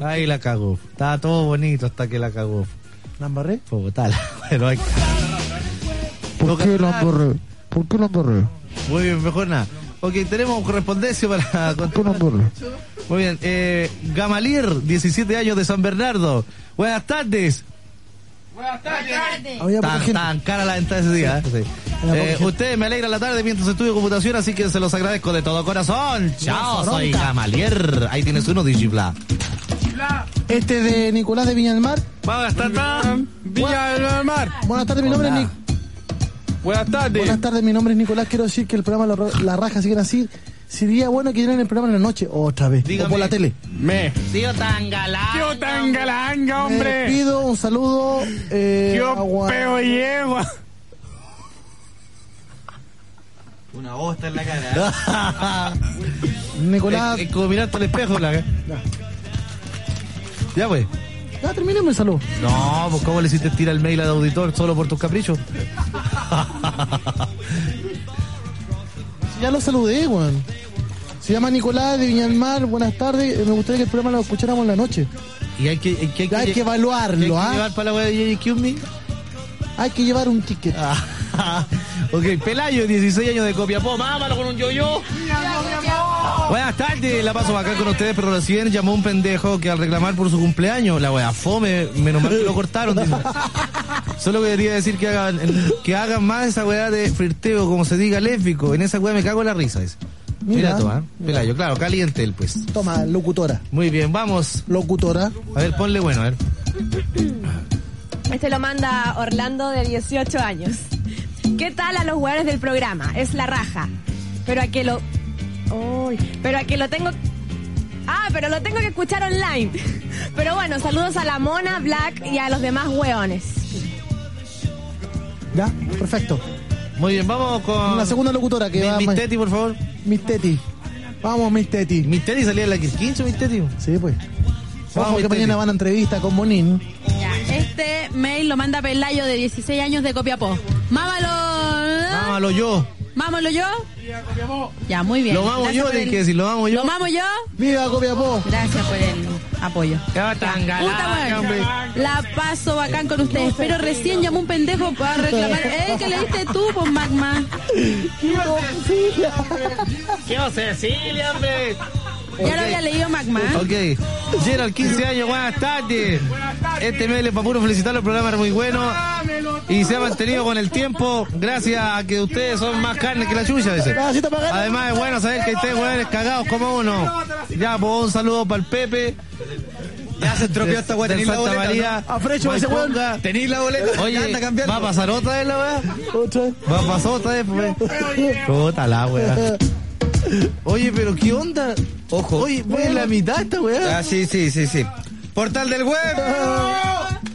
[SPEAKER 3] Ahí la cagó. Estaba todo bonito hasta que la cagó.
[SPEAKER 4] ¿La embarré?
[SPEAKER 3] Tal. Pero hay...
[SPEAKER 1] ¿Por qué lo emborré? ¿Por qué lo emborré?
[SPEAKER 3] Muy bien, mejor nada. Ok, tenemos correspondencia para continuar. Muy bien. Eh, Gamalier, 17 años de San Bernardo. Buenas tardes. Tan, tan cara la entrada ese día. ¿eh? Sí.
[SPEAKER 4] Había poca
[SPEAKER 3] Eh,
[SPEAKER 4] gente.
[SPEAKER 3] ustedes me alegran la tarde mientras estudio computación, así que se los agradezco de todo corazón. Chao, soy
[SPEAKER 4] Bronca.
[SPEAKER 3] Gamalier. Ahí tienes uno, Digibla.
[SPEAKER 4] Este es de Nicolás de Viña del Mar.
[SPEAKER 3] Buenas tardes.
[SPEAKER 4] Viña del Mar. Buenas tardes, mi nombre es Nic-
[SPEAKER 58] Buenas tardes.
[SPEAKER 4] Buenas tardes, mi nombre es Nicolás. Quiero decir que el programa La, Ro- La Raja siguen así. Sería bueno que dieran el programa en la noche otra vez. O por la tele.
[SPEAKER 3] Me.
[SPEAKER 9] Tío Tangalanga. Tío Tangalanga,
[SPEAKER 4] Les pido un saludo. Eh,
[SPEAKER 9] Yo
[SPEAKER 4] agua-
[SPEAKER 9] peo yegua.
[SPEAKER 12] Una bosta Oh, en la cara.
[SPEAKER 4] Nicolás.
[SPEAKER 3] Es, es como mirarte al espejo, la. Ya, pues.
[SPEAKER 4] Ya terminemos el saludo.
[SPEAKER 3] No, pues ¿cómo le hiciste tirar el mail al auditor solo por tus caprichos?
[SPEAKER 4] Si Ya lo saludé, weón. Se llama Nicolás de Viñalmar. Buenas tardes. Eh, Me gustaría que el programa lo escucháramos en la noche.
[SPEAKER 3] y hay que, hay que,
[SPEAKER 4] Ya hay que evaluarlo,
[SPEAKER 3] hay que
[SPEAKER 4] ¿ah?
[SPEAKER 3] llevar para la wea de Jerry Excuse Me.
[SPEAKER 4] Hay que llevar un ticket.
[SPEAKER 3] Ah, ok, Pelayo, 16 años de Copiapó, mámalo con un yo-yo. Buenas tardes, la paso acá con ustedes, pero recién llamó un pendejo que al reclamar por su cumpleaños, la wea fome, menos mal que lo cortaron. dice. Solo quería decir que hagan, que hagan más esa weá de flirteo, como se diga lésbico. En esa weá me cago en la risa. dice. Mira,
[SPEAKER 4] Mira,
[SPEAKER 3] tú, ¿ah? Pelayo, claro, caliente él, pues.
[SPEAKER 4] Toma, locutora.
[SPEAKER 3] Muy bien, vamos.
[SPEAKER 4] Locutora.
[SPEAKER 3] A ver, ponle bueno, a ver.
[SPEAKER 50] Este lo manda Orlando de 18 años. ¿Qué tal a los jugadores del programa? Es la raja. Pero a que lo. Uy, pero a que lo tengo. Ah, pero lo tengo que escuchar online. Pero bueno, saludos a la Mona, Black y a los demás hueones.
[SPEAKER 4] Ya, perfecto.
[SPEAKER 3] Muy bien, vamos con.
[SPEAKER 4] La segunda locutora que
[SPEAKER 3] Mi-
[SPEAKER 4] va.
[SPEAKER 3] Miss
[SPEAKER 4] más-
[SPEAKER 3] Teti, por favor.
[SPEAKER 4] Miss Teti. Vamos, Miss Teti.
[SPEAKER 3] Miss Teti salía en la 15, Miss Teti.
[SPEAKER 4] Sí, pues.
[SPEAKER 3] Vamos,
[SPEAKER 4] Vamos,
[SPEAKER 3] Miss
[SPEAKER 4] que
[SPEAKER 3] Teti.
[SPEAKER 4] mañana van a entrevista con Bonín.
[SPEAKER 27] Este mail lo manda Pelayo de 16 años de Copiapó. Mámalo. ¿eh?
[SPEAKER 3] Mámalo yo.
[SPEAKER 27] Mámalo yo. Ya, muy bien.
[SPEAKER 3] Lo mamo
[SPEAKER 27] Gracias
[SPEAKER 3] yo,
[SPEAKER 27] por
[SPEAKER 3] tienes
[SPEAKER 27] el-
[SPEAKER 3] que decir, lo mamo yo.
[SPEAKER 27] Lo mamo yo.
[SPEAKER 4] Viva Copiapó.
[SPEAKER 27] Gracias por el apoyo. Puta, weón. La paso bacán con ustedes, pero recién llamó un pendejo para reclamar. ¡Eh, que le diste tú, pues, Magma!
[SPEAKER 9] ¿Qué Cecilia, hombre?
[SPEAKER 27] Ya lo había leído Magma.
[SPEAKER 3] Ok. Gerald, 15 años, buenas tardes. Este mail es para puro felicitarlo, el programa era muy bueno y se ha mantenido con el tiempo gracias a que ustedes son más carne que la chucha. dice. Además es bueno saber que hay tres hueones cagados como uno. Ya, pues un saludo para el Pepe. Ya se
[SPEAKER 12] estropeó esta hueá, tenés la boleta, ¿no? Afrecho, ese hueón. Tenés la boleta,
[SPEAKER 3] Oye,
[SPEAKER 12] anda cambiando.
[SPEAKER 3] ¿va a pasar otra vez la weá?
[SPEAKER 4] Otra vez.
[SPEAKER 3] Va a pasar otra vez, pues. Puta la weá. Oye, pero ¿qué onda? Ojo. Oye, pues la mitad esta weá.
[SPEAKER 12] Ah, sí, sí, sí, sí. Portal del web.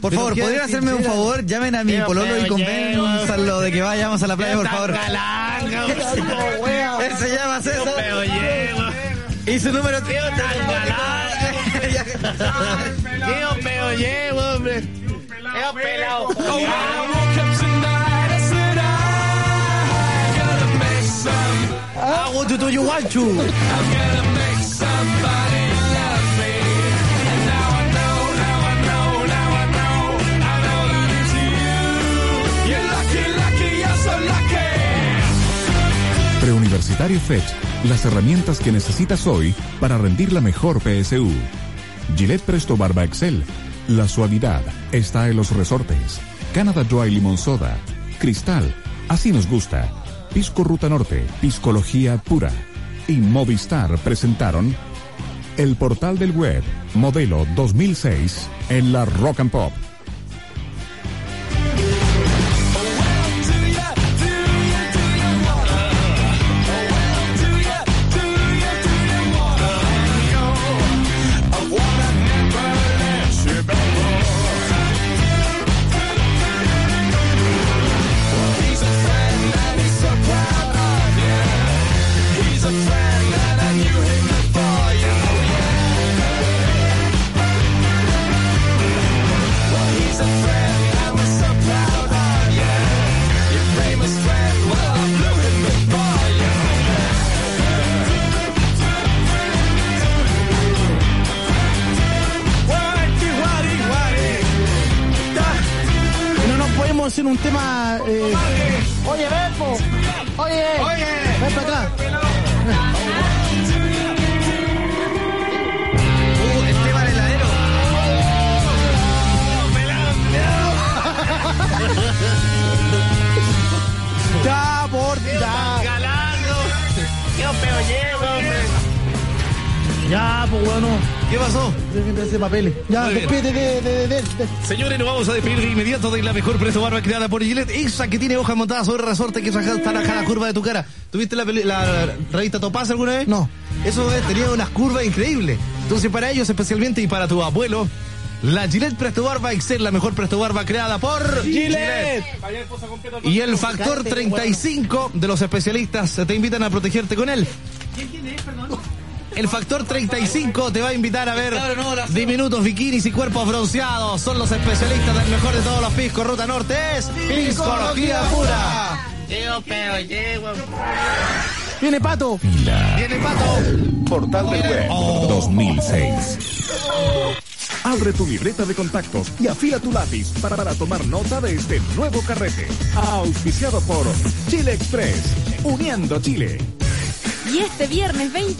[SPEAKER 12] Por
[SPEAKER 3] Pero
[SPEAKER 12] favor,
[SPEAKER 3] qué
[SPEAKER 12] ¿podrían hacerme un
[SPEAKER 3] sincera.
[SPEAKER 12] favor? Llamen a mi
[SPEAKER 3] Qué
[SPEAKER 12] pololo
[SPEAKER 3] feo
[SPEAKER 12] y convenzanlo
[SPEAKER 3] llego.
[SPEAKER 12] de que vayamos a la playa, por favor.
[SPEAKER 9] Él
[SPEAKER 12] se llama César.
[SPEAKER 9] Pero lleva.
[SPEAKER 12] Y su número tío
[SPEAKER 9] Qué peo lleva, hombre. Qué pelado.
[SPEAKER 3] I want to do you want to.
[SPEAKER 2] Preuniversitario FET, las herramientas que necesitas hoy para rendir la mejor PSU. Gillette Presto Barba Excel, la suavidad está en los resortes. Canada Dry Limon Soda, Cristal, así nos gusta. Pisco Ruta Norte, Piscología Pura. Y Movistar presentaron el portal del web, modelo 2006, en la Rock and Pop.
[SPEAKER 4] No nos podemos hacer un tema. eh, Oye, Bepo. Oye. Oye. Ven para acá. Ya, por
[SPEAKER 9] Galando. Qué peo lleva, hombre.
[SPEAKER 4] Ya, pues bueno.
[SPEAKER 3] ¿Qué pasó?
[SPEAKER 4] Ese papeles. Ya,
[SPEAKER 3] Muy bien.
[SPEAKER 4] despídete de, de, de, de- de-
[SPEAKER 3] Señores, nos vamos a despedir de inmediato de la mejor presto barba creada por Gillette. Esa que tiene hojas montadas sobre resorte que saca hasta la curva de tu cara. ¿Tuviste la, peli- la- la revista Topaz alguna vez? No. Eso eh, tenía unas curvas increíbles. Entonces, para ellos especialmente y para tu abuelo, la Gillette Presto Barba Excel, la mejor presto barba creada por Gillette. Y el factor 35 de los especialistas te invitan a protegerte con él. El factor 35 te va a invitar a ver diminutos bikinis y cuerpos bronceados. Son los especialistas del mejor de todos los piscos. Ruta Norte es Piscología Pura.
[SPEAKER 9] Llego, pero llego.
[SPEAKER 4] Viene pato.
[SPEAKER 3] Viene pato.
[SPEAKER 2] Portal de web 2006. Abre tu libreta de contactos y afila tu lápiz para, para tomar nota de este nuevo carrete. Auspiciado por Chile Express, uniendo Chile.
[SPEAKER 50] Y este viernes 20.